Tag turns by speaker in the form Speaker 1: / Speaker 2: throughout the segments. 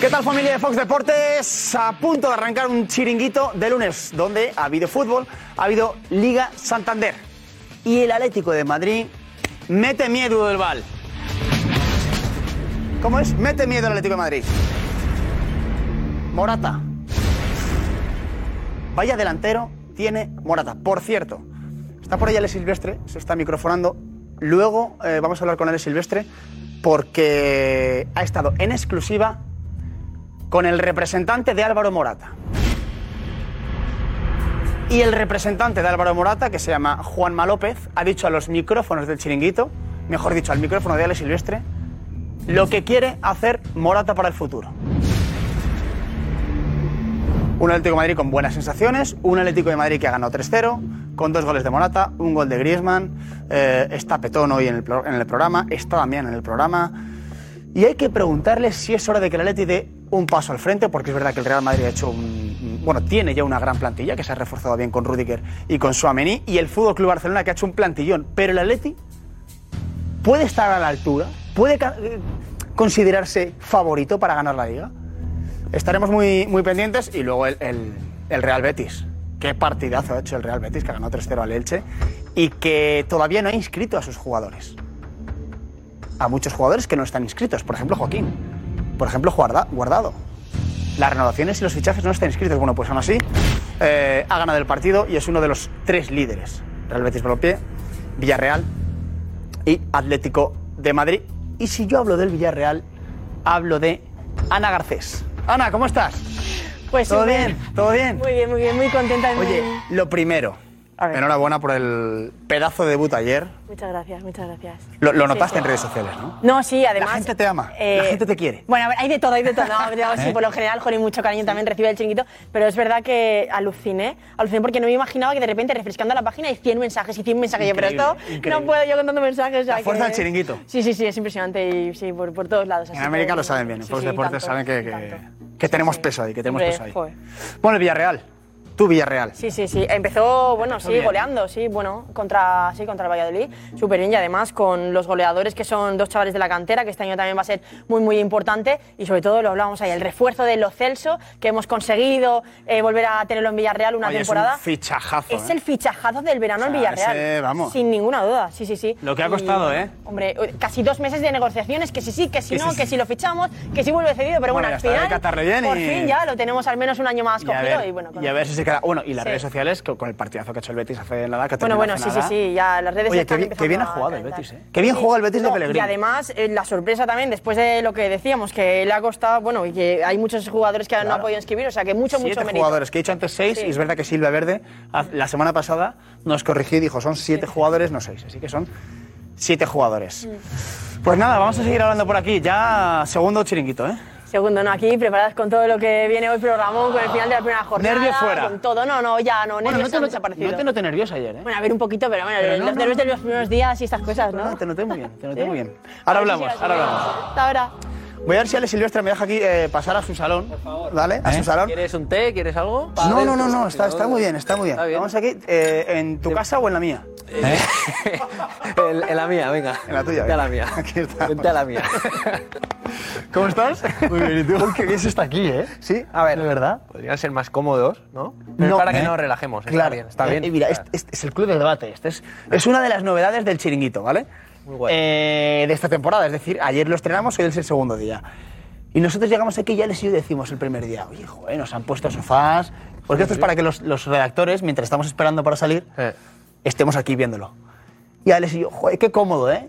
Speaker 1: ¿Qué tal familia de Fox Deportes? A punto de arrancar un chiringuito de lunes, donde ha habido fútbol, ha habido Liga Santander. Y el Atlético de Madrid mete miedo del bal. ¿Cómo es? Mete miedo el Atlético de Madrid. Morata. Vaya delantero tiene Morata. Por cierto, está por ahí Ale Silvestre, se está microfonando. Luego eh, vamos a hablar con Ale Silvestre porque ha estado en exclusiva con el representante de Álvaro Morata. Y el representante de Álvaro Morata, que se llama Juanma López, ha dicho a los micrófonos del chiringuito, mejor dicho, al micrófono de Ale Silvestre, lo que quiere hacer Morata para el futuro. Un Atlético de Madrid con buenas sensaciones, un Atlético de Madrid que ha ganado 3-0, con dos goles de Morata, un gol de Griezmann, eh, está Petón hoy en el, pro- en el programa, está Damián en el programa. Y hay que preguntarle si es hora de que el Atleti dé un paso al frente, porque es verdad que el Real Madrid ha hecho un, bueno, tiene ya una gran plantilla que se ha reforzado bien con Rudiger y con Suamení y el Fútbol Club Barcelona que ha hecho un plantillón, pero el Atleti puede estar a la altura, puede ca- eh, considerarse favorito para ganar la liga. Estaremos muy, muy pendientes y luego el, el- el Real Betis. Qué partidazo ha hecho el Real Betis, que ganó 3-0 al Elche y que todavía no ha inscrito a sus jugadores. A muchos jugadores que no están inscritos, por ejemplo Joaquín, por ejemplo Guarda- Guardado. Las renovaciones y los fichajes no están inscritos. Bueno, pues aún así eh, ha ganado el partido y es uno de los tres líderes. Real Betis Balompié, Villarreal y Atlético de Madrid. Y si yo hablo del Villarreal, hablo de Ana Garcés. Ana, ¿cómo estás?
Speaker 2: Pues
Speaker 1: todo
Speaker 2: súper.
Speaker 1: bien, todo bien.
Speaker 2: Muy bien, muy bien, muy contenta. y muy-
Speaker 1: Oye, lo primero, enhorabuena por el pedazo de debut ayer.
Speaker 2: Muchas gracias, muchas gracias.
Speaker 1: Lo, lo notaste
Speaker 2: Sí.
Speaker 1: en redes sociales, ¿no?
Speaker 2: No, sí, además.
Speaker 1: La gente te ama,
Speaker 2: eh,
Speaker 1: la gente te quiere.
Speaker 2: Bueno, a ver, hay de todo, hay de todo. No, pero sí,
Speaker 1: ¿Eh?
Speaker 2: por lo general, Jolín, mucho cariño también recibe el chiringuito. Pero es verdad que aluciné, aluciné porque no me imaginaba que de repente refrescando la página hay 100 mensajes y 100 mensajes. Yo, pero
Speaker 1: Increíble,
Speaker 2: esto no
Speaker 1: increíble.
Speaker 2: puedo yo contando mensajes. o sea
Speaker 1: La fuerza
Speaker 2: que-
Speaker 1: del chiringuito.
Speaker 2: Sí, sí, sí, es impresionante y sí, por, por todos lados. así
Speaker 1: En
Speaker 2: que-
Speaker 1: América lo saben bien, en
Speaker 2: sí,
Speaker 1: Fox
Speaker 2: sí,
Speaker 1: Deportes
Speaker 2: tanto,
Speaker 1: saben que, que-
Speaker 2: tanto.
Speaker 1: que tenemos peso ahí, que tenemos
Speaker 2: Hombre,
Speaker 1: peso ahí.
Speaker 2: joder.
Speaker 1: Bueno, el Villarreal, tú Villarreal.
Speaker 2: Sí, sí, sí. Empezó, bueno, sí,
Speaker 1: bien.
Speaker 2: goleando, sí, bueno, contra, sí, contra el Valladolid. Súper bien y además con los goleadores que son dos chavales de la cantera, que este año también va a ser muy, muy importante. Y sobre todo, lo hablábamos ahí, el refuerzo de Lo Celso, que hemos conseguido eh, volver a tenerlo en Villarreal una
Speaker 1: Oye,
Speaker 2: temporada.
Speaker 1: Es un fichajazo.
Speaker 2: Es
Speaker 1: ¿eh?
Speaker 2: el fichajazo del verano
Speaker 1: O sea,
Speaker 2: en Villarreal.
Speaker 1: ese, vamos.
Speaker 2: Sin ninguna duda, sí, sí, sí.
Speaker 1: Lo que ha
Speaker 2: Y,
Speaker 1: costado, ¿eh?
Speaker 2: Hombre, casi dos meses de negociaciones, que si sí, que si
Speaker 1: Que
Speaker 2: no,
Speaker 1: sí,
Speaker 2: que
Speaker 1: sí.
Speaker 2: si lo fichamos, que si vuelve cedido, pero
Speaker 1: Bueno,
Speaker 2: bueno,
Speaker 1: ya
Speaker 2: al
Speaker 1: está, hay
Speaker 2: final,
Speaker 1: que atarle bien
Speaker 2: por
Speaker 1: y-
Speaker 2: fin ya lo tenemos al menos un año más
Speaker 1: Y a,
Speaker 2: cogido
Speaker 1: ver,
Speaker 2: y bueno. con
Speaker 1: y a ver si se queda. Bueno, y las
Speaker 2: Sí.
Speaker 1: redes sociales con, con el partidazo que ha hecho el Betis hace nada. Que terminó
Speaker 2: Bueno, bueno,
Speaker 1: hace
Speaker 2: sí, sí,
Speaker 1: nada.
Speaker 2: sí, ya las redes
Speaker 1: Oye,
Speaker 2: están
Speaker 1: qué bien- qué bien
Speaker 2: empezando
Speaker 1: ha jugado el
Speaker 2: calentar.
Speaker 1: Betis, ¿eh? Qué bien juega el Betis de Pellegrini.
Speaker 2: Y además, eh, la sorpresa también, después de lo que decíamos, que le ha costado, bueno, y que hay muchos jugadores que no han podido inscribir, o sea que mucho,
Speaker 1: siete
Speaker 2: mucho mérito.
Speaker 1: jugadores, que he dicho antes seis,
Speaker 2: Sí.
Speaker 1: y es verdad que Silvia Verde haz- la semana pasada nos corrigió y dijo, son siete jugadores, no seis, así que son siete jugadores. Pues nada, vamos a seguir hablando por aquí, ya segundo chiringuito, ¿eh?
Speaker 2: Segundo, no, aquí preparadas con todo lo que viene hoy programón, con el final de la primera jornada.
Speaker 1: Nervios fuera.
Speaker 2: Con todo, no, no, ya, no, nervios han
Speaker 1: no
Speaker 2: desaparecido.
Speaker 1: te noté nervioso ayer, ¿eh?
Speaker 2: Bueno, a ver un poquito, pero bueno,
Speaker 1: Pero
Speaker 2: los
Speaker 1: no, no,
Speaker 2: nervios
Speaker 1: no.
Speaker 2: de los primeros días y estas cosas, ¿no? ¿Eh?
Speaker 1: te noté muy bien, te noté muy bien. ¿Eh? Ahora hablamos,
Speaker 2: Sí, sí,
Speaker 1: ahora
Speaker 2: sí.
Speaker 1: hablamos.
Speaker 2: Hasta ahora.
Speaker 1: Voy a ver si Ale Silvestre me deja aquí eh, pasar a su salón, ¿vale? A su salón.
Speaker 3: ¿Eh? ¿Quieres un té? ¿Quieres algo? pues,
Speaker 1: No, no, no, no, está, está muy bien, está muy bien.
Speaker 3: Está bien.
Speaker 1: Vamos aquí, eh, ¿en tu casa o en la mía?
Speaker 3: En, en la mía, venga.
Speaker 1: En la tuya.
Speaker 3: Vente a la
Speaker 1: venga.
Speaker 3: mía.
Speaker 1: Aquí está.
Speaker 3: Vente a la mía.
Speaker 1: ¿Cómo estás? Muy bien, ¿y tú? Qué bien se está aquí, ¿eh? Sí, a ver. ¿De verdad?
Speaker 3: Podrían ser más cómodos, ¿no? Pero es para que
Speaker 1: ¿eh?
Speaker 3: nos relajemos. Pues Está
Speaker 1: Claro.
Speaker 3: bien, está
Speaker 1: Eh,
Speaker 3: bien.
Speaker 1: eh, mira, este, este es el club del debate. Este es, es una de las novedades del chiringuito, ¿vale?
Speaker 3: Muy guay.
Speaker 1: Eh, de esta temporada. Es decir, ayer lo estrenamos, hoy es el segundo día. Y nosotros llegamos aquí y ya les decimos el primer día, oye, joder, nos han puesto sofás. Porque esto es para que los, los redactores, mientras estamos esperando para salir,
Speaker 3: Eh.
Speaker 1: estemos aquí viéndolo. Y Alex y yo, joder, qué cómodo, ¿eh?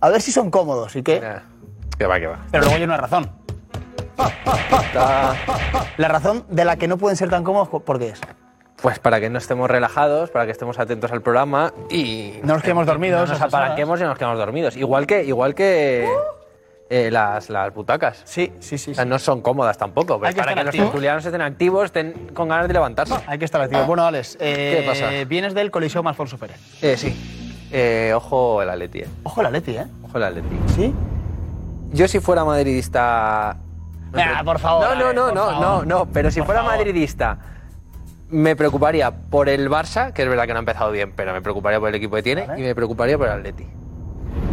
Speaker 1: A ver si son cómodos y qué.
Speaker 3: Nah. Que va, que va.
Speaker 1: Pero luego hay una razón. La razón de la que no pueden ser tan cómodos, ¿por qué es?
Speaker 3: Pues para que no estemos relajados, para que estemos atentos al programa y... eh,
Speaker 1: No nos quedemos dormidos,
Speaker 3: No nos
Speaker 1: atrasadas.
Speaker 3: apalanquemos y nos quedamos dormidos. Igual que, igual que eh, las, las butacas.
Speaker 1: Uh. Sí, sí, sí.
Speaker 3: O sea, no son cómodas tampoco, pero
Speaker 1: Hay que
Speaker 3: para
Speaker 1: estar
Speaker 3: que los
Speaker 1: activos.
Speaker 3: tertulianos estén activos, estén con ganas de levantarse. Ah.
Speaker 1: Hay que estar activo. Bueno, Alex, eh,
Speaker 3: ¿Qué pasa?
Speaker 1: vienes del Coliseo Alfonso Pérez.
Speaker 3: Eh, sí. Eh, ojo el Atleti, eh.
Speaker 1: Ojo la Leti, ¿eh?
Speaker 3: Ojo el Atleti.
Speaker 1: ¿Sí?
Speaker 3: Yo si fuera madridista...
Speaker 1: Venga, por favor,
Speaker 3: No, no,
Speaker 1: Ale,
Speaker 3: no,
Speaker 1: por
Speaker 3: no,
Speaker 1: favor.
Speaker 3: no, no, pero si
Speaker 1: Por
Speaker 3: fuera
Speaker 1: favor.
Speaker 3: madridista me preocuparía por el Barça, que es verdad que no ha empezado bien, pero me preocuparía por el equipo que tiene
Speaker 1: Vale.
Speaker 3: y me preocuparía por el Atleti.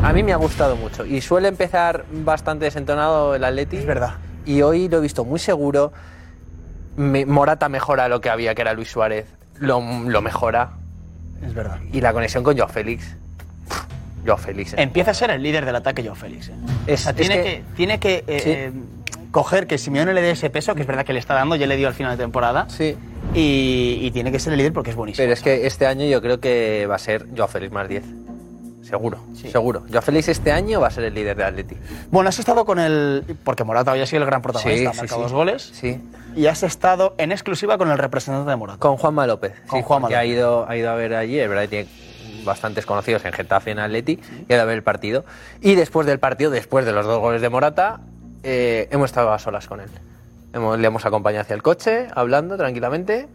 Speaker 3: A mí me ha gustado mucho y suele empezar bastante desentonado el Atleti.
Speaker 1: Es verdad.
Speaker 3: y hoy lo he visto muy seguro. Me- Morata mejora lo que había, que era Luis Suárez. Lo, lo mejora.
Speaker 4: Es verdad.
Speaker 3: Y la conexión con Joao Félix. Pff, Joao Félix. eh.
Speaker 4: Empieza a ser el líder del ataque Joao Félix. ¿eh?
Speaker 3: Es-
Speaker 4: O sea,
Speaker 3: es
Speaker 4: tiene
Speaker 3: que-
Speaker 4: que, tiene que eh,
Speaker 3: Sí.
Speaker 4: eh, coger que Simeone le dé ese peso, que es verdad que le está dando, ya le dio al final de temporada.
Speaker 3: Sí.
Speaker 4: Y, y tiene que ser el líder porque es buenísimo.
Speaker 3: Pero es que este año yo creo que va a ser Joao Félix más 10. Seguro, seguro. Joao Félix este año va a ser el líder de Atleti.
Speaker 4: Bueno, has estado con el. Porque Morata hoy ha sido el gran protagonista,
Speaker 3: Sí,
Speaker 4: ha
Speaker 3: sí,
Speaker 4: marcado
Speaker 3: sí.
Speaker 4: dos goles.
Speaker 3: Sí.
Speaker 4: Y has estado en exclusiva con el representante de Morata.
Speaker 3: Con Juanma López.
Speaker 4: Con Juanma
Speaker 3: que
Speaker 4: López.
Speaker 3: Ha ido, ha ido a ver allí, es verdad que tiene bastantes conocidos en Getafe, en Atleti, y ha ido a ver el partido. Y después del partido, después de los dos goles de Morata, eh, hemos estado a solas con él. Hemos- le hemos acompañado hacia el coche, hablando tranquilamente.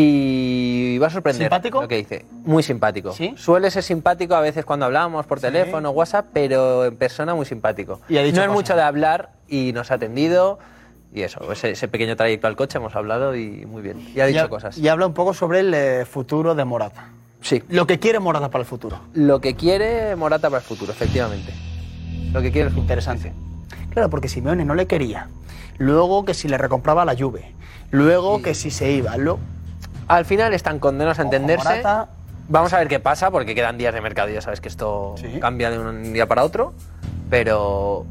Speaker 3: Y va a sorprender
Speaker 4: ¿Simpático?
Speaker 3: lo que dice. Muy simpático.
Speaker 4: ¿Sí?
Speaker 3: Suele ser simpático a veces cuando hablamos por teléfono, WhatsApp, pero en persona muy simpático.
Speaker 4: Y ha dicho
Speaker 3: no es
Speaker 4: cosas.
Speaker 3: mucho de hablar y nos ha atendido. Y eso, ese, ese pequeño trayecto al coche hemos hablado y muy bien. Y ha dicho
Speaker 4: y, ha-
Speaker 3: cosas.
Speaker 4: y habla un poco sobre el eh, futuro de Morata.
Speaker 3: Sí.
Speaker 4: Lo que quiere Morata para el futuro.
Speaker 3: Lo que quiere Morata para el futuro, efectivamente. Lo que quiere el futuro.
Speaker 4: Interesante. Claro, porque Simeone no le quería. Luego que si le recompraba la Juve. Luego que si se iba. Luego...
Speaker 3: Al final están condenados a
Speaker 4: Ojo,
Speaker 3: entenderse.
Speaker 4: Morata.
Speaker 3: Vamos a ver qué pasa, porque quedan días de mercado. Ya sabes que esto
Speaker 4: Sí.
Speaker 3: cambia de un día para otro. Pero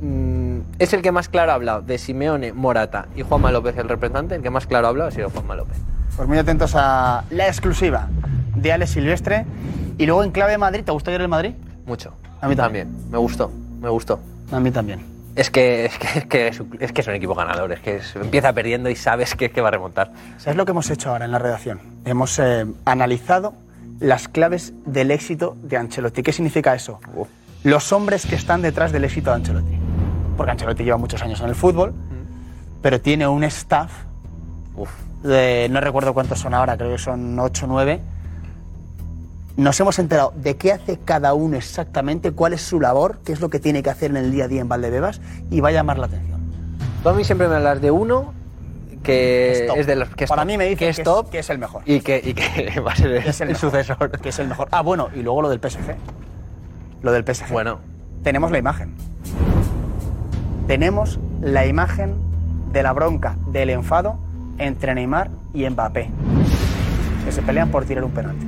Speaker 3: mm, es el que más claro ha hablado de Simeone, Morata y Juanma López, el representante. El que más claro ha hablado ha sido Juanma López.
Speaker 1: Pues muy atentos a
Speaker 4: La exclusiva de Alex Silvestre. Y luego en clave Madrid. ¿Te gusta ir el Madrid?
Speaker 3: Mucho.
Speaker 4: A mí
Speaker 3: Me gustó, me gustó.
Speaker 4: A mí también.
Speaker 3: Es que es, que, es, que es, un- es que es un equipo ganador. Es que es- empieza perdiendo y sabes que, que va a remontar.
Speaker 1: ¿Sabes lo que hemos hecho ahora en la redacción? Hemos eh, analizado las claves del éxito de Ancelotti. ¿Qué significa eso? Los hombres que están detrás del éxito de Ancelotti. Porque Ancelotti lleva muchos años en el fútbol, pero tiene un staff
Speaker 3: Uf.
Speaker 1: de- no recuerdo cuántos son ahora, creo que son 8 o 9. Nos hemos enterado de qué hace cada uno exactamente, cuál es su labor, qué es lo que tiene que hacer en el día a día en Valdebebas y va a llamar la atención.
Speaker 3: Tú a mí siempre me hablas de uno que
Speaker 1: top.
Speaker 3: es de los que es
Speaker 1: Para
Speaker 3: top,
Speaker 1: mí me dices
Speaker 3: que es top
Speaker 1: que es el mejor.
Speaker 3: y que, y que va a ser
Speaker 1: Que es el
Speaker 3: el
Speaker 1: mejor.
Speaker 3: sucesor.
Speaker 1: Que es el mejor. Ah, bueno, y luego lo del PSG. Lo del PSG.
Speaker 3: Bueno,
Speaker 1: Tenemos la imagen. Tenemos la imagen de la bronca, del enfado entre Neymar y Mbappé. Que se pelean por tirar un penalti.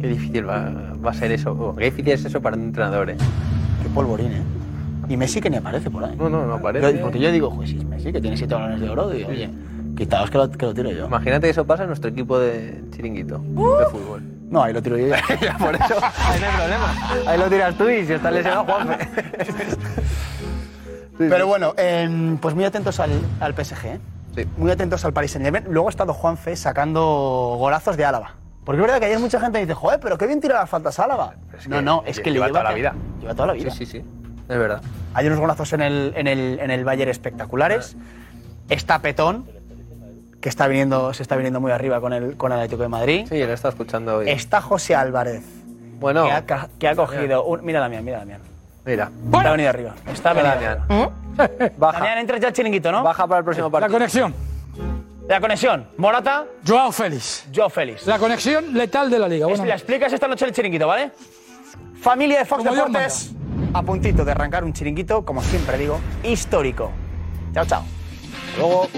Speaker 3: qué difícil va, va a ser eso. Oh, qué difícil es eso para un entrenador. eh.
Speaker 1: Qué polvorín, ¿eh? Y Messi que ni aparece por ahí.
Speaker 3: No, no, no
Speaker 4: Yo-
Speaker 3: parece.
Speaker 4: porque yo digo, pues si es Messi, que tiene siete balones de oro, digo, oye, quitaos que lo, que lo tiro yo.
Speaker 3: Imagínate que eso pasa en nuestro equipo de chiringuito de fútbol.
Speaker 1: ¡Uh! No, ahí lo tiro yo.
Speaker 3: Por eso ahí no hay problema. Ahí lo tiras tú y si estás lesionado, Juanfe.
Speaker 1: Pero bueno, em, pues muy atentos al, al PSG. ¿eh?
Speaker 3: Sí.
Speaker 1: Muy atentos al Paris Saint-Germain. Luego ha estado Juanfe sacando golazos de Álava. Porque es verdad que ayer mucha gente dice, joder, pero qué bien tira las faltas Álava.
Speaker 3: Pero es
Speaker 1: no,
Speaker 3: que
Speaker 1: no, es que le
Speaker 3: lleva
Speaker 1: lleva
Speaker 3: toda la vida.
Speaker 1: Lleva toda la vida.
Speaker 3: Sí, sí, sí. Es verdad.
Speaker 1: Hay unos golazos en el, en el, en el Bayern espectaculares.
Speaker 3: Ah.
Speaker 1: Está Petón, que está viniendo, se está viniendo muy arriba con el, con el Atlético de Madrid.
Speaker 3: Sí, lo he estado escuchando hoy.
Speaker 1: Está José Álvarez,
Speaker 3: Bueno,
Speaker 1: que, ha, ca- que ha cogido... un- mira Damián, mira Damián.
Speaker 3: mira.
Speaker 1: Está venido arriba. Está venido
Speaker 3: Damián.
Speaker 1: arriba.
Speaker 3: Baja.
Speaker 1: Damián, entra ya al chiringuito, ¿no?
Speaker 3: Baja para el próximo
Speaker 5: La
Speaker 3: partido.
Speaker 5: conexión.
Speaker 1: La conexión. Morata,
Speaker 5: Joao Félix.
Speaker 1: yo Félix.
Speaker 5: La conexión letal de la liga.
Speaker 1: Es-
Speaker 5: Bueno,
Speaker 1: la explicas esta noche en el chiringuito, ¿vale? Familia de Fox
Speaker 5: Como Dios
Speaker 1: Deportes, a puntito de arrancar un chiringuito, como siempre digo, histórico. Chao, chao.
Speaker 3: Luego.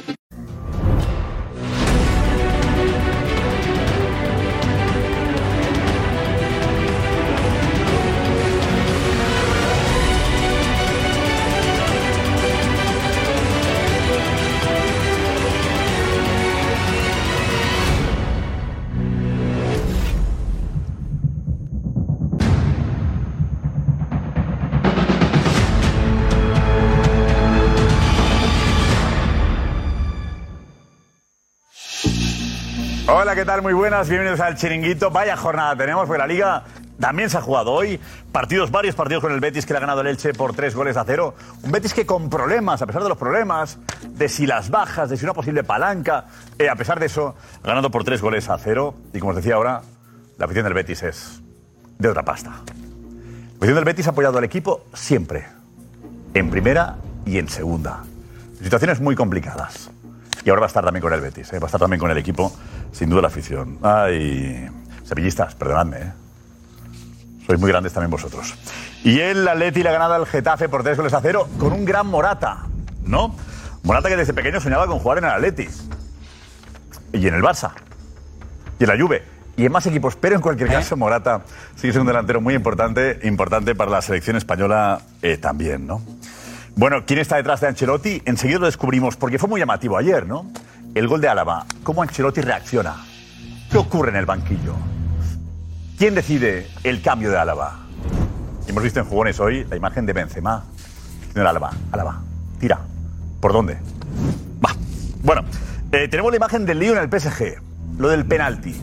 Speaker 6: Hola, ¿qué tal? Muy buenas, bienvenidos al Chiringuito. Vaya jornada tenemos, porque la Liga también se ha jugado hoy. Partidos, varios partidos con el Betis, que le ha ganado el Elche por tres goles a cero. Un Betis que con problemas, a pesar de los problemas, de si las bajas, de si una posible palanca, eh, a pesar de eso, ha ganado por tres goles a cero. Y como os decía ahora, la afición del Betis es de otra pasta. La afición del Betis ha apoyado al equipo siempre, en primera y en segunda. Situaciones muy complicadas. Y ahora va a estar también con el Betis, ¿eh? va a estar también con el equipo, sin duda la afición. Ay, sevillistas, perdonadme. ¿eh? Sois muy grandes también vosotros. Y el Atleti le ha ganado al Getafe por tres goles a cero con un gran Morata. ¿no? Morata que desde pequeño soñaba con jugar en el Atleti. Y en el Barça. Y en la Juve. Y en más equipos. Pero en cualquier caso, Morata sigue siendo un delantero muy importante, importante para la selección española eh, también, ¿no? Bueno, ¿quién está detrás de Ancelotti? Enseguida lo descubrimos, porque fue muy llamativo ayer, ¿no? El gol de Álava. ¿Cómo Ancelotti reacciona? ¿Qué ocurre en el banquillo? ¿Quién decide el cambio de Álava? Y Hemos visto en jugones hoy la imagen de Benzema. No era Álava, Álava. Tira. ¿Por dónde? Va. Bueno, eh, tenemos la imagen del lío en el PSG. Lo del penalti.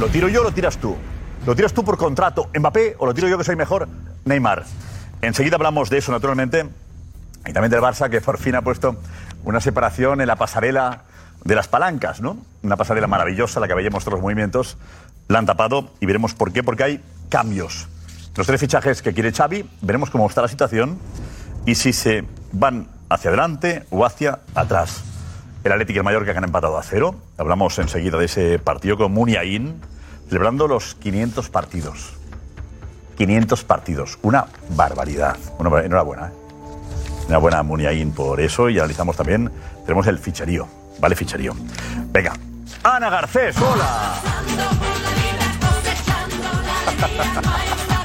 Speaker 6: ¿Lo tiro yo o lo tiras tú? ¿Lo tiras tú por contrato, Mbappé, o lo tiro yo que soy mejor, Neymar? Enseguida hablamos de eso, naturalmente. Y también del Barça, que por fin ha puesto una separación en la pasarela de las palancas, ¿no? Una pasarela maravillosa, la que veíamos todos los movimientos. La han tapado y veremos por qué, porque hay cambios. Los tres fichajes que quiere Xavi, veremos cómo está la situación y si se van hacia adelante o hacia atrás. El Atlético y el Mallorca que han empatado a cero. Hablamos enseguida de ese partido con Muniain, celebrando los 500 partidos. 500 partidos. Una barbaridad. Una barbaridad. Enhorabuena, ¿eh? Una buena Muniain por eso y analizamos también, tenemos el ficherío, ¿vale? Ficherío. Venga, Ana Garcés, hola.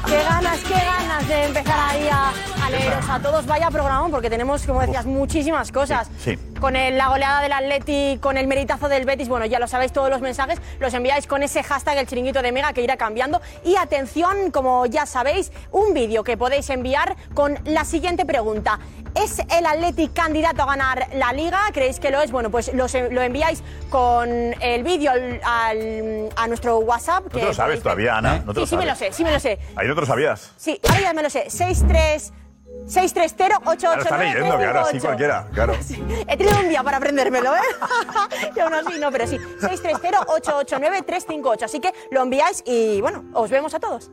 Speaker 2: Qué ganas, qué ganas de empezar ahí a, a leeros a todos. Vaya programa, porque tenemos, como decías, muchísimas cosas.
Speaker 6: Sí.
Speaker 2: Con el- la goleada del Atleti, con el meritazo del Betis, bueno, ya lo sabéis, todos los mensajes los enviáis con ese hashtag el chiringuito de Mega que irá cambiando. Y atención, como ya sabéis, un vídeo que podéis enviar con la siguiente pregunta. ¿Es el Atleti candidato a ganar la liga? ¿Creéis que lo es? Bueno, pues los en- lo enviáis con el vídeo al- al- a nuestro WhatsApp.
Speaker 6: No te lo sabes todavía, Ana. No te
Speaker 2: sí,
Speaker 6: lo
Speaker 2: sí me lo
Speaker 6: sabes.
Speaker 2: sé, sí me lo sé.
Speaker 6: Ahí no te lo sabías.
Speaker 2: Sí, ahora ya me lo sé. 63 630
Speaker 6: Ahora está leyendo, que ahora sí cualquiera. Claro.
Speaker 2: He tenido un día para aprendérmelo, ¿eh? y aún así no, pero sí. 630-889-358. Así que lo enviáis y, bueno, os vemos a todos.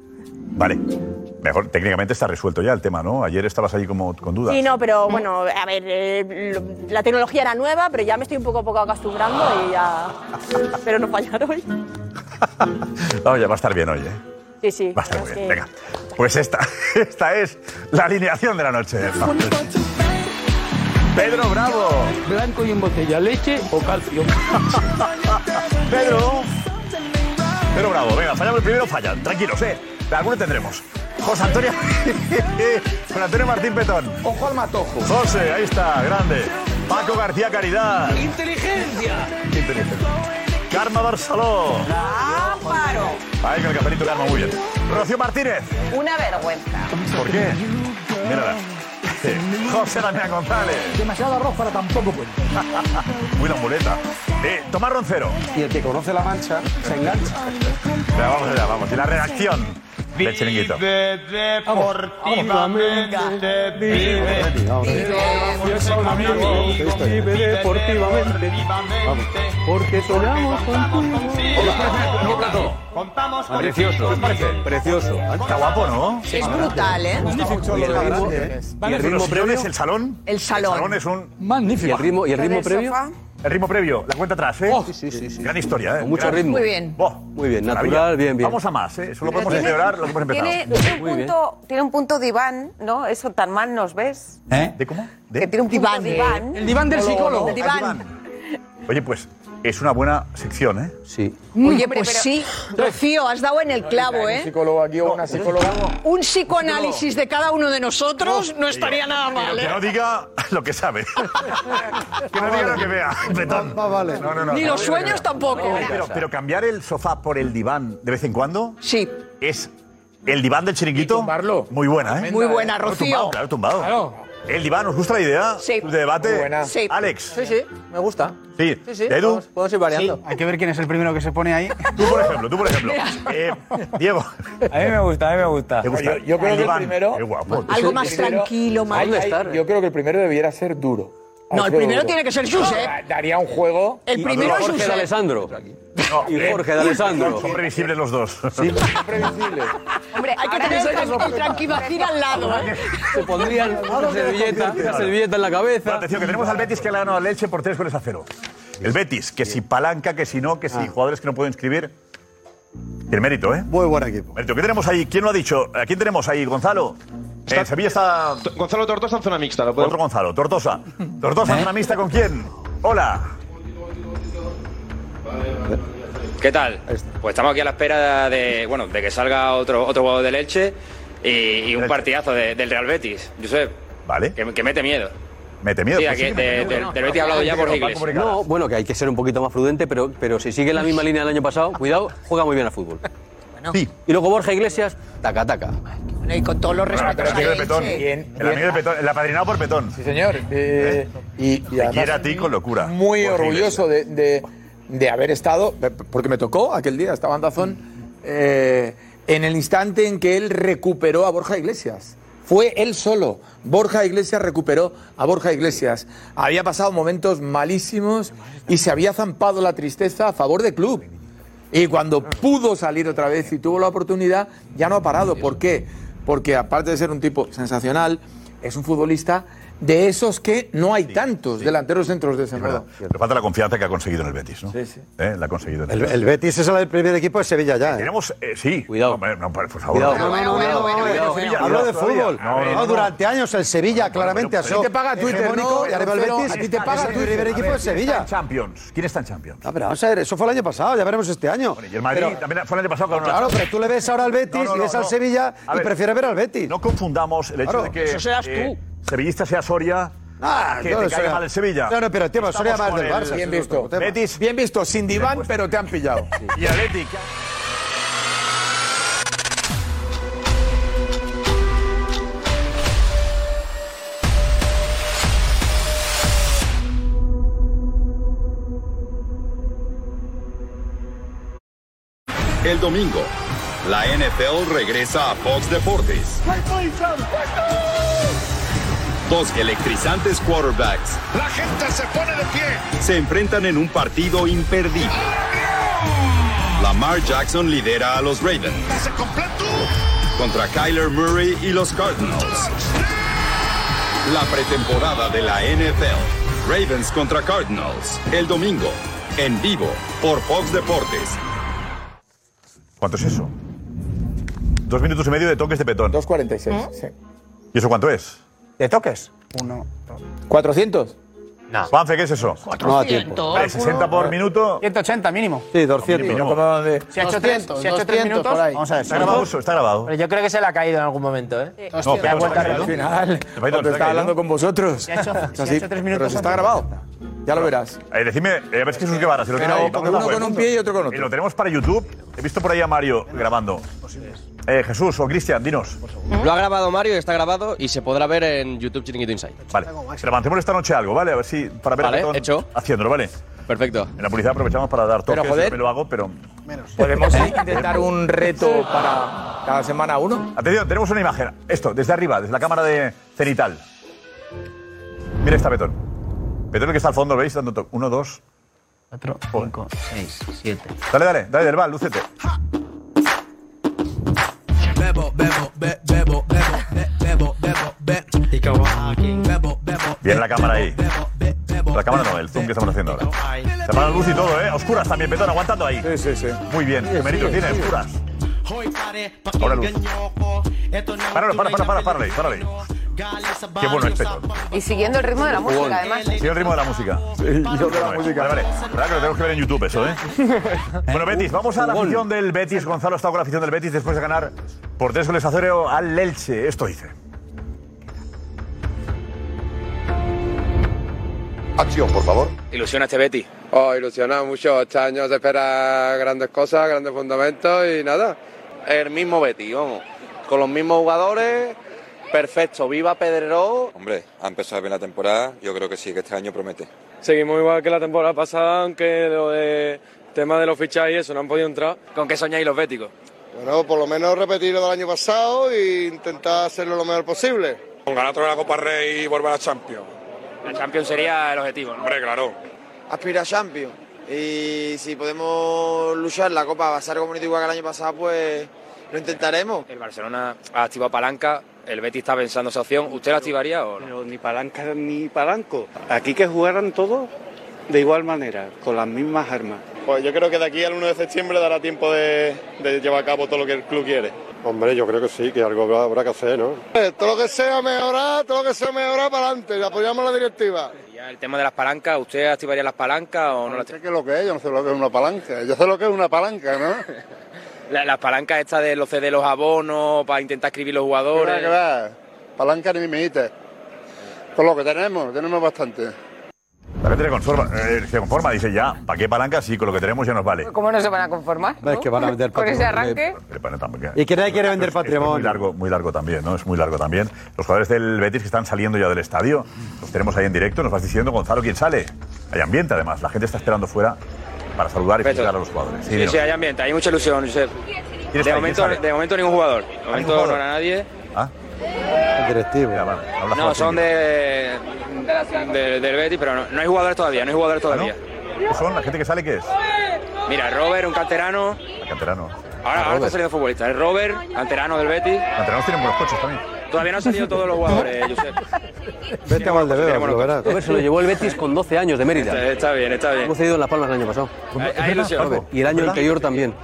Speaker 6: Vale. Mejor, técnicamente está resuelto ya el tema, ¿no? Ayer estabas ahí como con dudas.
Speaker 2: Sí, no, pero bueno, a ver, eh, lo- la tecnología era nueva, pero ya me estoy un poco a poco acostumbrando y ya. Pero no fallar hoy.
Speaker 6: Oye, va a estar bien hoy, ¿eh?
Speaker 2: Sí, sí.
Speaker 6: Va a estar
Speaker 2: la
Speaker 6: muy bien.
Speaker 2: verdad es
Speaker 6: Venga. Pues esta, esta es la alineación de la noche. Pedro Bravo.
Speaker 7: Blanco y en botella, leche o calcio.
Speaker 6: Pedro. Pedro Bravo, venga, fallamos el primero, fallan. Tranquilos, ¿eh? Alguno tendremos. José Antonio. José Antonio Martín Petón.
Speaker 8: Ojo al matojo.
Speaker 6: José, ahí está, grande. Paco García Caridad.
Speaker 8: Inteligencia.
Speaker 6: Inteligente. Karma Barceló.
Speaker 8: Ámparo.
Speaker 6: Ahí con el cafelito Karma, muy bien. Rocío Martínez.
Speaker 8: Una vergüenza.
Speaker 6: ¿Por qué? Mírala. José Damián González.
Speaker 5: Demasiado arroz para tampoco puede.
Speaker 6: Uy, la muleta. Eh, Tomás Roncero.
Speaker 8: Y el que conoce la mancha se engancha.
Speaker 6: Venga, vamos allá, vamos. Y la redacción del chiringuito.
Speaker 7: deportivamente,
Speaker 8: vive deportivamente.
Speaker 7: porque sonamos
Speaker 9: Precioso. Precioso.
Speaker 6: Ah, Está guapo, ¿no?
Speaker 10: Es brutal, ¿eh?
Speaker 9: Y el ritmo,
Speaker 8: ¿eh?
Speaker 6: ¿Y el ritmo previo es el salón?
Speaker 10: El salón.
Speaker 6: El salón es un...
Speaker 9: y
Speaker 7: Magnífico.
Speaker 9: el ritmo, y el ritmo previo.
Speaker 6: El ritmo previo, la cuenta atrás, ¿eh?
Speaker 9: Sí, sí, sí.
Speaker 6: Gran historia, ¿eh?
Speaker 9: Con mucho
Speaker 6: Gran-
Speaker 9: ritmo.
Speaker 10: Muy bien.
Speaker 6: Buah,
Speaker 9: Muy bien,
Speaker 6: maravilla.
Speaker 9: natural, bien, bien.
Speaker 6: Vamos a más, ¿eh? Solo podemos
Speaker 11: Tiene-
Speaker 6: celebrar lo que hemos empezado.
Speaker 11: Tiene, tiene
Speaker 9: Muy
Speaker 11: un punto, tiene un punto diván, ¿no? Eso tan mal nos ves.
Speaker 9: ¿Eh?
Speaker 6: ¿De cómo?
Speaker 11: Que
Speaker 6: ¿De?
Speaker 11: tiene un punto
Speaker 10: Diván, eh.
Speaker 11: diván.
Speaker 7: El diván del psicólogo.
Speaker 11: El diván.
Speaker 6: Oye, pues es una buena sección, ¿eh?
Speaker 9: Sí.
Speaker 10: Oye, pues sí, Rocío, has dado en el clavo,
Speaker 9: Un
Speaker 10: ¿eh?
Speaker 9: psicólogo aquí o una psicóloga.
Speaker 10: Un psicoanálisis de cada uno de nosotros no estaría nada mal,
Speaker 6: Que
Speaker 10: ¿eh?
Speaker 6: no diga lo que sabe. que no diga lo que vea. Petón.
Speaker 9: Ah,
Speaker 6: No, no, no.
Speaker 10: Ni
Speaker 6: No,
Speaker 10: los
Speaker 6: no,
Speaker 10: sueños tampoco.
Speaker 6: no. Pero, pero cambiar el sofá por el diván de vez en cuando
Speaker 10: Sí,
Speaker 6: es el diván del chiringuito.
Speaker 9: tumbarlo.
Speaker 6: Muy buena, ¿eh?
Speaker 10: muy buena,
Speaker 6: Claro, tumbado,
Speaker 10: Rocío.
Speaker 6: claro, tumbado.
Speaker 7: Claro.
Speaker 6: El diván, ¿os gusta la idea?
Speaker 10: Sí.
Speaker 6: De debate.
Speaker 9: buena.
Speaker 10: Sí.
Speaker 6: Alex.
Speaker 12: Sí, sí, me gusta.
Speaker 6: Sí.
Speaker 12: Sí, sí.
Speaker 6: Edu,
Speaker 12: Podemos, podemos ir variando.
Speaker 1: Hay que ver quién es el primero que se pone ahí.
Speaker 6: tú por ejemplo, tú por ejemplo. Eh, Diego,
Speaker 13: A mí me gusta, a mí me gusta.
Speaker 6: ¿te gusta?
Speaker 9: Yo- yo creo que
Speaker 6: El
Speaker 9: el
Speaker 6: diván.
Speaker 9: primero-
Speaker 6: Qué guapo.
Speaker 10: Algo más tranquilo, más...
Speaker 9: Ay, ay, Yo creo que el primero debiera ser duro.
Speaker 10: No, el
Speaker 9: Alfredo
Speaker 10: primero
Speaker 9: Duro.
Speaker 10: tiene que ser eh. Josep.
Speaker 9: Daría un juego.
Speaker 10: El primero es
Speaker 9: Jorge de
Speaker 10: Josep.
Speaker 9: Alessandro.
Speaker 6: No,
Speaker 9: Y
Speaker 6: eh,
Speaker 9: Jorge de Alessandro.
Speaker 6: Son previsibles los dos.
Speaker 9: Imprevisible.
Speaker 10: Hombre, hay que tener el tranquilacir al lado, ¿eh?
Speaker 9: Se pondrían una servilleta, una servilleta en la cabeza.
Speaker 6: Atención, que tenemos al Betis que le ha ganado al Elche por tres goles a cero. El Betis, que si palanca, que si no, que si jugadores que no pueden escribir. Tiene mérito, ¿eh?
Speaker 8: Ah. Muy buen equipo.
Speaker 6: Mérito. ¿Qué tenemos ahí? ¿Quién lo ha dicho? ¿A quién tenemos ahí, Gonzalo? En Sevilla está.
Speaker 14: Gonzalo Tortosa en zona mixta. ¿lo
Speaker 6: Otro Gonzalo, Tortosa. Tortosa, en zona mixta con quién? Hola.
Speaker 15: ¿Qué tal? Pues estamos aquí a la espera de, bueno, de que salga otro, otro jugador del Elche y, y un partidazo de- del Real Betis, Josep.
Speaker 6: Vale.
Speaker 15: Que, que mete miedo.
Speaker 6: Mete miedo.
Speaker 15: Sí,
Speaker 6: pues sí,
Speaker 15: aquí de-
Speaker 6: mete miedo,
Speaker 15: del-
Speaker 6: ¿no?
Speaker 15: del Betis ha hablado ya por Gigles.
Speaker 7: No, bueno, que hay que ser un poquito más prudente, pero, pero si sigue la misma línea del año pasado, cuidado, juega muy bien al fútbol. Y luego Borja Iglesias, taca, taca.
Speaker 10: Y con todos los
Speaker 6: Ah,
Speaker 10: respetos.
Speaker 6: pero el amigo de Petón.
Speaker 7: Bien,
Speaker 6: El amigo de Petón, el apadrinado por Petón. Sí,
Speaker 9: señor. Y,
Speaker 6: Te quiere a ti con locura.
Speaker 9: Muy
Speaker 6: Por
Speaker 9: orgulloso de, de- de haber estado, porque me tocó aquel día, esta bandazón, eh, en el instante en que él recuperó a Borja Iglesias. Fue él solo. Borja Iglesias recuperó a Borja Iglesias. Había pasado momentos malísimos y se había zampado la tristeza a favor del club. Y cuando pudo salir otra vez y tuvo la oportunidad, ya no ha parado. ¿Por qué? Porque aparte de ser un tipo sensacional, es un futbolista de esos que no hay tantos delanteros centros de ese modo.
Speaker 6: Le falta la confianza que ha conseguido en el Betis, ¿no? Sí, sí. La ha conseguido. en
Speaker 8: El, el Betis es el primer equipo de Sevilla ya. ¿eh?
Speaker 6: Tenemos, eh, sí. Cuidado. No, no, por favor.
Speaker 8: Cuidado.
Speaker 6: No, no, no, no, no, no, Sevilla,
Speaker 8: Hablo de
Speaker 6: cuidado todavía.
Speaker 8: fútbol. Ah,
Speaker 6: A ver,
Speaker 8: No, durante años el Sevilla claramente ha
Speaker 6: pero-
Speaker 8: sido
Speaker 6: ¿A ti te paga Twitter,
Speaker 8: hegemónico
Speaker 6: no?
Speaker 8: y arriba el
Speaker 6: Pero,
Speaker 8: Betis
Speaker 6: ¿a ti te paga
Speaker 8: es el
Speaker 6: Twitter?
Speaker 8: primer
Speaker 6: A
Speaker 8: equipo
Speaker 6: ver,
Speaker 8: de
Speaker 6: ¿quién está
Speaker 8: Sevilla.
Speaker 6: en Champions? ¿Quién está en Champions?
Speaker 8: No, pero vamos a ver, eso fue el año pasado, ya veremos este año.
Speaker 6: Y el Madrid
Speaker 8: Pero-
Speaker 6: también fue el año pasado. ganó la
Speaker 8: Claro,
Speaker 6: Champions.
Speaker 8: pero tú le ves ahora al Betis
Speaker 6: No, no,
Speaker 8: y ves
Speaker 6: no,
Speaker 8: al
Speaker 6: no.
Speaker 8: Sevilla
Speaker 6: A
Speaker 8: y
Speaker 6: ver,
Speaker 8: prefieres ver al Betis.
Speaker 6: No confundamos el hecho
Speaker 8: Claro.
Speaker 6: de que.
Speaker 8: Eso serás
Speaker 6: eh,
Speaker 8: tú.
Speaker 6: Sevillista sea Soria.
Speaker 8: Ah,
Speaker 6: que
Speaker 8: no,
Speaker 6: te
Speaker 8: eso
Speaker 6: caiga
Speaker 8: ya-
Speaker 6: mal el Sevilla.
Speaker 8: No, no, pero, tío,
Speaker 6: Estamos
Speaker 8: Soria más
Speaker 6: con
Speaker 8: del
Speaker 6: el-
Speaker 8: Barça,
Speaker 9: Bien
Speaker 8: eso es
Speaker 9: visto.
Speaker 8: otro tema.
Speaker 9: Betis. Bien visto, sin diván, pero te han pillado.
Speaker 6: Y el Betis. que-
Speaker 16: El domingo, la NFL regresa a Fox Deportes. Dos electrizantes quarterbacks
Speaker 17: La gente se pone de pie.
Speaker 16: se enfrentan en un partido imperdible. Lamar Jackson lidera a los Ravens
Speaker 17: Pase completo.
Speaker 16: contra Kyler Murray y los Cardinals. La pretemporada de la NFL. Ravens contra Cardinals. El domingo, en vivo, por Fox Deportes.
Speaker 6: ¿Cuánto es eso? Dos minutos y medio de toques de petón.
Speaker 9: 2.46, sí.
Speaker 6: ¿Y eso cuánto es?
Speaker 1: ¿De toques? Uno.
Speaker 9: ¿400?
Speaker 6: No. Juanfe, ¿qué es eso?
Speaker 1: No, a tiempo.
Speaker 6: Vale, 60 por minuto.
Speaker 1: 180 mínimo.
Speaker 8: Sí, 200.
Speaker 1: Mínimo. Si ha hecho tres, si ha hecho tres minutos, vamos a ver.
Speaker 6: Está grabado eso, está grabado.
Speaker 3: Pero yo creo que se le ha caído en algún momento, ¿eh?
Speaker 6: No, pero
Speaker 9: Al
Speaker 6: está caído.
Speaker 9: final,
Speaker 6: Pero
Speaker 9: cuando
Speaker 6: está
Speaker 9: estaba
Speaker 6: caído.
Speaker 9: hablando con vosotros.
Speaker 6: Se ha hecho-
Speaker 9: Es
Speaker 6: se ha
Speaker 9: así,
Speaker 6: hecho tres minutos
Speaker 9: Pero se está
Speaker 6: antes.
Speaker 9: grabado. Ya lo verás.
Speaker 6: Eh, decime, eh, a ver si es un que vara, si lo tiene
Speaker 9: Pero
Speaker 6: ahí.
Speaker 9: con
Speaker 6: Vamos a
Speaker 9: uno
Speaker 6: ver.
Speaker 9: con un pie y otro con otro.
Speaker 6: Y lo tenemos para YouTube. He visto por ahí a Mario grabando. Eh, Jesús o Cristian, dinos.
Speaker 18: Lo ha grabado Mario, está grabado y se podrá ver en YouTube Chiringuito Inside.
Speaker 6: Vale. Pero avancemos esta noche algo, ¿vale? A ver si. Para ver
Speaker 18: Vale,
Speaker 6: a Petón
Speaker 18: hecho.
Speaker 6: haciéndolo, ¿vale?
Speaker 18: Perfecto.
Speaker 6: En la publicidad aprovechamos para dar toques.
Speaker 9: Pero, joder.
Speaker 6: yo me lo hago, pero.
Speaker 9: Podemos intentar un reto para cada semana uno.
Speaker 6: Atención, tenemos una imagen. Esto, desde arriba, desde la cámara de cenital. Mira esta Petón. Petón que está al fondo, ¿veis? Dando toque. Uno, dos. Cuatro, cinco, seis, siete. Dale, dale, dale, del val, lúcete.
Speaker 19: Bebo, bebo, be, bebo, bebo, be, bebo, bebo, be. Bebo, bebo,
Speaker 6: Bien la cámara ahí. La cámara no, el zoom que estamos haciendo ahora. Se apaga la luz y todo, ¿eh? A Oscuras también, Petón, aguantando ahí. Sí, sí, sí. Muy bien, qué mérito tiene, a oscuras. Ahora luz. Páralo, para, para, para, párale, párale. Qué bueno es Petón.
Speaker 11: Y siguiendo el ritmo de la música, además.
Speaker 6: Sí, el ritmo de la música. Sí, de la música. Vale, vale. Verdad que lo tenemos que ver en YouTube eso, ¿eh? Bueno, Betis, vamos a la afición del Betis. Gonzalo ha estado con la afición del Betis después de ganar por tres goles a cero al Elche. Esto dice.
Speaker 20: Acción, por favor.
Speaker 15: Ilusiona este Betty.
Speaker 21: Oh, ilusionado mucho. Este año se espera grandes cosas, grandes fundamentos y nada. El mismo Betty, vamos. Con los mismos jugadores. Perfecto. Viva Pedreró.
Speaker 22: Hombre, ha empezado bien la temporada, yo creo que sí, que este año promete.
Speaker 23: Seguimos igual que la temporada pasada, aunque lo de tema de los fichajes y eso no han podido entrar. ¿Con qué soñáis los béticos?
Speaker 21: Bueno, por lo menos repetir lo del año pasado e intentar hacerlo lo mejor posible.
Speaker 24: Con ganar otra vez la Copa Rey y volver a la Champions.
Speaker 15: La Champions sería el objetivo, ¿no?
Speaker 24: Hombre, claro.
Speaker 25: aspira a Champions. Y si podemos luchar la Copa, va a ser algo bonito igual que el año pasado, pues lo intentaremos.
Speaker 15: El Barcelona ha activado palanca, el Betis está pensando esa opción. ¿Usted la activaría o no?
Speaker 26: Ni palanca ni palanco. Aquí que jugaran todos de igual manera, con las mismas armas.
Speaker 27: Pues yo creo que de aquí al 1 de septiembre dará tiempo de, de llevar a cabo todo lo que el club quiere.
Speaker 28: Hombre, yo creo que sí, que algo habrá, habrá que hacer, ¿no?
Speaker 29: Eh, Todo lo que sea mejorar, todo lo que sea mejorar para adelante, y apoyamos la directiva.
Speaker 15: Ya el tema de las palancas, ¿usted activaría las palancas o no las
Speaker 29: ¿Qué es lo que es? Yo no sé lo que es una palanca. Yo sé lo que es una palanca, ¿no?
Speaker 15: La- las palancas estas de los CD de los abonos para intentar escribir los
Speaker 29: ¿Qué va,
Speaker 15: jugadores?
Speaker 29: qué va? Palanca ni mimita. Todo lo que tenemos, tenemos bastante.
Speaker 6: La gente se conforma, eh, se conforma, dice ya, ¿para qué palanca? Sí, con lo que tenemos ya nos vale.
Speaker 11: ¿Cómo no se van a conformar?
Speaker 6: Hombre, es
Speaker 11: no?
Speaker 6: que van a meter
Speaker 11: Con ese
Speaker 6: patrimonio.
Speaker 11: arranque.
Speaker 6: Pero bueno, tampoco-
Speaker 8: ¿Y que nadie quiere vender
Speaker 6: Esto es- esto es muy
Speaker 8: patrimonio?
Speaker 6: largo, muy largo también, ¿no? Es muy largo también. Los jugadores del Betis que están saliendo ya del estadio, los tenemos ahí en directo, nos vas diciendo, Gonzalo, ¿quién sale? Hay ambiente además, la gente está esperando fuera para saludar y felicitar a los jugadores.
Speaker 15: Sí, sí, hay ambiente, hay mucha ilusión, Josep.
Speaker 6: ¿Quién
Speaker 15: De
Speaker 6: sale?
Speaker 15: momento,
Speaker 6: ¿Quién sale?
Speaker 15: de momento ningún jugador. De momento
Speaker 6: jugador?
Speaker 15: no era nadie.
Speaker 8: directivo.
Speaker 15: No, son de, de- del Betis, pero no, no hay jugadores todavía, no hay jugadores todavía.
Speaker 6: ¿Qué son? ¿La gente que sale qué es?
Speaker 15: Mira, Robert, un canterano.
Speaker 6: Canterano. Ah,
Speaker 15: Ahora, ahora está saliendo futbolista. Es Robert, canterano del Betis.
Speaker 6: Canteranos tienen buenos coches también.
Speaker 15: Todavía no han salido todos los jugadores, Josep.
Speaker 8: Vete a Valdebebas, lo verás.
Speaker 7: Robert se lo llevó el Betis con 12 años de Mérida.
Speaker 18: Este
Speaker 15: Está, está bien, está bien.
Speaker 7: Hemos cedido en Las Palmas el año pasado.
Speaker 15: Hay- hay ilusión.
Speaker 7: Robert. Y el año
Speaker 15: ¿Verdad?
Speaker 7: anterior también.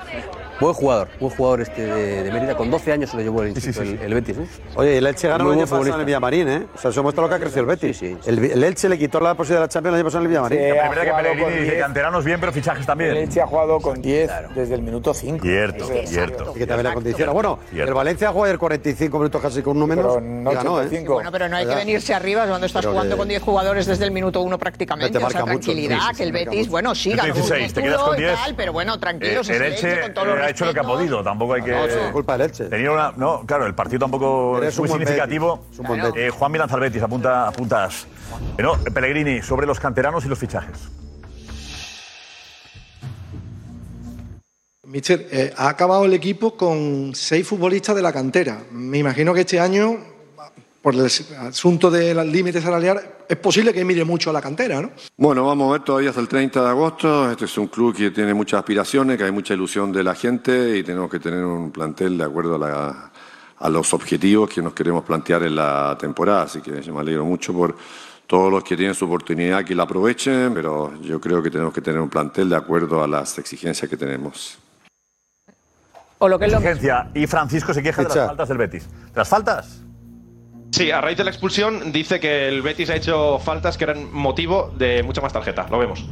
Speaker 7: Buen jugador, buen jugador este de, de Mérida. Con 12 años se lo llevó el, el- el Betis. ¿eh?
Speaker 8: Oye, el Elche ganó
Speaker 7: Muy
Speaker 8: el
Speaker 7: buen
Speaker 8: año pasado en
Speaker 7: futbolista.
Speaker 8: el Villamarín, ¿eh? O sea, eso muestra lo que ha crecido el Betis. El, el Elche le quitó la posibilidad de la Champions el año pasado en el Villamarín.
Speaker 6: La primera que
Speaker 8: jugado
Speaker 6: Pellegrini
Speaker 8: con
Speaker 6: dice,
Speaker 8: diez.
Speaker 6: canteranos bien, pero fichajes también.
Speaker 8: El
Speaker 9: Elche ha jugado con 10 desde el minuto 5.
Speaker 6: Cierto, cierto.
Speaker 8: Que también la condiciona. Bueno, el Valencia jugó ayer 45 minutos casi con uno menos. y ganó, ¿eh?
Speaker 10: Bueno, pero no hay que venirse arriba cuando estás
Speaker 8: Pero
Speaker 10: jugando
Speaker 8: que-
Speaker 10: con 10 jugadores desde el minuto 1 prácticamente.
Speaker 8: Te
Speaker 10: O sea,
Speaker 8: marca mucho,
Speaker 10: tranquilidad,
Speaker 8: sí, sí,
Speaker 10: que el
Speaker 8: te marca
Speaker 10: Betis,
Speaker 8: mucho.
Speaker 10: bueno, sí,
Speaker 6: Minuto
Speaker 10: ganó un
Speaker 6: 16, te quedas
Speaker 10: escudo
Speaker 6: con
Speaker 10: y
Speaker 6: 10.
Speaker 10: tal, pero bueno,
Speaker 6: Eh,
Speaker 10: tranquilos.
Speaker 6: el
Speaker 10: es
Speaker 6: Elche
Speaker 10: con todos los
Speaker 6: eh, ha hecho lo que ha podido, tampoco hay que.
Speaker 8: Ah, No, eso es culpa del Elche.
Speaker 6: Tenía una, no, claro, el partido tampoco
Speaker 8: Pero
Speaker 6: es
Speaker 8: es un
Speaker 6: muy
Speaker 8: buen
Speaker 6: significativo.
Speaker 8: Betis, es un buen Betis.
Speaker 6: Eh, Juan Milan Betis, apunta, apuntas. Eh, no, Pellegrini, sobre los canteranos y los fichajes.
Speaker 3: Mister, eh, ha acabado el equipo con seis futbolistas de la cantera. Me imagino que este año, por el asunto del límite salarial, es posible que mire mucho a la cantera, ¿no?
Speaker 30: Bueno, vamos a ver todavía hasta el 30 de agosto. Este es un club que tiene muchas aspiraciones, que hay mucha ilusión de la gente y tenemos que tener un plantel de acuerdo a, la- a los objetivos que nos queremos plantear en la temporada. Así que yo me alegro mucho por todos los que tienen su oportunidad que la aprovechen, pero yo creo que tenemos que tener un plantel de acuerdo a las exigencias que tenemos.
Speaker 10: O lo que es lo
Speaker 6: Exigencia. Y Francisco se queja de las
Speaker 26: Ficha.
Speaker 6: faltas del Betis. ¿Las faltas?
Speaker 26: Sí, a raíz de la expulsión dice que el Betis ha hecho faltas que eran motivo de mucha más tarjeta. Lo vemos.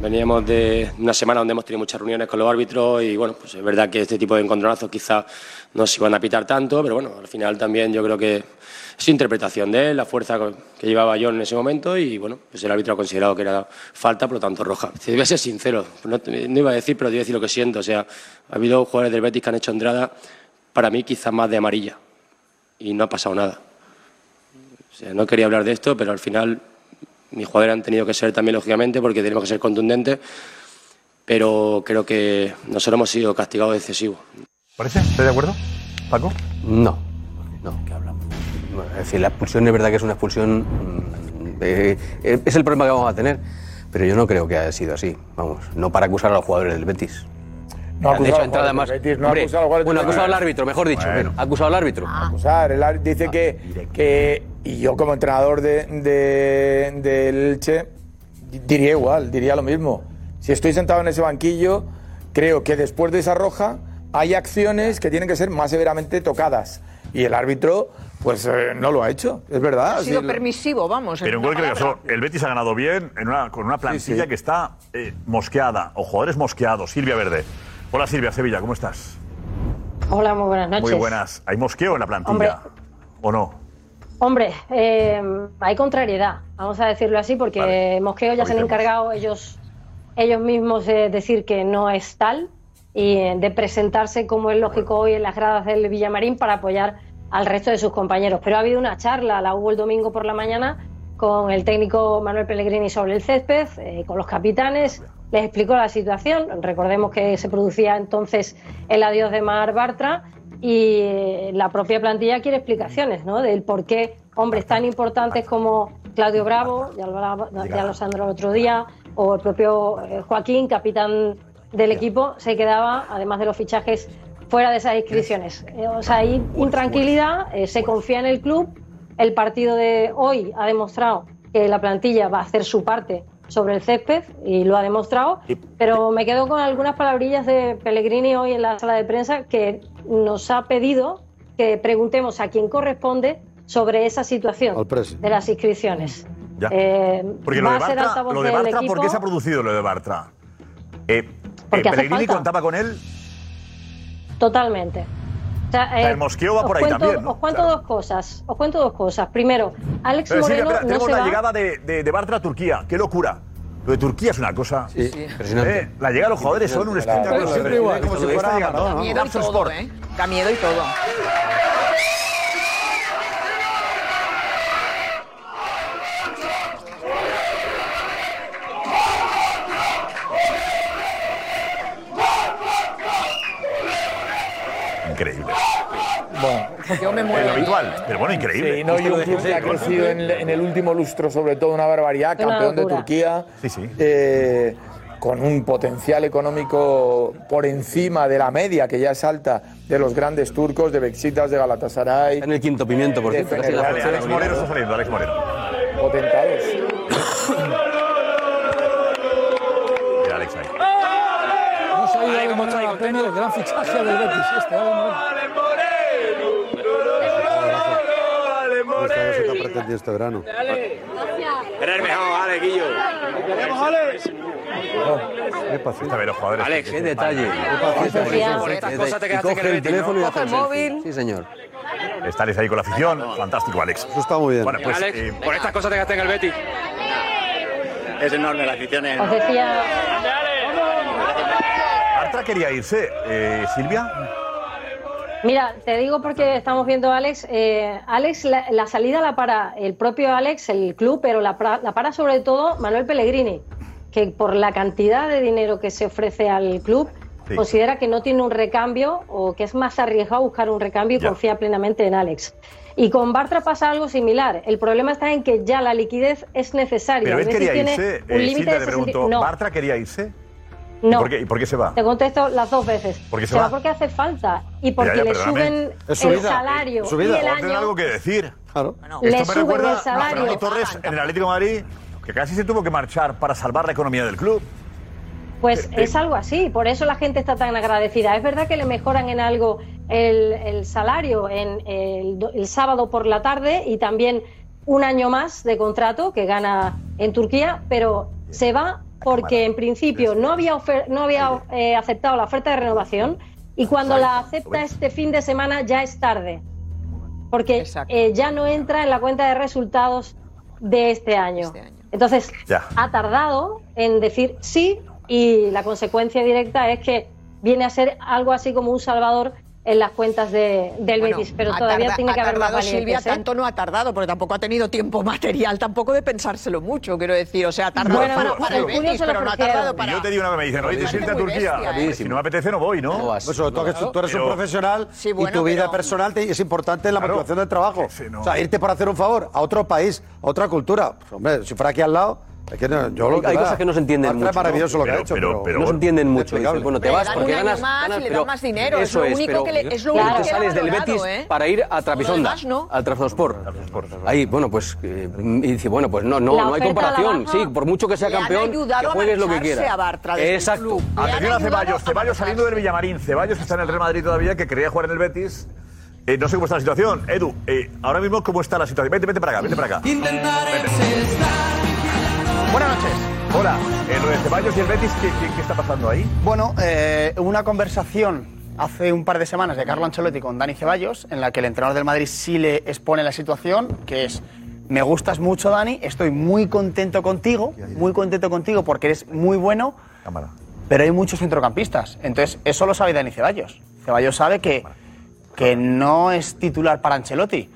Speaker 31: Veníamos de una semana donde hemos tenido muchas reuniones con los árbitros y bueno, pues es verdad que este tipo de encontronazos quizás no se iban a pitar tanto, pero bueno, al final también yo creo que es interpretación de él, la fuerza co- que llevaba John en ese momento y bueno, pues el árbitro ha considerado que era falta, por lo tanto roja. Si voy a ser sincero, no, te- no iba a decir, pero te voy a decir lo que siento, o sea, ha habido jugadores del Betis que han hecho entrada para mí quizás más de amarilla y no ha pasado nada. O sea, no quería hablar de esto, pero al final mis jugadores han tenido que ser también, lógicamente, porque tenemos que ser contundentes, pero creo que nosotros hemos sido castigados excesivos.
Speaker 6: ¿Parece? ¿Estás de acuerdo? ¿Paco?
Speaker 7: No, no. ¿Qué hablamos? Es decir, la expulsión es verdad que es una expulsión. mm, eh, eh, es el problema que vamos a tener. Pero yo no creo que haya sido así. Vamos, no para acusar a los jugadores del Betis.
Speaker 9: No
Speaker 7: de
Speaker 9: acusar
Speaker 7: hecho,
Speaker 9: a los
Speaker 7: entrada
Speaker 9: jugadores
Speaker 7: más.
Speaker 9: del Betis, no
Speaker 7: Hombre,
Speaker 9: acusar a los jugadores
Speaker 7: bueno,
Speaker 9: del
Speaker 7: acusado al
Speaker 9: Betis.
Speaker 7: árbitero, mejor dicho.
Speaker 9: Bueno.
Speaker 7: bueno, acusado al árbitro.
Speaker 10: Ah.
Speaker 9: acusar. El árbitro dice que, que- Y yo, como entrenador de, de- del Che, diría igual, diría lo mismo. Si estoy sentado en ese banquillo, creo que después de esa roja hay acciones que tienen que ser más severamente tocadas. Y el árbitro, pues eh, no lo ha hecho, es verdad.
Speaker 10: ha sido
Speaker 9: sí, lo-
Speaker 10: permisivo, vamos. ¿eh? en
Speaker 6: Pero en
Speaker 10: Pues una
Speaker 6: cualquier
Speaker 10: palabra.
Speaker 6: caso, el Betis ha ganado bien en una- con una plantilla que está eh, mosqueada, o jugadores mosqueados. Silvia Verde. Hola Silvia, Sevilla, ¿cómo estás?
Speaker 32: Hola, muy buenas noches.
Speaker 6: Muy buenas. ¿Hay mosqueo en la plantilla? ¿O no?
Speaker 32: Hombre, eh, hay contrariedad, vamos a decirlo así, porque Mosqueo ya se han encargado ellos, ellos mismos de decir que no es tal y eh, de presentarse como es lógico hoy en las gradas del Villamarín para apoyar al resto de sus compañeros. Pero ha habido una charla, la hubo el domingo por la mañana, con el técnico Manuel Pellegrini sobre el césped, eh, con los capitanes, les explicó la situación. Recordemos que se producía entonces el adiós de Mar Bartra y eh, la propia plantilla quiere explicaciones, ¿no? Del por qué hombres tan importantes como Claudio Bravo, ya lo hablaba ya lo Sandro el otro día, o el propio eh, Joaquín, capitán del equipo, se quedaba, además de los fichajes, fuera de esas inscripciones. Eh, o sea, hay intranquilidad, eh, se confía en el club, el partido de hoy ha demostrado que la plantilla va a hacer su parte sobre el césped y lo ha demostrado. Pero me quedo con algunas palabrillas de Pellegrini hoy en la sala de prensa que nos ha pedido que preguntemos a quién corresponde sobre esa situación
Speaker 6: Al presi.
Speaker 32: de las inscripciones.
Speaker 6: Ya.
Speaker 32: Eh,
Speaker 6: Porque lo
Speaker 32: va
Speaker 6: de
Speaker 32: a ser
Speaker 6: Bartra,
Speaker 32: altavoz
Speaker 6: lo de
Speaker 32: del
Speaker 6: Bartra, ¿por
Speaker 32: equipo.
Speaker 6: qué se ha producido lo de Bartra? Eh, eh,
Speaker 32: Porque hace
Speaker 6: Pellegrini
Speaker 32: falta.
Speaker 6: contaba con él. Eh,
Speaker 32: Totalmente. O sea, eh,
Speaker 6: sea, el mosqueo va
Speaker 32: os
Speaker 6: por ahí
Speaker 32: cuento,
Speaker 6: también, ¿no?
Speaker 32: Os cuento dos cosas. Os cuento dos cosas. Primero, Alex
Speaker 6: Eh, Silvia,
Speaker 32: Moreno
Speaker 6: espera,
Speaker 32: no
Speaker 6: tenemos
Speaker 32: se
Speaker 6: la
Speaker 32: va.
Speaker 6: llegada de, de- de Bartra a Turquía. ¡Qué locura! Lo de Turquía es una cosa.
Speaker 9: sí.
Speaker 6: Impresionante. Eh, la llegada de los jugadores son un
Speaker 9: Impresionante.
Speaker 6: espectáculo.
Speaker 9: Pero siempre igual,
Speaker 6: Como si
Speaker 9: como
Speaker 6: fuera
Speaker 9: está
Speaker 6: llegando.
Speaker 9: Maradona,
Speaker 11: Miedo y todo, ¿eh? Da miedo y todo.
Speaker 6: Increíble. Eh,
Speaker 9: Bueno,
Speaker 6: yo me muero. El habitual, pero bueno, increíble.
Speaker 9: Sí, no,
Speaker 6: Este
Speaker 9: y
Speaker 6: lo
Speaker 9: un club
Speaker 6: dejé,
Speaker 9: que ha
Speaker 6: ¿no?
Speaker 9: crecido en, en el último lustro, sobre todo una barbaridad,
Speaker 6: Una
Speaker 9: campeón de
Speaker 6: locura.
Speaker 9: Turquía.
Speaker 6: Sí, sí.
Speaker 9: eh, con un potencial económico por encima de la media, que ya es alta, de los grandes turcos, de Bexitas, de Galatasaray. En el quinto pimiento, por
Speaker 6: Vale, Alex Moreno está saliendo, Alex Moreno.
Speaker 9: Potentados.
Speaker 6: Mira, Alex ahí.
Speaker 5: No se ha ido de manera la pena el gran fichaje del Betis este.
Speaker 8: Eso te ha pretendido este verano.
Speaker 15: Eres el mejor, Ale, Guillo.
Speaker 6: Está bien, los jugadores.
Speaker 15: Alex, qué detalle.
Speaker 6: Confianza.
Speaker 15: Por estas cosas te
Speaker 6: Y
Speaker 15: quedaste
Speaker 6: coge
Speaker 15: que
Speaker 6: el
Speaker 15: Betis,
Speaker 6: teléfono y
Speaker 15: ¿no?
Speaker 6: hace el selfie. Sí, señor. Está Alex ahí con la afición. Fantástico, Alex. Eso está muy bien. Bueno, pues.
Speaker 15: Alex,
Speaker 6: eh,
Speaker 15: por estas cosas te gasté en el Betis. Es enorme la afición.
Speaker 32: Os decía.
Speaker 6: Bartra quería irse. Eh, Silvia.
Speaker 32: Mira, te digo porque estamos viendo a Alex. eh, Alex, la, la salida la para el propio Alex, el club, pero la, pra- la para sobre todo Manuel Pellegrini, que por la cantidad de dinero que se ofrece al club,
Speaker 33: Sí.
Speaker 32: considera que no tiene un recambio o que es más arriesgado buscar un recambio y confía plenamente en Alex. Y con Bartra pasa algo similar. El problema está en que ya la liquidez es necesaria.
Speaker 6: Pero él
Speaker 32: El Betis
Speaker 6: quería
Speaker 32: tiene
Speaker 6: irse.
Speaker 32: un
Speaker 6: Eh,
Speaker 32: límite
Speaker 6: Silvia
Speaker 32: de
Speaker 6: le
Speaker 32: 60
Speaker 6: preguntó.
Speaker 32: no.
Speaker 6: ¿Bartra quería irse? ¿Y
Speaker 32: No.
Speaker 6: ¿Por qué, y por qué se va?
Speaker 32: Te contesto las dos veces.
Speaker 6: Porque se
Speaker 32: va
Speaker 6: va.
Speaker 32: porque hace falta y porque
Speaker 6: Ya, ya,
Speaker 32: le
Speaker 6: perdóname.
Speaker 32: suben
Speaker 6: Es su
Speaker 32: el
Speaker 6: vida.
Speaker 32: salario
Speaker 6: Su vida.
Speaker 32: y el
Speaker 6: Joder, tengo algo
Speaker 32: año.
Speaker 6: que decir. Claro.
Speaker 32: Le
Speaker 6: Esto me
Speaker 32: suben el
Speaker 6: recuerda a
Speaker 32: salario. Ah,
Speaker 6: Fernando Torres en el Atlético de Madrid, que casi se tuvo que marchar para salvar la economía del club.
Speaker 32: Pues es algo así, por eso la gente está tan agradecida. Es verdad que le mejoran en algo el, el salario en el, do- el sábado por la tarde y también un año más de contrato que gana en Turquía, pero se va porque en principio no había, ofer- no había eh, aceptado la oferta de renovación y cuando la acepta este fin de semana ya es tarde, porque eh, ya no entra en la cuenta de resultados de este año. Entonces,
Speaker 6: Ya.
Speaker 32: ha tardado en decir sí y la consecuencia directa es que viene a ser algo así como un salvador en las cuentas de, del Betis, pero
Speaker 10: Ha
Speaker 32: todavía
Speaker 10: tarda-
Speaker 32: tiene que
Speaker 10: ha
Speaker 32: haber más
Speaker 10: tardado, Silvia,
Speaker 32: valientes. ¿eh?
Speaker 10: tanto no ha tardado, porque tampoco ha tenido tiempo material, tampoco de pensárselo mucho, quiero decir. O sea, ha tardado
Speaker 6: Bueno,
Speaker 10: para
Speaker 6: Julio,
Speaker 10: jugar el
Speaker 6: Julio
Speaker 10: Betis,
Speaker 6: se lo
Speaker 10: pero no ha
Speaker 6: ofrecieron.
Speaker 10: tardado
Speaker 6: Y
Speaker 10: para...
Speaker 6: yo te digo una vez, me dicen, oye,
Speaker 10: Parece
Speaker 6: te irte a
Speaker 10: muy
Speaker 6: Turquía.
Speaker 10: bestia, ¿eh?
Speaker 6: Si no me apetece, no voy, ¿no?
Speaker 8: Pues sobre todo que tú eres un profesional y
Speaker 6: bueno,
Speaker 8: tu vida
Speaker 6: pero-
Speaker 8: personal te- es importante en la
Speaker 6: Claro.
Speaker 8: motivación del trabajo. O sea, irte para hacer un favor a otro país, a otra cultura. Pues, hombre, si fuera aquí al lado, es que no- yo lo
Speaker 7: Hay- hay cosas que no se entienden
Speaker 8: Bartra Es
Speaker 7: mucho,
Speaker 8: maravilloso
Speaker 7: ¿no?
Speaker 8: lo que
Speaker 7: Pero-
Speaker 8: ha hecho,
Speaker 7: pero-
Speaker 8: pero,
Speaker 7: pero no se entienden mucho.
Speaker 8: Inexplicable.
Speaker 7: Dicen, bueno, te vas
Speaker 10: dan
Speaker 7: porque
Speaker 10: un año
Speaker 7: ganas,
Speaker 10: más y
Speaker 7: ganas,
Speaker 10: le dan
Speaker 7: pero
Speaker 10: más dinero, es lo único
Speaker 7: pero
Speaker 10: que le- es lo
Speaker 7: tú
Speaker 10: único que
Speaker 7: te
Speaker 10: le ha
Speaker 7: sales del
Speaker 10: valorado,
Speaker 7: Betis
Speaker 10: ¿eh?
Speaker 7: para ir a Trapisonda,
Speaker 10: demás no.
Speaker 7: al Trabzonspor. Ahí, bueno, pues eh, y dice, bueno, pues no, no,
Speaker 10: La
Speaker 7: no hay
Speaker 10: oferta a la
Speaker 7: comparación.
Speaker 10: baja
Speaker 7: Sí, por mucho que sea
Speaker 10: le han
Speaker 7: campeón,
Speaker 10: ayudado
Speaker 7: que
Speaker 10: a
Speaker 7: juegues lo que
Speaker 10: marcharse
Speaker 7: quieras.
Speaker 10: a Bartra este desde el
Speaker 7: Exacto.
Speaker 6: Atención a Ceballos, Ceballos saliendo del Villamarín. Ceballos que está en el Real Madrid todavía, que quería jugar en el Betis. Eh, no sé cómo está la situación. Edu, eh, ahora mismo, ¿cómo está la situación? Vete, vete para acá, vete para acá.
Speaker 1: Buenas noches.
Speaker 6: Hola, eh, lo de Ceballos y el Betis, ¿qué, qué- qué está pasando ahí?
Speaker 1: Bueno, eh, hubo una conversación hace un par de semanas de Carlo Ancelotti con Dani Ceballos, en la que el entrenador del Madrid sí le expone la situación, que es, me gustas mucho Dani, estoy muy contento contigo, muy contento contigo porque eres muy bueno, pero hay muchos centrocampistas. Entonces, eso lo sabe Dani Ceballos. Ceballos sabe que, que no es titular para Ancelotti.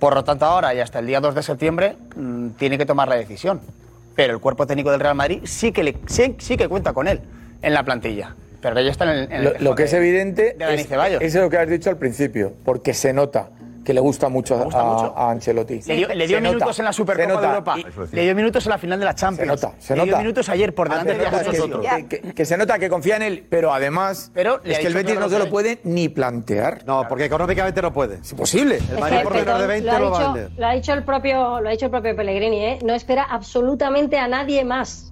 Speaker 1: Por lo tanto, ahora y hasta el día 2 de septiembre mm, tiene que tomar la decisión. Pero el cuerpo técnico del Real Madrid sí que, le, sí, sí que cuenta con él en la plantilla. Pero ya está en el... en el
Speaker 9: Lo,
Speaker 1: tejado
Speaker 9: lo que
Speaker 1: de-
Speaker 9: es evidente
Speaker 1: de Dani
Speaker 9: es,
Speaker 1: Ceballos.
Speaker 9: es lo que has dicho al principio, porque se nota que le gusta mucho, a, a Ancelotti.
Speaker 1: Le dio, le dio
Speaker 9: Se nota,
Speaker 1: minutos en la
Speaker 9: se
Speaker 1: Supercopa de
Speaker 9: nota.
Speaker 1: Europa. Le dio minutos en la final de la Champions.
Speaker 9: Se nota, se
Speaker 1: le dio
Speaker 9: nota.
Speaker 1: minutos ayer por delante de
Speaker 9: Antes
Speaker 1: Atlético.
Speaker 9: notas que, que- que se nota que confía en él, pero además
Speaker 1: Pero le
Speaker 9: es
Speaker 1: ha
Speaker 9: que el
Speaker 1: dicho
Speaker 9: Betis
Speaker 1: que
Speaker 9: no se
Speaker 1: lo
Speaker 9: lo puede ni plantear.
Speaker 8: No, porque económicamente no puede. Es
Speaker 9: imposible.
Speaker 32: Es
Speaker 8: El
Speaker 32: que,
Speaker 8: Madrid por
Speaker 32: perdón,
Speaker 8: menos de 20 lo,
Speaker 32: lo,
Speaker 8: va a
Speaker 32: ha dicho,
Speaker 8: vender.
Speaker 32: lo ha dicho el propio, lo ha dicho el propio Pellegrini, ¿eh? no espera absolutamente a nadie más.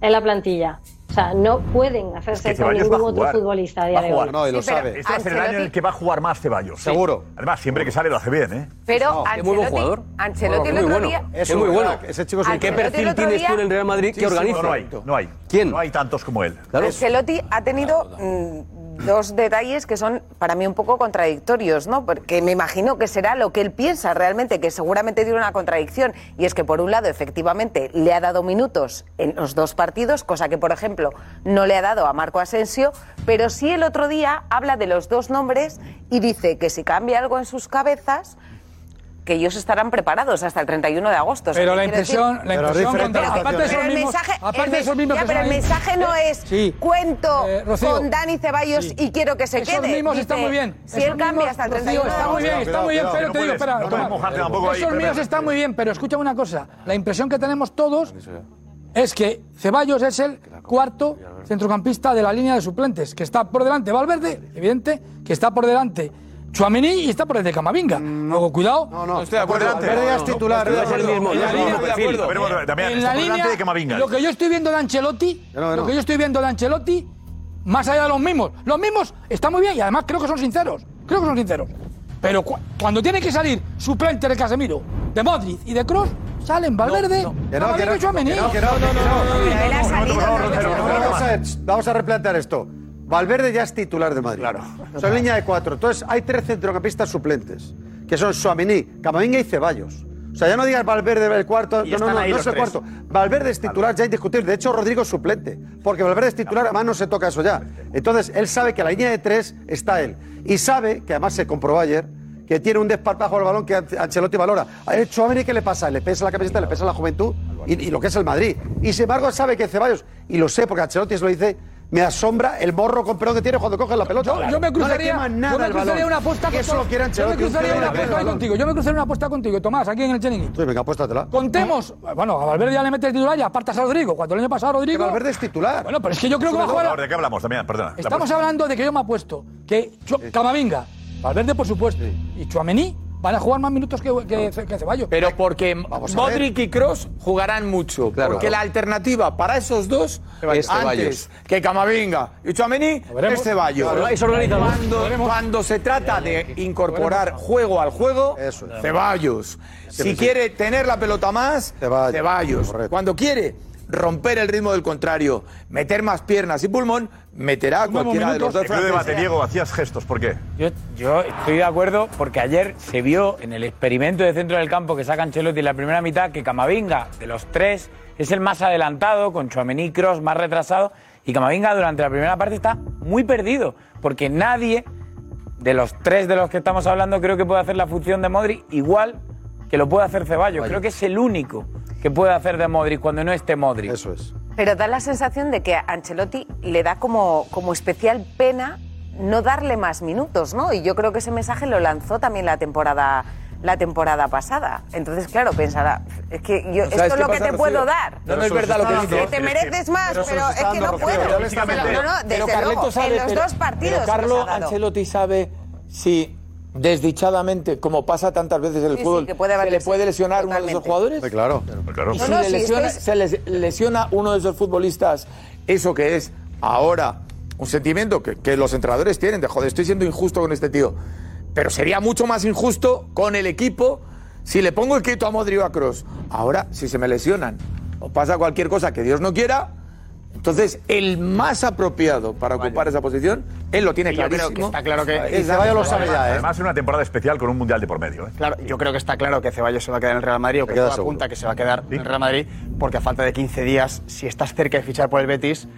Speaker 32: en la plantilla. O sea, no pueden hacerse
Speaker 6: Es que
Speaker 32: con
Speaker 6: Ceballos va
Speaker 32: ningún
Speaker 6: a
Speaker 32: otro
Speaker 6: jugar.
Speaker 32: futbolista a día
Speaker 6: Va a
Speaker 32: de
Speaker 6: jugar,
Speaker 32: hoy.
Speaker 11: Sí, pero
Speaker 6: Este va a ser el año en el
Speaker 11: Ancelotti-
Speaker 6: que va a jugar más Ceballos.
Speaker 11: Seguro.
Speaker 6: Además, siempre que sale lo hace bien, ¿eh?
Speaker 11: Pero
Speaker 6: qué muy buen jugador.
Speaker 11: Ancelotti, Ancelotti
Speaker 6: Bueno,
Speaker 11: el
Speaker 6: muy
Speaker 11: otro
Speaker 6: bueno.
Speaker 11: día.
Speaker 6: Es muy bueno.
Speaker 8: Ese chico es un
Speaker 11: Ancelotti
Speaker 8: crack.
Speaker 11: el otro día-
Speaker 6: Sí, sí, No, no hay, no hay. ¿Quién? No hay tantos como él.
Speaker 11: Ancelotti ha tenido mm, dos detalles que son para mí un poco contradictorios, ¿no? Porque me imagino que será lo que él piensa realmente, que seguramente tiene una contradicción. Y es que, por un lado, efectivamente, le ha dado minutos en los dos partidos, cosa que, por ejemplo, no le ha dado a Marco Asensio, pero sí el otro día habla de los dos nombres y dice que si cambia algo en sus cabezas que ellos estarán preparados hasta el 31 de agosto. O sea,
Speaker 5: Pero
Speaker 11: ¿qué
Speaker 5: la
Speaker 11: quiere decir?
Speaker 5: impresión- la Pero impresión diferentes contra- aparte de
Speaker 11: Pero
Speaker 5: esos
Speaker 11: el
Speaker 5: mismos-
Speaker 11: mensaje,
Speaker 5: aparte
Speaker 11: el
Speaker 5: de
Speaker 11: mes-
Speaker 5: esos mismos
Speaker 11: ya,
Speaker 5: que
Speaker 11: pero el
Speaker 5: están ahí-
Speaker 11: mensaje no es
Speaker 5: Sí.
Speaker 11: cuento
Speaker 5: Rocío.
Speaker 11: con Dani Ceballos
Speaker 5: Sí.
Speaker 11: y quiero que se
Speaker 5: Esos
Speaker 11: quede.
Speaker 5: mismos
Speaker 11: Dice,
Speaker 5: están muy bien.
Speaker 11: Si él
Speaker 5: Esos
Speaker 11: cambia
Speaker 5: mismos,
Speaker 11: hasta el
Speaker 5: Rocío,
Speaker 11: 31 de
Speaker 5: está muy
Speaker 11: agosto.
Speaker 5: bien, está muy bien,
Speaker 6: cuidado,
Speaker 5: pero
Speaker 6: que
Speaker 5: te
Speaker 6: no
Speaker 5: digo,
Speaker 6: puedes-
Speaker 5: espera.
Speaker 6: no puedes
Speaker 5: Tomás.
Speaker 6: mojarte tampoco ahí,
Speaker 5: Esos
Speaker 6: Pepe.
Speaker 5: míos están muy bien, pero escucha una cosa. La impresión que tenemos todos es que Ceballos es el cuarto centrocampista de la línea de suplentes, que está por delante Valverde, evidente, que está por delante Chuamení y está por delante Camavinga. Luego, cuidado. No, no,
Speaker 8: estoy de acuerdo. Valverde ya es titular,
Speaker 5: no,
Speaker 8: no, es el mismo,
Speaker 5: En la
Speaker 8: ya es el
Speaker 5: línea,
Speaker 8: mismo perfil.
Speaker 5: de
Speaker 8: Pero bueno,
Speaker 5: acuerdo.
Speaker 8: Damián,
Speaker 5: En
Speaker 8: está
Speaker 5: la
Speaker 8: por
Speaker 5: línea,
Speaker 8: delante de Camavinga.
Speaker 5: lo que yo estoy viendo de Ancelotti,
Speaker 8: Ya no, ya
Speaker 5: lo
Speaker 8: no.
Speaker 5: que yo estoy viendo de Ancelotti, más allá de los mismos, los mismos están muy bien y además creo que son sinceros, creo que son sinceros. Pero cu- cuando tiene que salir suplente de Casemiro, de Modric y de Kroos, salen Valverde,
Speaker 8: Que no, que no,
Speaker 5: Camavinga y Tchouaméni.
Speaker 8: que no, que no, que no, que no. Vamos a ver, Vamos a replantear esto. Valverde ya es titular de Madrid. Claro. Son línea de cuatro. Entonces, hay tres centrocampistas suplentes, que son Suamini, Camavinga y Ceballos. O sea, ya no digas Valverde el cuarto,
Speaker 6: Y
Speaker 8: no, no,
Speaker 6: están
Speaker 8: no,
Speaker 6: ahí
Speaker 8: no
Speaker 6: los
Speaker 8: es el
Speaker 6: tres.
Speaker 8: cuarto. Valverde es titular ya indiscutible. De hecho, Rodrigo es suplente, porque Valverde es titular, además no se toca eso ya. Entonces, él sabe que la línea de tres está él. Y sabe, que además se comprobó ayer, que tiene un desparpajo al balón que An- Ancelotti valora. A ver, Tchouaméni, ¿qué le pasa? Le pesa la camiseta, le pesa la juventud y, y lo que es el Madrid. Y sin embargo, sabe que Ceballos, y lo sé porque Ancelotti se lo dice, me asombra el morro con pelo que tiene cuando coge la pelota.
Speaker 5: Yo me cruzaría,
Speaker 8: no le quema
Speaker 5: yo
Speaker 8: nada
Speaker 5: me
Speaker 8: el
Speaker 5: cruzaría
Speaker 8: balón.
Speaker 5: una apuesta
Speaker 8: Que
Speaker 5: con
Speaker 8: eso lo quiere
Speaker 5: Yo me
Speaker 8: Ancelotti.
Speaker 5: cruzaría una
Speaker 8: usted le pega el
Speaker 5: apuesta ahí
Speaker 8: balón.
Speaker 5: contigo. Yo me cruzaría una apuesta contigo, Tomás, aquí en el Chenigui.
Speaker 8: Sí, venga, apuéstatela.
Speaker 5: Contemos, bueno, a Valverde ya le mete titular y apartas a Rodrigo. Cuando el año pasado Rodrigo.
Speaker 8: Valverde es titular.
Speaker 5: Bueno, pero es que yo creo que va a
Speaker 6: Por
Speaker 5: jugar. a-
Speaker 6: favor, ¿De qué hablamos, Damián? Perdona. La
Speaker 5: Estamos
Speaker 6: próxima.
Speaker 5: hablando de que yo me apuesto que Chu- Camavinga, Valverde por supuesto, y Chuamení van a jugar más minutos que, que, que Ceballos.
Speaker 9: Pero porque
Speaker 5: a ver.
Speaker 9: Modric y Cross jugarán mucho.
Speaker 5: Claro.
Speaker 9: porque la alternativa para esos dos
Speaker 8: Ceballos.
Speaker 9: es antes que Camavinga y Chouameni
Speaker 8: Este veremos.
Speaker 9: es Ceballos.
Speaker 8: Claro, ahí se organiza. Lo
Speaker 9: Cuando,
Speaker 8: veremos.
Speaker 9: cuando se trata de incorporar juego al juego,
Speaker 8: es.
Speaker 9: Ceballos.
Speaker 8: Siempre
Speaker 9: Si
Speaker 8: sí.
Speaker 9: quiere tener la pelota más,
Speaker 8: Ceballos.
Speaker 9: Ceballos.
Speaker 8: Correcto.
Speaker 9: Cuando quiere romper el ritmo del contrario, meter más piernas y pulmón, meterá a cualquiera de los dos.
Speaker 6: Te creo debate,
Speaker 9: franceses.
Speaker 6: Diego, hacías gestos, ¿por qué?
Speaker 33: Yo, yo estoy de acuerdo porque ayer se vio en el experimento de centro del campo que saca Ancelotti en la primera mitad que Camavinga, de los tres, es el más adelantado, con Chouameni Kroos más retrasado, y Camavinga durante la primera parte está muy perdido, porque nadie de los tres de los que estamos hablando creo que puede hacer la función de Modric igual que lo puede hacer Ceballos. Creo que es el único que puede hacer de Modric cuando no esté Modric.
Speaker 8: Eso es.
Speaker 11: Pero da la sensación de que a Ancelotti le da como, como especial pena no darle más minutos, ¿no? Y yo creo que ese mensaje lo lanzó también la temporada la temporada pasada. Entonces, claro, pensará, es que yo,
Speaker 9: ¿Sabes
Speaker 11: esto es
Speaker 9: qué
Speaker 11: lo que
Speaker 9: pasa,
Speaker 11: te
Speaker 9: Rocío?
Speaker 11: puedo dar.
Speaker 9: No, no es verdad lo que dice.
Speaker 11: te mereces más, pero,
Speaker 9: se lo
Speaker 11: es
Speaker 9: está
Speaker 11: que
Speaker 9: dando,
Speaker 11: no
Speaker 9: Rocío.
Speaker 11: puedo.
Speaker 9: Pero físicamente-
Speaker 11: No, no, desde
Speaker 9: pero Carleto
Speaker 11: luego,
Speaker 9: sabe,
Speaker 11: en los
Speaker 9: pero-
Speaker 11: dos partidos
Speaker 9: Pero
Speaker 11: se los
Speaker 9: Carlo
Speaker 11: ha dado.
Speaker 9: Ancelotti sabe si desdichadamente, como pasa tantas veces en el
Speaker 11: Sí, sí,
Speaker 9: fútbol,
Speaker 11: que puede haber
Speaker 9: se le
Speaker 11: lesión,
Speaker 9: puede lesionar uno de esos
Speaker 11: totalmente.
Speaker 9: jugadores.
Speaker 8: claro.
Speaker 9: Y
Speaker 11: No,
Speaker 9: si
Speaker 11: no, este
Speaker 9: le
Speaker 11: sí,
Speaker 9: lesiona,
Speaker 11: estoy-
Speaker 9: se les lesiona uno de esos futbolistas, eso que es ahora un sentimiento que, que los entrenadores tienen, de joder, estoy siendo injusto con este tío. Pero sería mucho más injusto con el equipo si le pongo el quito a Modric o a Kroos. Ahora, si se me lesionan o pasa cualquier cosa que Dios no quiera, entonces el más apropiado para ocupar esa posición, él lo tiene
Speaker 1: Y yo creo
Speaker 9: clarísimo.
Speaker 1: que está claro que-
Speaker 9: Y Ceballos lo sabe ya, ¿eh?
Speaker 6: Además, en una temporada especial con un mundial de por medio. ¿eh?
Speaker 1: Claro, yo creo que está claro que Ceballos se va a quedar en el Real Madrid o que
Speaker 6: queda
Speaker 1: todo
Speaker 6: seguro.
Speaker 1: apunta que se va a quedar en el Real Madrid porque a falta de 15 días, si estás cerca de fichar por el Betis,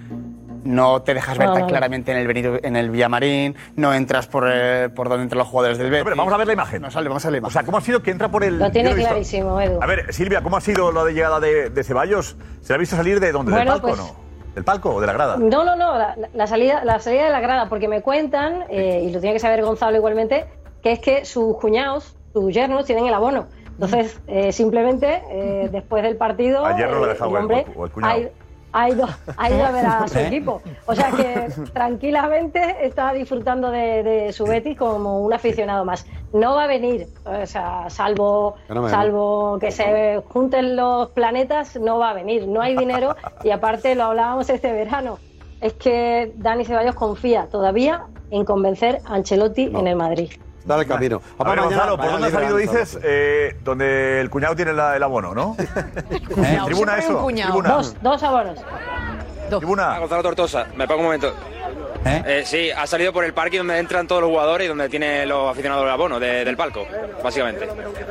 Speaker 1: no te dejas ver
Speaker 6: Ah,
Speaker 1: tan
Speaker 6: vale.
Speaker 1: claramente en el, Benito- en el Villamarín, no entras por, eh, por donde entran los jugadores del Betis.
Speaker 6: Pero vamos a ver la imagen.
Speaker 1: No sale, vamos a ver la imagen.
Speaker 6: O sea, ¿cómo ha sido que entra por el.
Speaker 32: Lo
Speaker 6: yo
Speaker 32: tiene
Speaker 6: he visto-
Speaker 32: clarísimo, Edu.
Speaker 6: A ver, Silvia, ¿cómo ha sido la de llegada de, de Ceballos? ¿Se la ha visto salir de dónde? ¿Del
Speaker 32: Bueno,
Speaker 6: palco
Speaker 32: pues-
Speaker 6: o no? ¿Del palco o de la grada?
Speaker 32: No, no, no, la, la salida, la salida de la grada, porque me cuentan, eh, y lo tiene que saber Gonzalo igualmente, que es que sus cuñados, sus yernos, tienen el abono. Entonces, eh, simplemente, eh, después del partido,
Speaker 6: Ayer no lo
Speaker 32: eh,
Speaker 6: dejaba
Speaker 32: el
Speaker 6: el
Speaker 32: hombre
Speaker 6: cu- o el cuñado.
Speaker 32: ha ido- ha ido, ha ido a ver a su
Speaker 21: ¿Eh?
Speaker 32: equipo. O sea que tranquilamente está disfrutando de, de su Betis como un aficionado más. No va a venir, o sea, salvo,
Speaker 34: Fenómeno.
Speaker 32: salvo que se junten los planetas, no va a venir. No hay dinero y aparte lo hablábamos este verano. Es que Dani Ceballos confía todavía en convencer a Ancelotti en el Madrid.
Speaker 8: Dale camino.
Speaker 6: A ver,
Speaker 8: Mañana-
Speaker 6: Gonzalo, ¿por
Speaker 8: mañana
Speaker 6: dónde ha salido,
Speaker 8: liberan
Speaker 6: dices? Eh, donde el cuñado tiene la- el abono, ¿no? ¿Eh? ¿Tribuna
Speaker 32: Siempre hay un
Speaker 6: eso?
Speaker 32: cuñado.
Speaker 6: ¿Tribuna?
Speaker 32: Dos, dos abonos.
Speaker 15: Ah, Gonzalo Tortosa, me pongo un momento. Eh, sí, ha salido por el parque donde entran todos los jugadores y donde tiene los aficionados del abono, de- del palco, básicamente.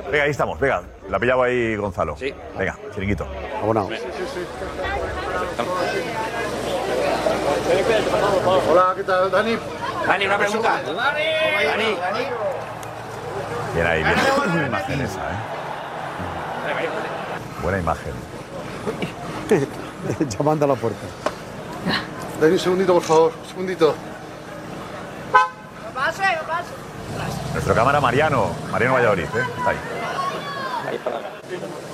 Speaker 6: Venga, ahí estamos, venga. La pillaba ahí Gonzalo. Sí. Venga, chiringuito.
Speaker 8: Abonado.
Speaker 35: Hola, ¿qué tal, Dani?
Speaker 15: Dani, una pregunta.
Speaker 35: Dani, Dani.
Speaker 6: Bien ahí, bien. Buena imagen esa, ¿eh? Buena imagen.
Speaker 8: Llamando a la puerta.
Speaker 35: Dani, un segundito, por favor. Un segundito.
Speaker 6: Nuestro cámara Mariano, Mariano Valladolid, ¿eh? Está ahí.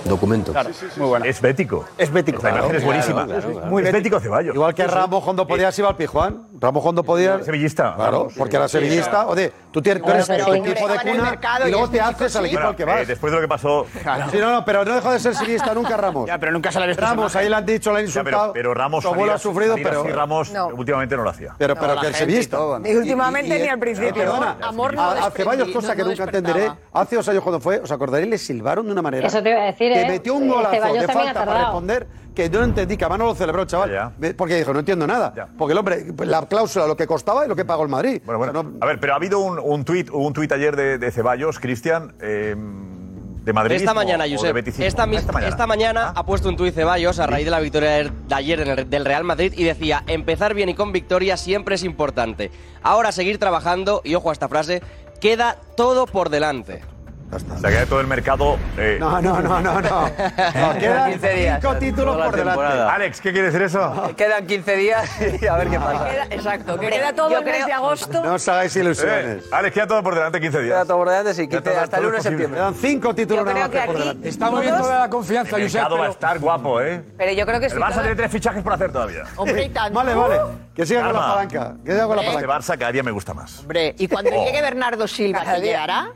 Speaker 7: Documento.
Speaker 6: muy buena. Es bético.
Speaker 8: Es bético.
Speaker 6: La imagen es buenísima. Muy
Speaker 8: Es
Speaker 6: bético Ceballos.
Speaker 8: Igual que Ramos cuando podías iba al Pijuán. Ramos cuando podías.
Speaker 6: Sevillista.
Speaker 8: Claro, porque era sevillista. Oye, tú tienes tú
Speaker 6: Bueno,
Speaker 8: eres
Speaker 6: pero
Speaker 8: tu
Speaker 6: señores,
Speaker 8: equipo de
Speaker 6: estaba en el
Speaker 8: cuna
Speaker 6: mercado
Speaker 8: y
Speaker 6: y
Speaker 8: luego
Speaker 6: es
Speaker 8: te
Speaker 6: un
Speaker 8: haces al equipo al que
Speaker 6: Bueno,
Speaker 8: vas.
Speaker 6: eh, después de lo que pasó.
Speaker 8: Sí, no, no, pero no dejó de ser sevillista nunca Ramos.
Speaker 1: Ya, pero nunca se le ha visto
Speaker 8: Ramos,
Speaker 1: esa
Speaker 8: ahí le han dicho, le han
Speaker 6: Ya,
Speaker 8: insultado.
Speaker 6: pero, pero Ramos.
Speaker 8: Tu abuelo
Speaker 6: salía-
Speaker 8: ha sufrido,
Speaker 6: salía
Speaker 8: pero.
Speaker 6: así, Ramos últimamente no lo hacía.
Speaker 8: Pero, pero que el sevillista.
Speaker 11: Ni últimamente ni al
Speaker 35: Eh,
Speaker 11: principio.
Speaker 8: Perdona,
Speaker 11: Amor no
Speaker 8: a, a
Speaker 11: desprendí,
Speaker 8: Ceballos,
Speaker 11: no-
Speaker 8: cosa que
Speaker 11: no
Speaker 8: nunca
Speaker 11: despertaba.
Speaker 8: entenderé, hace dos años cuando fue, os acordaréis, le silbaron de una manera.
Speaker 32: Eso te iba a decir,
Speaker 8: Que
Speaker 32: ¿eh?
Speaker 8: metió un
Speaker 32: Eh,
Speaker 8: golazo
Speaker 32: Ceballos
Speaker 8: de
Speaker 32: también ha
Speaker 8: falta para
Speaker 32: tardado.
Speaker 8: responder, que yo no entendí, que además no lo celebró el chaval. Me- Porque dijo, no entiendo nada. Porque el hombre, pues, la cláusula, lo que costaba y lo que pagó el Madrid.
Speaker 6: Bueno, bueno. A ver, pero ha habido un, un tuit un tuit ayer de, de Ceballos, Cristian, eh, de Madrid.
Speaker 36: Esta mañana,
Speaker 6: Josep.
Speaker 36: Josep. Esta, mis- esta mañana,
Speaker 6: Ah.
Speaker 36: ha puesto un tuit Ceballos a raíz de la victoria de de ayer en el- del Real Madrid y decía: empezar bien y con victoria siempre es importante. Ahora seguir trabajando, y ojo a esta frase, queda todo por delante.
Speaker 6: O sea, que todo el mercado. eh,
Speaker 36: No, no, no, no, no.
Speaker 8: Nos quedan
Speaker 36: 15 días,
Speaker 8: cinco títulos
Speaker 36: toda la
Speaker 8: por delante.
Speaker 36: temporada.
Speaker 6: Alex, ¿qué quiere decir eso?
Speaker 36: Quedan 15 días y a ver qué pasa.
Speaker 10: Queda- exacto, que
Speaker 36: Hombre,
Speaker 10: queda todo
Speaker 36: yo
Speaker 10: el mes
Speaker 36: creo-
Speaker 10: de agosto.
Speaker 8: No os hagáis ilusiones.
Speaker 6: Eh, Alex, queda todo por delante 15 días.
Speaker 36: Queda todo por delante, sí, 15, hasta el 1 de septiembre.
Speaker 8: Quedan cinco títulos
Speaker 11: Yo creo
Speaker 8: nada más
Speaker 11: que
Speaker 8: por
Speaker 11: aquí
Speaker 8: delante.
Speaker 5: Estamos viendo
Speaker 11: todos-
Speaker 5: toda la confianza,
Speaker 6: El
Speaker 5: Josep.
Speaker 6: mercado va a
Speaker 5: Pero,
Speaker 6: estar guapo, ¿eh?
Speaker 11: Pero yo creo que
Speaker 6: El
Speaker 11: sí.
Speaker 6: Barça
Speaker 11: todo-
Speaker 6: tiene tres fichajes por hacer todavía.
Speaker 10: Hombre, y tanto.
Speaker 8: Vale, vale. Que siga con la
Speaker 6: Calma.
Speaker 8: palanca. Que siga con la
Speaker 6: Este
Speaker 8: palanca.
Speaker 6: Barça cada día me gusta más.
Speaker 10: Hombre, y cuando
Speaker 6: Oh.
Speaker 10: llegue Bernardo Silva, ¿te llegará?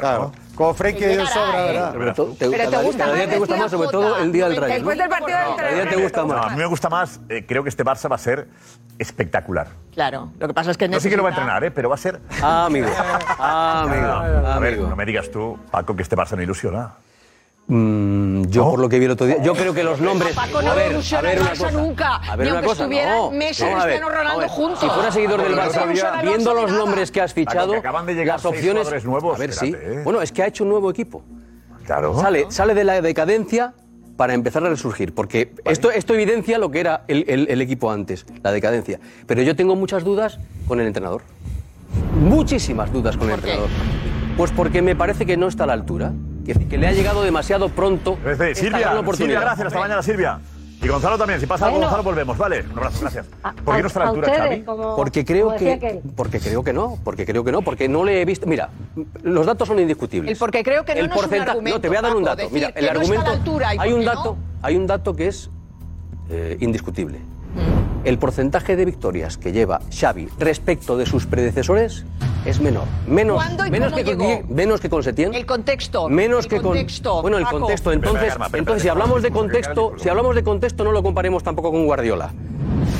Speaker 8: Claro. Con Frenkie
Speaker 10: Que
Speaker 8: de
Speaker 10: llegará,
Speaker 8: sobra,
Speaker 10: ¿eh?
Speaker 8: ¿verdad?
Speaker 7: Pero tú- te-
Speaker 10: Pero
Speaker 7: cada-
Speaker 10: te gusta
Speaker 7: cada día
Speaker 10: más
Speaker 7: te gusta
Speaker 10: decir
Speaker 7: más, sobre
Speaker 10: la
Speaker 7: todo
Speaker 10: Jota.
Speaker 7: el día del Rayo.
Speaker 10: Después del partido del
Speaker 7: Cada día te gusta
Speaker 6: No,
Speaker 7: más.
Speaker 6: a mí me gusta más. eh, creo que este Barça va a ser espectacular.
Speaker 10: Claro. Lo que pasa es que
Speaker 6: No sé que lo va a
Speaker 10: necesita- Ah,
Speaker 6: entrenar, ¿eh? pero va a ser.
Speaker 7: Ah, amigo.
Speaker 6: A ver, no me digas tú, Paco, que este Barça no ilusiona.
Speaker 7: Mm, yo por lo que vi el otro día, yo creo que los nombres.
Speaker 10: Paco no
Speaker 7: a ver,
Speaker 10: evoluciona
Speaker 7: a ver
Speaker 10: el
Speaker 7: una
Speaker 10: Barça
Speaker 7: cosa,
Speaker 10: nunca,
Speaker 7: a
Speaker 10: ni
Speaker 7: ver una
Speaker 10: aunque
Speaker 7: cosa,
Speaker 10: estuvieran
Speaker 7: no,
Speaker 10: Messi,
Speaker 7: vamos a ver,
Speaker 10: Cristiano Ronaldo
Speaker 7: vamos a ver.
Speaker 10: juntos.
Speaker 7: Si fuera seguidor del
Speaker 10: No evoluciona
Speaker 7: Barça,
Speaker 10: el
Speaker 7: viendo
Speaker 10: Barça
Speaker 7: los
Speaker 10: nada.
Speaker 7: nombres que has
Speaker 6: Paco,
Speaker 7: fichado,
Speaker 6: que acaban de llegar
Speaker 7: las
Speaker 6: seis
Speaker 7: opciones.
Speaker 6: jugadores nuevos,
Speaker 7: a ver,
Speaker 6: espérate,
Speaker 7: sí.
Speaker 6: ¿eh?
Speaker 7: Bueno, es que ha hecho un nuevo equipo.
Speaker 6: Claro.
Speaker 7: Sale, sale de la decadencia para empezar a resurgir, porque esto, esto evidencia lo que era el, el- el equipo antes, la decadencia. Pero yo tengo muchas dudas con el entrenador. Muchísimas dudas con el entrenador. Pues porque me parece que no está a la altura, que, que le ha llegado demasiado pronto.
Speaker 6: Eh,
Speaker 7: esta
Speaker 6: Silvia,
Speaker 7: gran
Speaker 6: Silvia,
Speaker 7: oportunidad.
Speaker 6: gracias. Hasta mañana, Silvia. Y Gonzalo también. Si pasa algo,
Speaker 7: Bueno.
Speaker 6: Gonzalo, volvemos. Vale, un abrazo, gracias. ¿Por qué no está a la
Speaker 32: a
Speaker 6: altura,
Speaker 32: ustedes,
Speaker 6: Xavi?
Speaker 32: como-
Speaker 7: Porque creo
Speaker 32: como decía
Speaker 7: que
Speaker 32: aquel.
Speaker 7: porque creo que no, porque creo que no, porque no le he visto. Mira, los datos son indiscutibles.
Speaker 10: El porque creo que no,
Speaker 7: El
Speaker 10: no es un
Speaker 7: porcenta-
Speaker 10: argumento,
Speaker 7: No, te voy a dar un
Speaker 10: Paco,
Speaker 7: dato.
Speaker 10: decir
Speaker 7: Mira,
Speaker 10: que
Speaker 7: el
Speaker 10: no está a la
Speaker 7: argumento
Speaker 10: altura y
Speaker 7: hay
Speaker 10: por
Speaker 7: un
Speaker 10: qué
Speaker 7: dato, hay un dato que es eh, indiscutible.
Speaker 10: Mm.
Speaker 7: El porcentaje de victorias que lleva Xavi respecto de sus predecesores es menor, menos
Speaker 10: ¿Cuándo y
Speaker 7: menos
Speaker 10: cómo
Speaker 7: que con
Speaker 10: llegó?
Speaker 7: Die- menos que con Setién.
Speaker 10: El contexto.
Speaker 7: Menos
Speaker 10: el
Speaker 7: que con-
Speaker 10: contexto,
Speaker 7: bueno el
Speaker 10: Paco.
Speaker 7: contexto entonces entonces si hablamos de contexto si hablamos de contexto no lo comparemos tampoco con Guardiola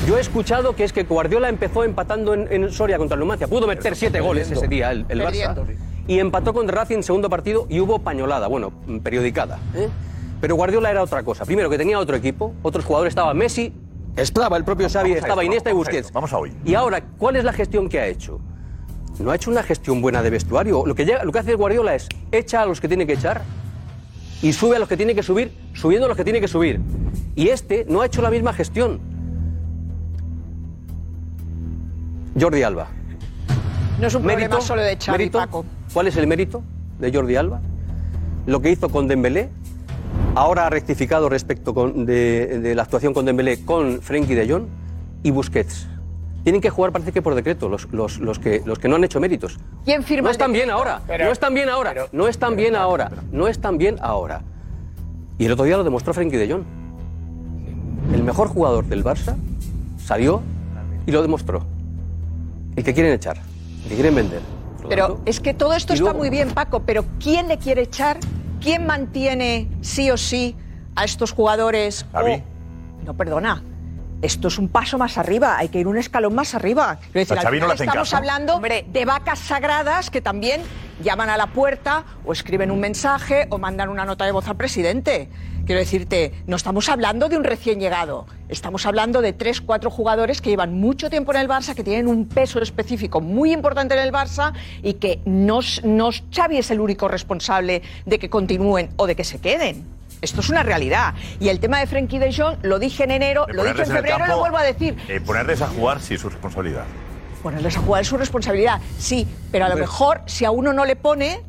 Speaker 7: yo he escuchado que es que Guardiola empezó empatando en, en Soria contra el Numancia pudo meter siete goles ese día el, el Barça
Speaker 10: Perdiendo.
Speaker 7: y empató contra Racing en segundo partido y hubo pañolada bueno mm, periodicada ¿eh? pero Guardiola era otra cosa primero que tenía otro equipo otros jugadores estaba Messi estaba el propio Xavi
Speaker 6: Vamos a
Speaker 7: estaba Iniesta
Speaker 6: esto,
Speaker 7: y
Speaker 6: vamos a
Speaker 7: Busquets
Speaker 6: esto, Vamos a hoy.
Speaker 7: y ahora, ¿cuál es la gestión que ha hecho? No ha hecho una gestión buena de vestuario. Lo que, llega- lo que hace Guardiola es echa a los que tiene que echar y sube a los que tiene que subir, subiendo a los que tiene que subir. Y este no ha hecho la misma gestión. Jordi Alba.
Speaker 10: No es un problema
Speaker 7: ¿Mérito?
Speaker 10: solo de Xavi,
Speaker 7: ¿Mérito?
Speaker 10: Paco.
Speaker 7: ¿Cuál es el mérito de Jordi Alba? Lo que hizo con Dembélé. Ahora ha rectificado respecto con- de, de la actuación con Dembélé con Frenkie de Jong y Busquets. Tienen que jugar, parece que por decreto, los, los- los que, los que no han hecho méritos.
Speaker 10: ¿Quién firma?
Speaker 7: No
Speaker 10: el
Speaker 7: están bien
Speaker 10: decreto?
Speaker 7: ahora, no están bien ahora, no están bien ahora, no están bien ahora. Y el otro día lo demostró Frenkie de Jong. El mejor jugador del Barça salió y lo demostró. El que quieren echar, el que quieren vender.
Speaker 10: Pero es que todo esto está muy bien, Paco, pero ¿quién le quiere echar? ¿Quién mantiene sí o sí a estos jugadores? O-
Speaker 6: Xavi.
Speaker 10: No, perdona. Esto es un paso más arriba, hay que ir un escalón más arriba. Quiero decir,
Speaker 6: Pero
Speaker 10: al
Speaker 6: Xavi no
Speaker 10: final
Speaker 6: le hacen
Speaker 10: estamos
Speaker 6: caso.
Speaker 10: hablando de vacas sagradas que también llaman a la puerta o escriben un mensaje o mandan una nota de voz al presidente. Quiero decirte, no estamos hablando de un recién llegado, estamos hablando de tres, cuatro jugadores que llevan mucho tiempo en el Barça, que tienen un peso específico muy importante en el Barça y que no, s- no s- Xavi es el único responsable de que continúen o de que se queden. Esto es una realidad. Y el tema de Frenkie de Jong lo dije en enero,
Speaker 6: De
Speaker 10: lo dije en
Speaker 6: Eh, ponerles en el
Speaker 10: febrero y lo
Speaker 6: campo.
Speaker 10: vuelvo a decir.
Speaker 6: Eh, ponerles a jugar sí es su responsabilidad.
Speaker 10: Ponerles a jugar es su responsabilidad, sí, pero a lo mejor si a uno no le pone,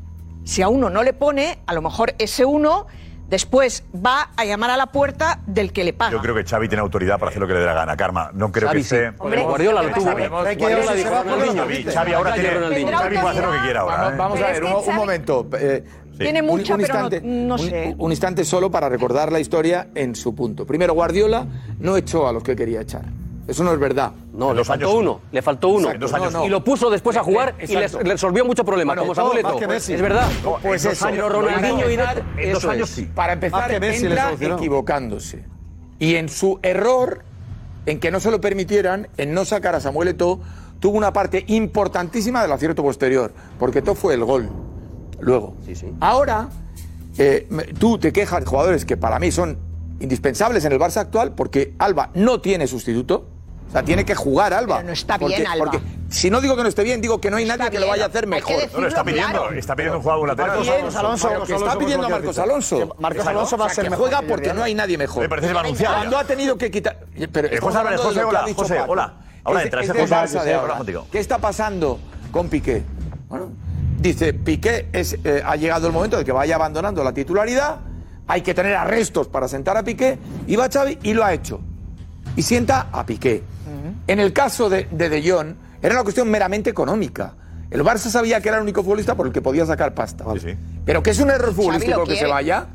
Speaker 10: si a uno no le pone, a lo mejor ese uno después va a llamar a la puerta del que le paga.
Speaker 6: Yo creo que Xavi tiene autoridad para hacer lo que le dé la gana, Karma. No creo
Speaker 7: Xavi
Speaker 6: que
Speaker 7: sí.
Speaker 6: esté...
Speaker 7: Hombre, Guardiola lo tuvo.
Speaker 6: Xavi.
Speaker 7: Guardiola dijo, Ronaldinho.
Speaker 6: Xavi, Xavi ahora tiene... Xavi puede hacer lo que quiera ahora.
Speaker 9: Vamos,
Speaker 6: ¿eh?
Speaker 9: vamos a ver, un, un momento. eh,
Speaker 10: Tiene mucha, pero no- no
Speaker 9: un-
Speaker 10: sé.
Speaker 9: Un, instante solo para recordar la historia en su punto. Primero, Guardiola no echó a los que quería echar. Eso no es verdad.
Speaker 7: No, le faltó uno, le faltó uno.
Speaker 9: Exacto, no, no. Eh,
Speaker 7: Y lo puso después a jugar y les,
Speaker 9: Exacto.
Speaker 7: resolvió muchos problemas,
Speaker 9: Bueno,
Speaker 7: como
Speaker 9: no,
Speaker 7: Samuel
Speaker 9: más
Speaker 7: Eto'o.
Speaker 9: que Messi.
Speaker 7: Es verdad.
Speaker 9: No, pues eso.
Speaker 7: Pero Ronaldinho y Neto,
Speaker 9: En dos
Speaker 7: eso
Speaker 9: años
Speaker 7: es.
Speaker 9: sí. Para empezar,
Speaker 7: Más que Messi le
Speaker 9: entra
Speaker 7: solucionó.
Speaker 9: equivocándose. Y en su error, en que no se lo permitieran, en no sacar a Samuel Eto'o, tuvo una parte importantísima del acierto posterior, porque Eto'o fue el gol. Luego. Ahora, eh, me- tú te quejas de jugadores que para mí son indispensables en el Barça actual, porque Alba no tiene sustituto. O sea, tiene que jugar Alba.
Speaker 10: Pero no está
Speaker 9: Porque-
Speaker 10: bien, Alba.
Speaker 9: Porque si no digo que no esté bien, digo que no hay
Speaker 10: No
Speaker 9: nadie
Speaker 10: está
Speaker 9: que lo
Speaker 10: bien.
Speaker 9: vaya a hacer
Speaker 10: Hay que
Speaker 9: mejor.
Speaker 10: decirlo No, lo está pidiendo, claro.
Speaker 6: está pidiendo un jugador lateral.
Speaker 9: Marcos
Speaker 6: Marcos Alonso,
Speaker 9: Alonso,
Speaker 6: Marcos
Speaker 9: que está
Speaker 6: Alonso,
Speaker 9: pidiendo
Speaker 6: Marcos
Speaker 9: Marcos
Speaker 6: Alonso.
Speaker 9: Alonso.
Speaker 6: Que Marcos Alonso
Speaker 9: O sea,
Speaker 6: va a ser
Speaker 9: que
Speaker 6: mejor
Speaker 9: juega
Speaker 6: que
Speaker 9: porque
Speaker 6: Jordi
Speaker 9: no hay
Speaker 6: Alba.
Speaker 9: nadie mejor.
Speaker 6: Me parece Valenciaga.
Speaker 9: Cuando ha tenido que quitar pero
Speaker 6: Eh,
Speaker 9: estamos
Speaker 6: José Álvarez,
Speaker 9: hablando de lo
Speaker 6: José,
Speaker 9: que
Speaker 6: hola,
Speaker 9: ha dicho
Speaker 6: José,
Speaker 9: Paco.
Speaker 6: hola. Hola,
Speaker 9: Es-
Speaker 6: entra,
Speaker 9: es
Speaker 6: ese
Speaker 9: del
Speaker 6: José Álvarez,
Speaker 9: Barça de
Speaker 6: sí,
Speaker 9: ahora.
Speaker 6: habla contigo.
Speaker 9: ¿Qué está pasando con Piqué? Bueno, dice, Piqué es, eh, ha llegado el momento de que vaya abandonando la titularidad, hay que tener arrestos para sentar a Piqué, y va Xavi y lo ha hecho. Y sienta a Piqué. En el caso de De, de Jong, era una cuestión meramente económica. El Barça sabía que era el único futbolista por el que podía sacar pasta. Pero que es un error futbolístico que se
Speaker 10: quiere.
Speaker 9: vaya,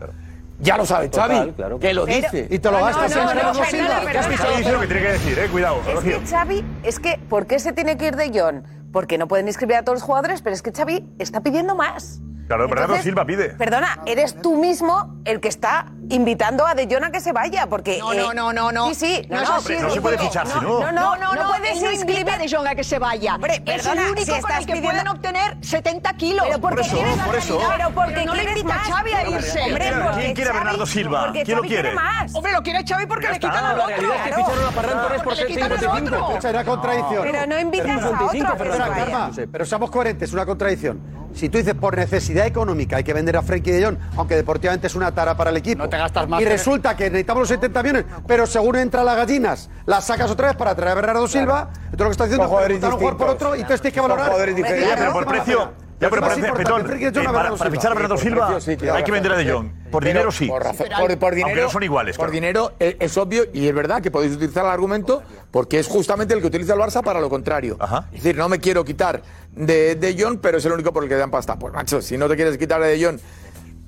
Speaker 9: ya lo sabe
Speaker 7: Total,
Speaker 9: Xavi,
Speaker 7: claro.
Speaker 9: que lo
Speaker 7: Pero-
Speaker 9: dice.
Speaker 7: Y te lo No, gastas no, en no, Thiago no, Silva.
Speaker 11: perdona, ¿Qué has perdona. dicho?
Speaker 6: Dice lo que tiene que decir, eh, cuidado.
Speaker 11: Es que Xavi, es que, ¿por qué se tiene que ir de John? Porque no pueden inscribir a todos los jugadores, pero es que Xavi está pidiendo más.
Speaker 6: Claro, Bernardo
Speaker 11: Entonces,
Speaker 6: Silva pide.
Speaker 11: Perdona, eres tú mismo el que está invitando a De Jong a que se vaya, porque...
Speaker 10: No,
Speaker 11: eh,
Speaker 10: no, no, no, no.
Speaker 11: Sí, sí,
Speaker 10: No,
Speaker 11: no,
Speaker 10: no,
Speaker 11: no,
Speaker 10: hombre,
Speaker 11: sí,
Speaker 10: no se
Speaker 11: sí,
Speaker 10: puede
Speaker 11: porque-
Speaker 10: fichar,
Speaker 6: si no.
Speaker 10: No, no, no,
Speaker 11: no
Speaker 10: puedes
Speaker 11: puedes
Speaker 10: no
Speaker 11: inscribir
Speaker 10: invita a De Jong a que se vaya. es el
Speaker 11: perdona,
Speaker 10: único
Speaker 11: si
Speaker 10: con el
Speaker 11: estás
Speaker 10: que
Speaker 11: pidiendo-
Speaker 10: pueden obtener 70 kilos.
Speaker 11: Pero porque Por eso, quieres
Speaker 6: por eso. realidad.
Speaker 10: Pero porque
Speaker 11: Pero no le
Speaker 10: quiere
Speaker 11: des
Speaker 10: invita
Speaker 11: más.
Speaker 10: a Xavi a
Speaker 11: Pero
Speaker 10: irse.
Speaker 11: ¿quién
Speaker 10: Hombre,
Speaker 11: quiere-
Speaker 10: porque
Speaker 6: ¿Quién quiere a
Speaker 10: Xavi-
Speaker 6: Bernardo Silva?
Speaker 11: porque
Speaker 6: ¿Quién lo
Speaker 11: Xavi quiere
Speaker 6: quiere?
Speaker 11: más.
Speaker 10: Hombre, lo quiere Xavi porque
Speaker 6: Ya
Speaker 10: le
Speaker 6: está,
Speaker 10: quitan al
Speaker 6: la
Speaker 10: otro.
Speaker 6: realidad es que
Speaker 10: claro.
Speaker 6: ficharon a Ferran
Speaker 10: Claro,
Speaker 8: Torres por
Speaker 10: porque le quitan al
Speaker 8: 55.
Speaker 10: otro.
Speaker 8: Esa era contradicción.
Speaker 11: Pero no invitas a otro. que se
Speaker 8: Espera,
Speaker 11: vaya.
Speaker 8: calma, pero seamos coherentes, es una contradicción. Si tú dices por necesidad económica hay que vender a Frenkie de Jong, aunque deportivamente es una tara para el equipo.
Speaker 1: te gastas más
Speaker 8: Y
Speaker 1: en-
Speaker 8: resulta que necesitamos los 70 millones, pero según entran las gallinas, las sacas otra vez para traer a Bernardo Silva. Entonces lo que estás
Speaker 9: Son
Speaker 8: diciendo es
Speaker 9: jugadores
Speaker 8: que un jugador por
Speaker 9: distintos.
Speaker 8: otro y entonces tienes que
Speaker 9: Son
Speaker 8: valorar.
Speaker 9: jugadores diferentes.
Speaker 6: Ya, pero por precio. Ya, pero por precio, Petón, eh, para, para fichar a Bernardo Silva hay que vender a De Jong. Por
Speaker 9: Pero
Speaker 6: dinero sí.
Speaker 9: Por, razón-
Speaker 6: Pero
Speaker 9: por-
Speaker 6: al-
Speaker 9: por
Speaker 6: aunque
Speaker 9: dinero.
Speaker 6: no son iguales,
Speaker 9: Por
Speaker 6: claro.
Speaker 9: dinero eh, es, obvio y es verdad que podéis utilizar el argumento porque es justamente el que utiliza el Barça para lo contrario. Es decir, no me quiero quitar de De Jong, pero es el único por el que dan pasta. Pues macho, si no te quieres quitar de De Jong.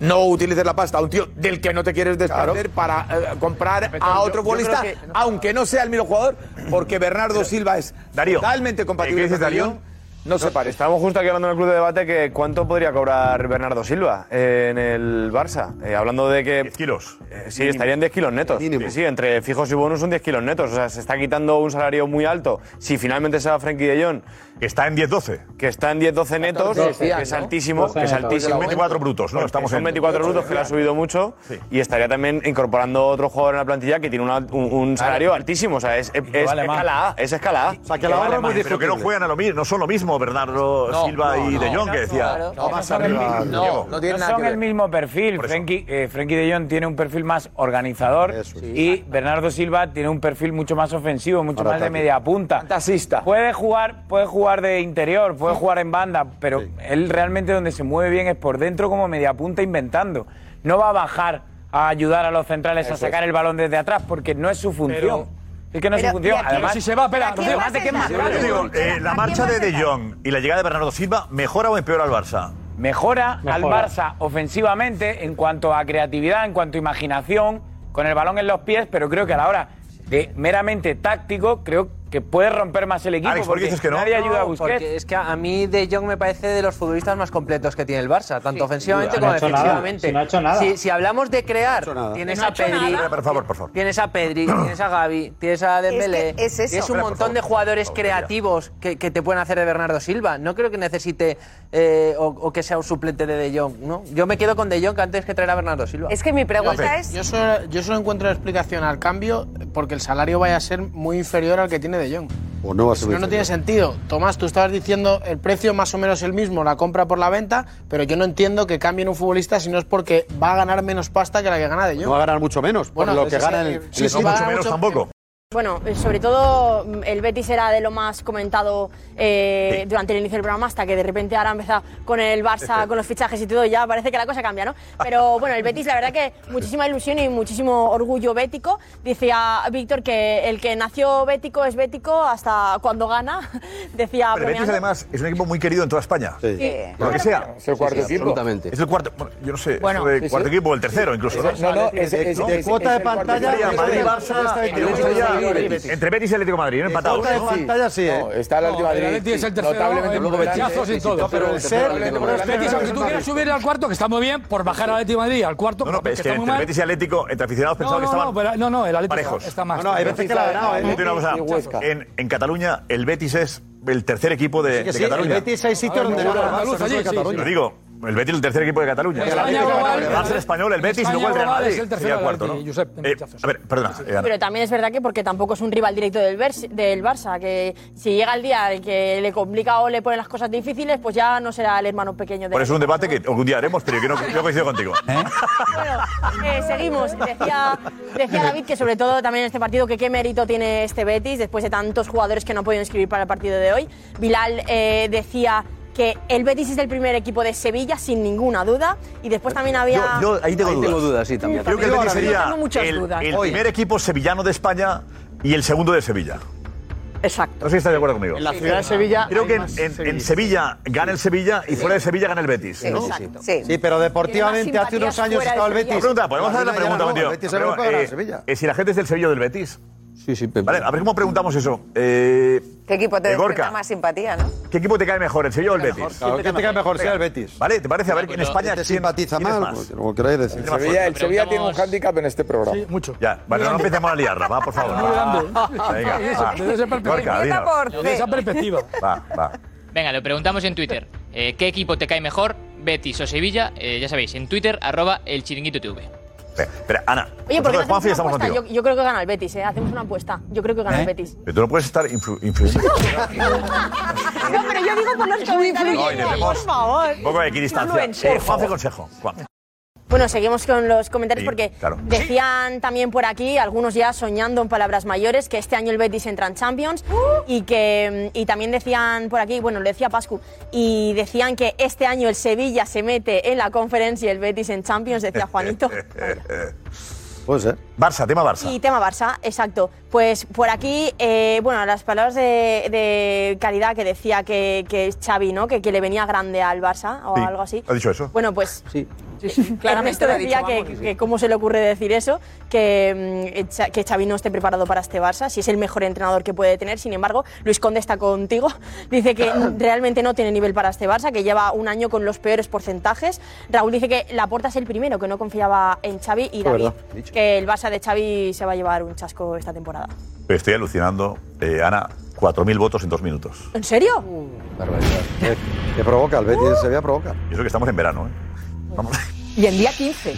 Speaker 9: No utilices la pasta a un tío del que no te quieres desprender para eh, comprar a otro
Speaker 6: yo creo
Speaker 9: futbolista,
Speaker 6: que-
Speaker 9: aunque no sea el mismo jugador, porque Bernardo Silva es
Speaker 6: Darío,
Speaker 9: totalmente compatible
Speaker 6: ¿qué dices,
Speaker 9: con De
Speaker 6: Darío?
Speaker 9: Jong. No se parece.
Speaker 21: Estamos justo aquí hablando en el club de debate que cuánto podría cobrar Bernardo Silva eh, en el Barça. Eh, hablando de que. 10
Speaker 6: kilos.
Speaker 21: sí, estarían 10 kilos netos. Sí, sí, entre fijos y bonus son 10 kilos netos. O sea, se está quitando un salario muy alto. Si finalmente se va Frenkie de Jong.
Speaker 6: Que está en 10-12.
Speaker 21: Que está en 10-12 netos,
Speaker 6: 14
Speaker 21: que es
Speaker 6: decían, ¿no?
Speaker 21: altísimo. Que es
Speaker 6: 12
Speaker 21: altísimo.
Speaker 6: Son 24 brutos, ¿no?
Speaker 21: Porque
Speaker 6: Estamos
Speaker 21: son
Speaker 6: en-
Speaker 21: 24 brutos que le ha subido mucho. Y estaría también incorporando otro jugador en la plantilla que tiene una- un, un salario altísimo. O sea, es, eh, es- es
Speaker 6: vale más.
Speaker 21: escala A. Es escala A. O sea,
Speaker 6: Vale, man, pero que no juegan a lo mismo, no son lo mismo Bernardo
Speaker 21: No,
Speaker 6: Silva
Speaker 21: no,
Speaker 6: y
Speaker 21: no,
Speaker 6: De Jong,
Speaker 21: no,
Speaker 6: que decía.
Speaker 33: No, no, son el mismo perfil. Frenkie, eh, Frenkie de Jong tiene un perfil más organizador y Bernardo Silva tiene un perfil mucho más ofensivo, mucho
Speaker 9: Para
Speaker 33: más de
Speaker 9: ataque.
Speaker 33: media punta. Fantasista. Puede jugar, puede jugar de interior, puede jugar en banda, pero él realmente donde se mueve bien es por dentro como media punta inventando. No va a bajar a ayudar a los centrales a
Speaker 7: Eso es.
Speaker 33: sacar el balón desde atrás porque no es su función. es que no es su
Speaker 7: Pero,
Speaker 33: función.
Speaker 7: ¿y a quién-
Speaker 33: Además,
Speaker 7: Pero si se va, espera, ¿a quién
Speaker 33: además
Speaker 7: vas
Speaker 33: de que es
Speaker 7: a
Speaker 33: más
Speaker 7: sentar?
Speaker 6: Yo
Speaker 33: rápido.
Speaker 6: digo, eh, la marcha de De Jong y la llegada de Bernardo Silva, ¿mejora o empeora al Barça?
Speaker 33: Mejora, al
Speaker 6: Mejora.
Speaker 33: Barça ofensivamente en cuanto a creatividad, en cuanto a imaginación, con el balón en los pies, pero creo que a la hora de meramente táctico, creo que puede romper más el equipo. porque Nadie ayuda a Busquets.
Speaker 34: Porque es que a mí De Jong me parece de los futbolistas más completos que tiene el Barça, tanto ofensivamente
Speaker 33: No
Speaker 34: como
Speaker 33: ha hecho nada,
Speaker 34: defensivamente.
Speaker 33: si no ha hecho nada.
Speaker 34: Si, si hablamos de crear,
Speaker 33: No ha hecho nada.
Speaker 34: tienes
Speaker 33: No ha
Speaker 34: a
Speaker 33: hecho
Speaker 34: Pedri,
Speaker 33: nada. Por favor, por favor.
Speaker 34: tienes a Pedri, tienes a Gavi, tienes a Dembélé,
Speaker 11: que es eso.
Speaker 34: tienes un
Speaker 11: Espera, por
Speaker 34: montón de
Speaker 11: favor,
Speaker 34: jugadores
Speaker 11: por favor,
Speaker 34: creativos que, que te pueden hacer de Bernardo Silva. No creo que necesite eh, o, o que sea un suplente de De Jong, ¿no? Yo me quedo con De Jong antes que traer a Bernardo Silva.
Speaker 11: Es que mi pregunta es.
Speaker 4: Yo solo, yo solo encuentro la explicación al cambio porque el salario vaya a ser muy inferior al que tiene De Jong.
Speaker 8: O Pues no va a
Speaker 4: Si
Speaker 8: ser
Speaker 4: no, no tiene sentido. Tomás, tú estabas diciendo el precio más o menos el mismo, la compra por la venta, pero yo no entiendo que cambien un futbolista si no es porque va a ganar menos pasta que la que gana de yo.
Speaker 8: Pues No va a ganar mucho menos por
Speaker 4: Bueno,
Speaker 8: lo que
Speaker 4: es
Speaker 8: gana
Speaker 4: que-
Speaker 8: en el.
Speaker 4: sí, sí, mucho menos tampoco.
Speaker 2: Bueno, eh, sobre todo mm, el Betis era de lo más comentado eh, durante el inicio del programa hasta que de repente ahora empieza con el
Speaker 6: Este.
Speaker 2: Barça, con los fichajes y todo, ya parece que la cosa cambia, ¿no? Pero bueno, el Betis la verdad que muchísima ilusión y muchísimo orgullo bético. Decía Víctor que el que nació bético es bético hasta cuando gana, decía
Speaker 6: Pero el Betis,
Speaker 2: bromeando.
Speaker 6: además, es un equipo muy querido en toda España.
Speaker 2: Sí.
Speaker 6: Por lo que sea.
Speaker 9: Es el cuarto equipo.
Speaker 6: Absolutamente. Es el cuarto. bueno, yo no sé.
Speaker 9: Bueno.
Speaker 6: eso de
Speaker 9: Sí, sí.
Speaker 6: cuarto equipo o el tercero, incluso.
Speaker 9: Es- no, no, es- es-
Speaker 6: ¿No?
Speaker 9: de cuota de pantalla,
Speaker 6: Sería Madrid,
Speaker 9: es-
Speaker 6: Barça,
Speaker 9: es-
Speaker 6: Atlético
Speaker 9: es-
Speaker 6: Madrid,
Speaker 9: es-
Speaker 6: Betis. entre Betis y Atlético de Madrid, ¿no? empatados.
Speaker 9: Cuota de pantalla sí, ¿eh? No, está el Atlético de Madrid. sí, notablemente
Speaker 5: luego
Speaker 9: por delante.
Speaker 5: Betizazos y
Speaker 9: Sí, sí,
Speaker 5: todo.
Speaker 9: sí, pero el ser-
Speaker 5: Pero Betis, aunque tú quieras subir al cuarto, que está muy bien, por bajar al Atlético de Madrid al cuarto,
Speaker 6: No, no, pero es
Speaker 5: que
Speaker 6: que
Speaker 5: está muy
Speaker 6: entre
Speaker 5: mal.
Speaker 6: Betis y Atlético, entre aficionados
Speaker 5: No,
Speaker 6: pensaban que
Speaker 5: no,
Speaker 6: estaban
Speaker 5: no, pero- no, no, el Atlético
Speaker 6: parejos.
Speaker 5: está más.
Speaker 6: Te digo una cosa, En, en Cataluña, el Betis es el tercer equipo de,
Speaker 8: Sí que
Speaker 6: de
Speaker 8: sí, el
Speaker 6: Cataluña.
Speaker 8: Betis hay sitios donde gana el Barça, no es de Cataluña.
Speaker 6: Lo digo, el Betis es el tercer equipo de Cataluña.
Speaker 5: España
Speaker 6: El Atlético de
Speaker 5: global,
Speaker 6: Madrid, el Barça, el español, el Betis y luego el Real
Speaker 5: global es
Speaker 6: Madrid.
Speaker 5: el tercero
Speaker 6: Sería el
Speaker 5: del
Speaker 6: cuarto, ¿no?
Speaker 5: Atlético, Josep,
Speaker 6: Eh, a ver, perdona. eh, Ana.
Speaker 2: Pero también es verdad que porque tampoco es un rival directo del, Bers- del Barça, que si llega el día de que le complica o le ponen las cosas difíciles, pues ya no será el hermano pequeño de
Speaker 6: Por eso es un debate que algún día haremos, pero yo no, yo coincido contigo.
Speaker 2: Eh, seguimos. Decía, decía David que sobre todo también en este partido que qué mérito tiene este Betis después de tantos jugadores que no han podido inscribir para el partido de hoy. Bilal eh, decía que el Betis es el primer equipo de Sevilla sin ninguna duda y después también había...
Speaker 6: Yo, yo ahí tengo dudas.
Speaker 7: sí, también.
Speaker 6: Creo que el Betis
Speaker 2: Yo
Speaker 6: sería
Speaker 2: tengo muchas
Speaker 6: el,
Speaker 2: dudas.
Speaker 6: el
Speaker 2: Hoy.
Speaker 6: primer equipo sevillano de España y el segundo de Sevilla.
Speaker 2: Exacto.
Speaker 6: No sé si estás de acuerdo conmigo.
Speaker 4: En la ciudad de Sevilla
Speaker 6: Creo
Speaker 4: hay
Speaker 6: que en,
Speaker 4: más
Speaker 6: en- en
Speaker 4: sevillistas.
Speaker 6: Sevilla gana el Sevilla y fuera de Sevilla gana el Betis. ¿no?
Speaker 8: Exacto. Sí, pero deportivamente hace unos años estaba el Betis.
Speaker 6: Una pregunta, podemos hacer la
Speaker 8: Ahora ya
Speaker 6: pregunta,
Speaker 8: no,
Speaker 6: Mateo?
Speaker 8: el Betis
Speaker 6: Pero,
Speaker 8: ahora juega en
Speaker 6: eh,
Speaker 8: el Sevilla.
Speaker 6: eh, si la gente es del Sevilla o del Betis.
Speaker 7: Sí, sí,
Speaker 6: Vale, a ver cómo preguntamos eso. Eh,
Speaker 11: ¿Qué equipo te
Speaker 6: eh,
Speaker 11: despierta
Speaker 6: Gorka,
Speaker 11: más simpatía, no?
Speaker 6: ¿qué equipo te cae mejor, el Sevilla o el Betis?
Speaker 8: Claro, ¿qué te cae mejor, sea el
Speaker 6: Venga.
Speaker 8: Betis? este
Speaker 6: Vale, ¿te parece? A ver, en España
Speaker 8: te
Speaker 6: ¿quién-
Speaker 8: simpatiza
Speaker 6: quién es
Speaker 8: mal,
Speaker 6: más?
Speaker 8: pues, como queráis decir.
Speaker 9: El Sevilla, el Sevilla tiene un hándicap en este programa.
Speaker 5: mucho.
Speaker 6: Ya, bueno, no empecemos a liarla, va, por favor.
Speaker 5: Muy
Speaker 6: va.
Speaker 5: grande. ¿eh?
Speaker 6: Venga,
Speaker 5: Desde
Speaker 6: va.
Speaker 5: esa perspectiva.
Speaker 6: Gorka, dinos.
Speaker 5: Desde esa perspectiva.
Speaker 6: Va, va.
Speaker 27: Venga, lo preguntamos en Twitter. Eh, ¿Qué equipo te cae mejor? Betis o Sevilla, Eh, ya sabéis, en Twitter, arroba el chiringuito TV.
Speaker 6: Espera, espera, Ana.
Speaker 2: Oye, ¿por qué
Speaker 6: nosotros,
Speaker 2: no hacemos
Speaker 6: Juanfi,
Speaker 2: una
Speaker 6: estamos
Speaker 2: apuesta?
Speaker 6: contigo. ¿Eh?
Speaker 2: Yo, yo creo que gana el Betis, ¿eh? Hacemos una apuesta. Yo creo que gana el Betis.
Speaker 6: Pero tú no puedes estar influ- influyendo.
Speaker 2: No, pero yo digo por los comentarios.
Speaker 6: No, y
Speaker 2: que hay,
Speaker 6: tenemos
Speaker 2: por favor.
Speaker 6: Un poco de equidistancia.
Speaker 2: Influencer.
Speaker 6: Eh, Juanfe, consejo. Juan.
Speaker 2: Bueno, seguimos con los comentarios
Speaker 6: Sí,
Speaker 2: porque
Speaker 6: claro.
Speaker 2: decían también por aquí, algunos ya soñando en palabras mayores, que este año el Betis entra en Champions y que mm, y también decían por aquí, bueno, lo decía Pascu, y decían que este año el Sevilla se mete en la conferencia y el Betis en Champions, decía Juanito.
Speaker 8: Puede ser.
Speaker 6: Barça, tema Barça.
Speaker 2: Y tema Barça, exacto. Pues por aquí, eh, bueno, las palabras de, de calidad que decía que, que Xavi, ¿no? Que, que le venía grande al Barça o
Speaker 6: Sí.
Speaker 2: algo así.
Speaker 6: ¿Ha dicho eso?
Speaker 2: Bueno, pues
Speaker 7: sí.
Speaker 2: Claramente
Speaker 11: lo ha
Speaker 2: decía
Speaker 11: dicho,
Speaker 2: que,
Speaker 11: vamos, que sí.
Speaker 2: que cómo se le ocurre decir eso, que, mm, Cha- que Xavi no esté preparado para este Barça, si es el mejor entrenador que puede tener. Sin embargo, Luis Conde está contigo. Dice que realmente no tiene nivel para este Barça, que lleva un año con los peores porcentajes. Raúl dice que Laporta es el primero que no confiaba en Xavi y
Speaker 6: Es
Speaker 2: David,
Speaker 6: verdad, dicho.
Speaker 2: que el Barça de Xavi se va a llevar un chasco esta temporada.
Speaker 6: Estoy alucinando. Eh, Ana, 4.000 votos en dos minutos.
Speaker 2: ¿En serio?
Speaker 8: Barbaridad. Eh, Que provoca, el Betis de Sevilla provoca.
Speaker 6: Y eso que estamos en verano, ¿eh? Vamos,
Speaker 10: Y el día 15.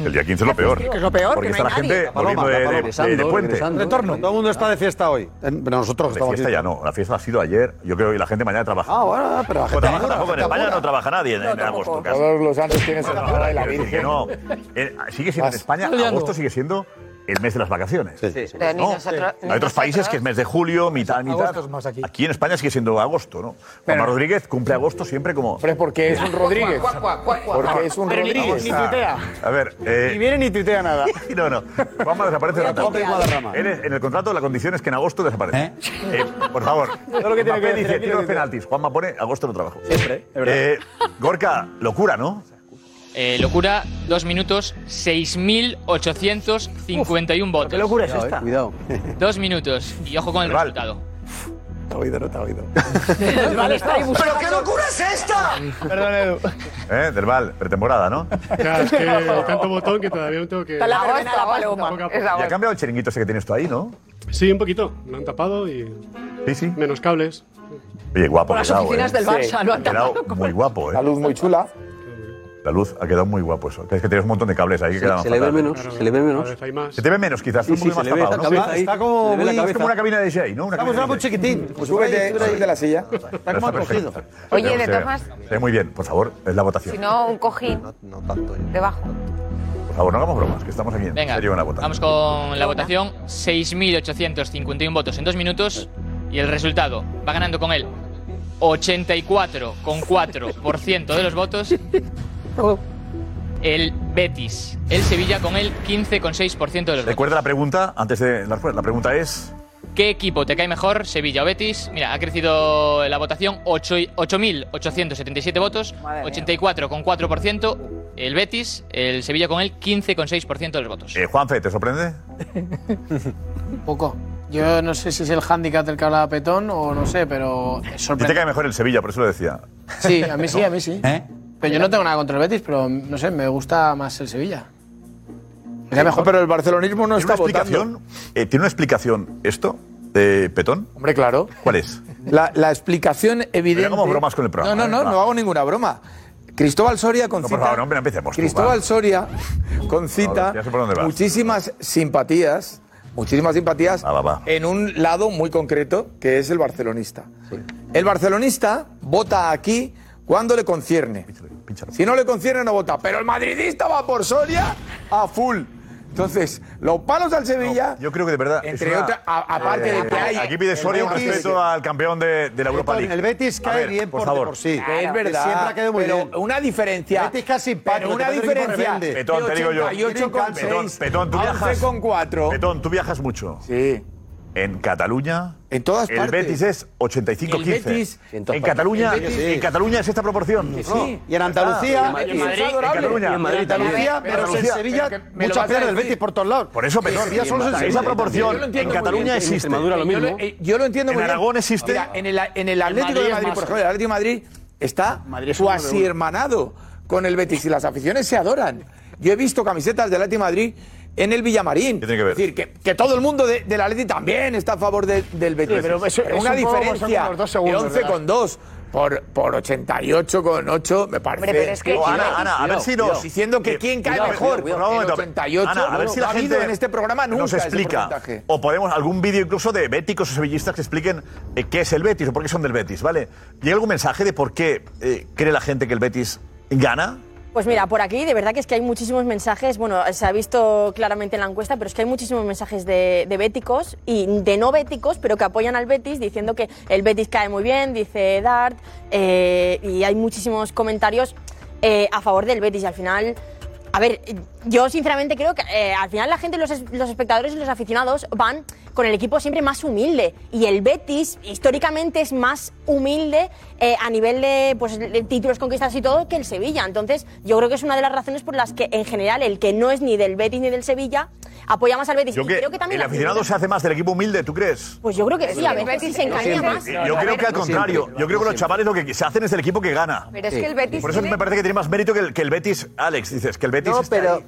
Speaker 6: el día 15 es lo peor.
Speaker 10: Que es lo peor,
Speaker 6: Porque
Speaker 10: que no
Speaker 6: está la
Speaker 10: hay nadie.
Speaker 6: gente
Speaker 10: La paloma,
Speaker 6: volviendo
Speaker 10: la paloma.
Speaker 6: de, de- de- de
Speaker 8: Regresando,
Speaker 6: puente.
Speaker 8: regresando. Retorno. Todo el mundo está de fiesta hoy. En- Pero nosotros
Speaker 6: De
Speaker 8: estamos
Speaker 6: fiesta
Speaker 8: aquí.
Speaker 6: ya no, la fiesta ha sido ayer. Yo creo que la gente mañana trabaja. Ah,
Speaker 8: bueno, pero la gente
Speaker 6: trabaja
Speaker 8: apura,
Speaker 6: tampoco.
Speaker 8: la gente
Speaker 6: en España
Speaker 8: apura.
Speaker 6: no trabaja nadie en, en agosto. casi.
Speaker 9: Todos los años tienes
Speaker 6: Bueno,
Speaker 9: el Navidad de la
Speaker 6: quiero decir
Speaker 9: Virgen.
Speaker 6: que no. Eh, sigue siendo en España,
Speaker 9: Estoy liando.
Speaker 6: agosto sigue siendo el mes de las vacaciones.
Speaker 11: Pero ni
Speaker 6: ¿no?
Speaker 11: nosotros- ni
Speaker 6: Hay otros países
Speaker 11: nosotros.
Speaker 6: que es mes de
Speaker 9: Pues
Speaker 6: julio, mitad, mitad.
Speaker 11: Agosto es más
Speaker 6: aquí. en España sigue siendo agosto, ¿no? Juanma Rodríguez cumple agosto siempre como. Pero
Speaker 9: porque es un Rodríguez. Porque es un
Speaker 6: Pero ni-
Speaker 9: Rodríguez.
Speaker 6: ni tuitea. A ver. Eh,
Speaker 9: Ni viene ni tuitea nada.
Speaker 6: no, no. Juanma desaparece
Speaker 9: Voy a
Speaker 6: rato.
Speaker 9: tope Guadarrama.
Speaker 6: Él es- en el contrato la condición es que en agosto desaparece. Eh, por favor.
Speaker 9: Todo lo que tiene que
Speaker 6: Mbappé
Speaker 9: decir
Speaker 6: dice,
Speaker 9: aquí
Speaker 6: tiro
Speaker 9: lo
Speaker 6: de penaltis. Juanma pone agosto no trabajo.
Speaker 9: Siempre,
Speaker 6: Eh, Gorka, Eh, locura, ¿no?
Speaker 27: Eh, locura, dos minutos, 6.851 votos. ¿Qué locura
Speaker 7: Cuidado, eh, cuidado.
Speaker 27: Dos minutos. Y ojo con el resultado.
Speaker 8: Te ha oído, no te ha oído.
Speaker 28: ¿Pero qué locura es esta?
Speaker 6: Perdón, Edu. ¿Eh? Del Val, pretemporada, ¿no?
Speaker 28: Ya, es que tanto botón que todavía no tengo que...
Speaker 6: Está la
Speaker 28: verbena la
Speaker 6: Y ha cambiado el chiringuito ese que tienes tú ahí, ¿no?
Speaker 28: Sí, un poquito. Lo han tapado y...
Speaker 6: Sí, sí.
Speaker 28: Menos cables.
Speaker 6: Oye, guapo.
Speaker 28: Por
Speaker 6: ha
Speaker 28: las
Speaker 6: quedado,
Speaker 28: oficinas
Speaker 6: ¿eh?
Speaker 28: del Barça, lo han
Speaker 6: Ha quedado
Speaker 28: tapado con-
Speaker 6: muy guapo, ¿eh? La luz muy chula. La luz ha quedado muy guapo eso. Es que tienes un montón de cables ahí que
Speaker 7: Se-
Speaker 6: quedaban
Speaker 7: se le ve
Speaker 6: fatal.
Speaker 7: menos, Claro, se le ve menos.
Speaker 28: cada vez hay más.
Speaker 6: Se te ve menos, quizás.
Speaker 7: Sí,
Speaker 6: un
Speaker 7: sí,
Speaker 6: poquito
Speaker 7: se
Speaker 6: más
Speaker 7: le ve esa
Speaker 6: tapado, ¿no?
Speaker 7: cabeza
Speaker 6: Sí.
Speaker 7: ahí,
Speaker 6: Está como
Speaker 7: se le ve la
Speaker 6: muy- es como
Speaker 7: cabeza.
Speaker 6: una cabina de DJ, ¿no? Una
Speaker 7: Estamos
Speaker 6: cabina
Speaker 7: hablando
Speaker 6: DJ.
Speaker 7: chiquitín.
Speaker 6: Pues
Speaker 7: Súbete-
Speaker 6: súbete-
Speaker 7: súbete de la silla.
Speaker 6: Está
Speaker 7: como
Speaker 6: perfecto.
Speaker 7: acogido.
Speaker 11: Oye, de
Speaker 6: Se ve-
Speaker 11: todas más-
Speaker 6: Se ve muy bien, por favor, es la votación.
Speaker 11: Si no, ¿eh? un cojín debajo.
Speaker 6: Por favor, no hagamos bromas, que estamos aquí en
Speaker 27: Venga,
Speaker 6: serio en la votación.
Speaker 27: vamos con la votación. 6.851 votos en dos minutos. Y el resultado va ganando con él 84,4% de los votos. El Betis. El Sevilla con el 15,6% de los votos.
Speaker 6: Recuerda la pregunta, antes de la respuesta. La pregunta es...
Speaker 27: ¿Qué equipo te cae mejor, Sevilla o Betis? Mira, ha crecido la votación ocho- 8.877 votos, 84,4% el Betis, el Sevilla con el 15,6% de los votos.
Speaker 6: Eh, Juanfe, ¿te sorprende?
Speaker 4: Poco. Yo no sé si es el hándicap del que hablaba Petón o no sé, pero es
Speaker 6: Y te
Speaker 4: sorprendente.
Speaker 6: cae mejor el Sevilla, por eso lo decía.
Speaker 4: Sí, a mí sí, a mí sí.
Speaker 8: ¿Eh?
Speaker 4: Pero yo no tengo nada contra el Betis, pero no sé, me gusta más el Sevilla. mejor.
Speaker 9: Pero el barcelonismo no
Speaker 6: ¿Tiene
Speaker 9: está
Speaker 6: una
Speaker 9: votando.
Speaker 6: explicación? Eh, ¿Tiene una explicación esto, eh, Petón?
Speaker 9: Hombre, claro.
Speaker 6: ¿Cuál es?
Speaker 9: La, la explicación evidente.
Speaker 6: hagamos bromas con el programa,
Speaker 9: No,
Speaker 6: ¿eh?
Speaker 9: no, no,
Speaker 6: Va.
Speaker 9: no hago ninguna broma. Cristóbal Soria con
Speaker 6: No, por favor, no, hombre, no empecemos tú,
Speaker 9: Cristóbal
Speaker 6: va.
Speaker 9: Soria concita
Speaker 6: Joder, ya sé por dónde vas.
Speaker 9: muchísimas simpatías, muchísimas simpatías en un lado muy concreto que es el barcelonista. El barcelonista vota aquí cuando le concierne. Si no le concierne no vota, pero el madridista va por Soria a full. Entonces, los palos al Sevilla.
Speaker 6: yo creo que de verdad. es
Speaker 9: Entre
Speaker 6: una-
Speaker 9: otras, a- aparte
Speaker 6: Eh,
Speaker 9: de que hay.
Speaker 6: Aquí pide
Speaker 9: el
Speaker 6: Soria un
Speaker 9: Betis-
Speaker 6: respeto al campeón de, de la Europa
Speaker 9: Petón,
Speaker 6: League.
Speaker 9: el
Speaker 8: Betis
Speaker 6: A
Speaker 8: cae
Speaker 6: ver,
Speaker 8: bien
Speaker 6: por,
Speaker 8: por-
Speaker 6: favor.
Speaker 8: por sí.
Speaker 9: Que es
Speaker 8: Claro, que
Speaker 9: verdad.
Speaker 8: siempre ha quedado muy
Speaker 9: pero
Speaker 8: bien.
Speaker 9: una diferencia.
Speaker 8: Betis casi empate,
Speaker 9: Pero una
Speaker 8: te parece un equipo
Speaker 9: diferencia.
Speaker 8: rebelde.
Speaker 9: de
Speaker 6: Petón, te digo yo.
Speaker 9: 88,6,
Speaker 6: Petón, Petón, tú
Speaker 9: a
Speaker 6: viajas.
Speaker 9: 11,4.
Speaker 6: Petón, tú viajas mucho.
Speaker 9: Sí.
Speaker 6: En Cataluña.
Speaker 9: En todas
Speaker 6: El
Speaker 9: partes.
Speaker 6: Betis es 85-15.
Speaker 9: El Betis-
Speaker 6: En,
Speaker 9: todas partes.
Speaker 6: Cataluña,
Speaker 9: El Betis-
Speaker 6: en Cataluña es esta proporción.
Speaker 9: Que
Speaker 6: ¿no?
Speaker 9: sí.
Speaker 8: Y en Andalucía,
Speaker 6: Ah,
Speaker 8: Betis.
Speaker 6: en
Speaker 8: es
Speaker 6: Madrid,
Speaker 8: adorable.
Speaker 6: en Cataluña.
Speaker 8: Y en Madrid
Speaker 6: En
Speaker 8: también.
Speaker 6: Andalucía,
Speaker 8: Pero
Speaker 6: pero
Speaker 8: en
Speaker 6: Andalucía-
Speaker 8: Sevilla,
Speaker 6: pero que me lo
Speaker 8: muchas
Speaker 6: vas a
Speaker 8: piernas del
Speaker 6: decir.
Speaker 8: Betis por todos lados.
Speaker 6: Por eso, Petón,
Speaker 8: Sevilla solo es el
Speaker 6: esa
Speaker 8: Sevilla.
Speaker 6: proporción.
Speaker 9: Yo lo
Speaker 6: En
Speaker 9: entiendo muy
Speaker 6: Cataluña
Speaker 9: bien.
Speaker 6: existe.
Speaker 9: Yo lo, eh, yo lo entiendo
Speaker 6: En
Speaker 9: muy bien.
Speaker 6: Aragón existe.
Speaker 9: Mira, en, el, en el Atlético
Speaker 6: Madrid
Speaker 9: de
Speaker 6: es
Speaker 9: Madrid,
Speaker 6: más.
Speaker 9: por ejemplo, el Atlético de Madrid está
Speaker 6: es número
Speaker 9: cuasi
Speaker 6: uno.
Speaker 9: hermanado con el Betis y las aficiones se adoran. Yo he visto camisetas del Atlético de Madrid en el Villamarín.
Speaker 6: que ver?
Speaker 9: Es decir, que, que todo el mundo de- del Atlético también está a favor de- del Betis.
Speaker 4: Sí, pero eso-
Speaker 9: una
Speaker 4: eso fue
Speaker 9: diferencia
Speaker 4: los dos
Speaker 9: de
Speaker 4: segundos,
Speaker 9: 11 con 2 por, por 88 con 8 me parece.
Speaker 6: Hombre, pero es que- Ana,
Speaker 9: Cuidado,
Speaker 6: Ana, a ver
Speaker 9: cuidado,
Speaker 6: si nos-
Speaker 9: cuidado. diciendo que quién cae
Speaker 6: Cuidado,
Speaker 9: mejor.
Speaker 6: cuidado, cuidado, un
Speaker 9: el
Speaker 6: momento.
Speaker 9: 88
Speaker 6: Ana, a ver
Speaker 9: no
Speaker 6: si la
Speaker 9: ha habido
Speaker 6: gente
Speaker 9: en este programa nunca
Speaker 6: nos
Speaker 9: ese
Speaker 6: explica.
Speaker 9: porcentaje.
Speaker 6: O podemos algún vídeo incluso de béticos o sevillistas que expliquen eh, qué es el Betis o por qué son del Betis, ¿vale? ¿Llega algún mensaje de por qué eh, cree la gente que el Betis gana?
Speaker 2: Pues mira, por aquí de verdad que es que hay muchísimos mensajes, bueno, se ha visto claramente en la encuesta, pero es que hay muchísimos mensajes de, de béticos y de no béticos, pero que apoyan al Betis diciendo que el Betis cae muy bien, dice Dart, eh, y hay muchísimos comentarios eh, a favor del Betis y al final... A ver, yo sinceramente creo que eh, al final la gente, los, es- los espectadores y los aficionados van con el equipo siempre más humilde. Y el Betis históricamente es más humilde eh, a nivel de, pues, de títulos conquistados y todo que el Sevilla. Entonces yo creo que es una de las razones por las que en general el que no es ni del Betis ni del Sevilla apoya más al Betis.
Speaker 6: Yo
Speaker 2: Y
Speaker 6: que,
Speaker 2: creo que también
Speaker 6: el
Speaker 2: la
Speaker 6: aficionado
Speaker 2: afición-
Speaker 6: se hace más del equipo humilde, ¿tú crees?
Speaker 2: Pues yo creo que sí, a
Speaker 11: El
Speaker 2: veces
Speaker 11: Betis
Speaker 2: se engaña
Speaker 11: no
Speaker 2: más.
Speaker 11: siempre.
Speaker 6: Yo creo que al
Speaker 11: No
Speaker 6: contrario,
Speaker 11: siempre.
Speaker 6: yo creo que los chavales lo que se hacen es del equipo que gana.
Speaker 11: Pero es que el Betis
Speaker 6: Por eso
Speaker 11: tiene-
Speaker 6: me parece que tiene más mérito que el, que el Betis, Alex, dices, que el Betis
Speaker 34: No,
Speaker 6: esté ahí.
Speaker 34: pero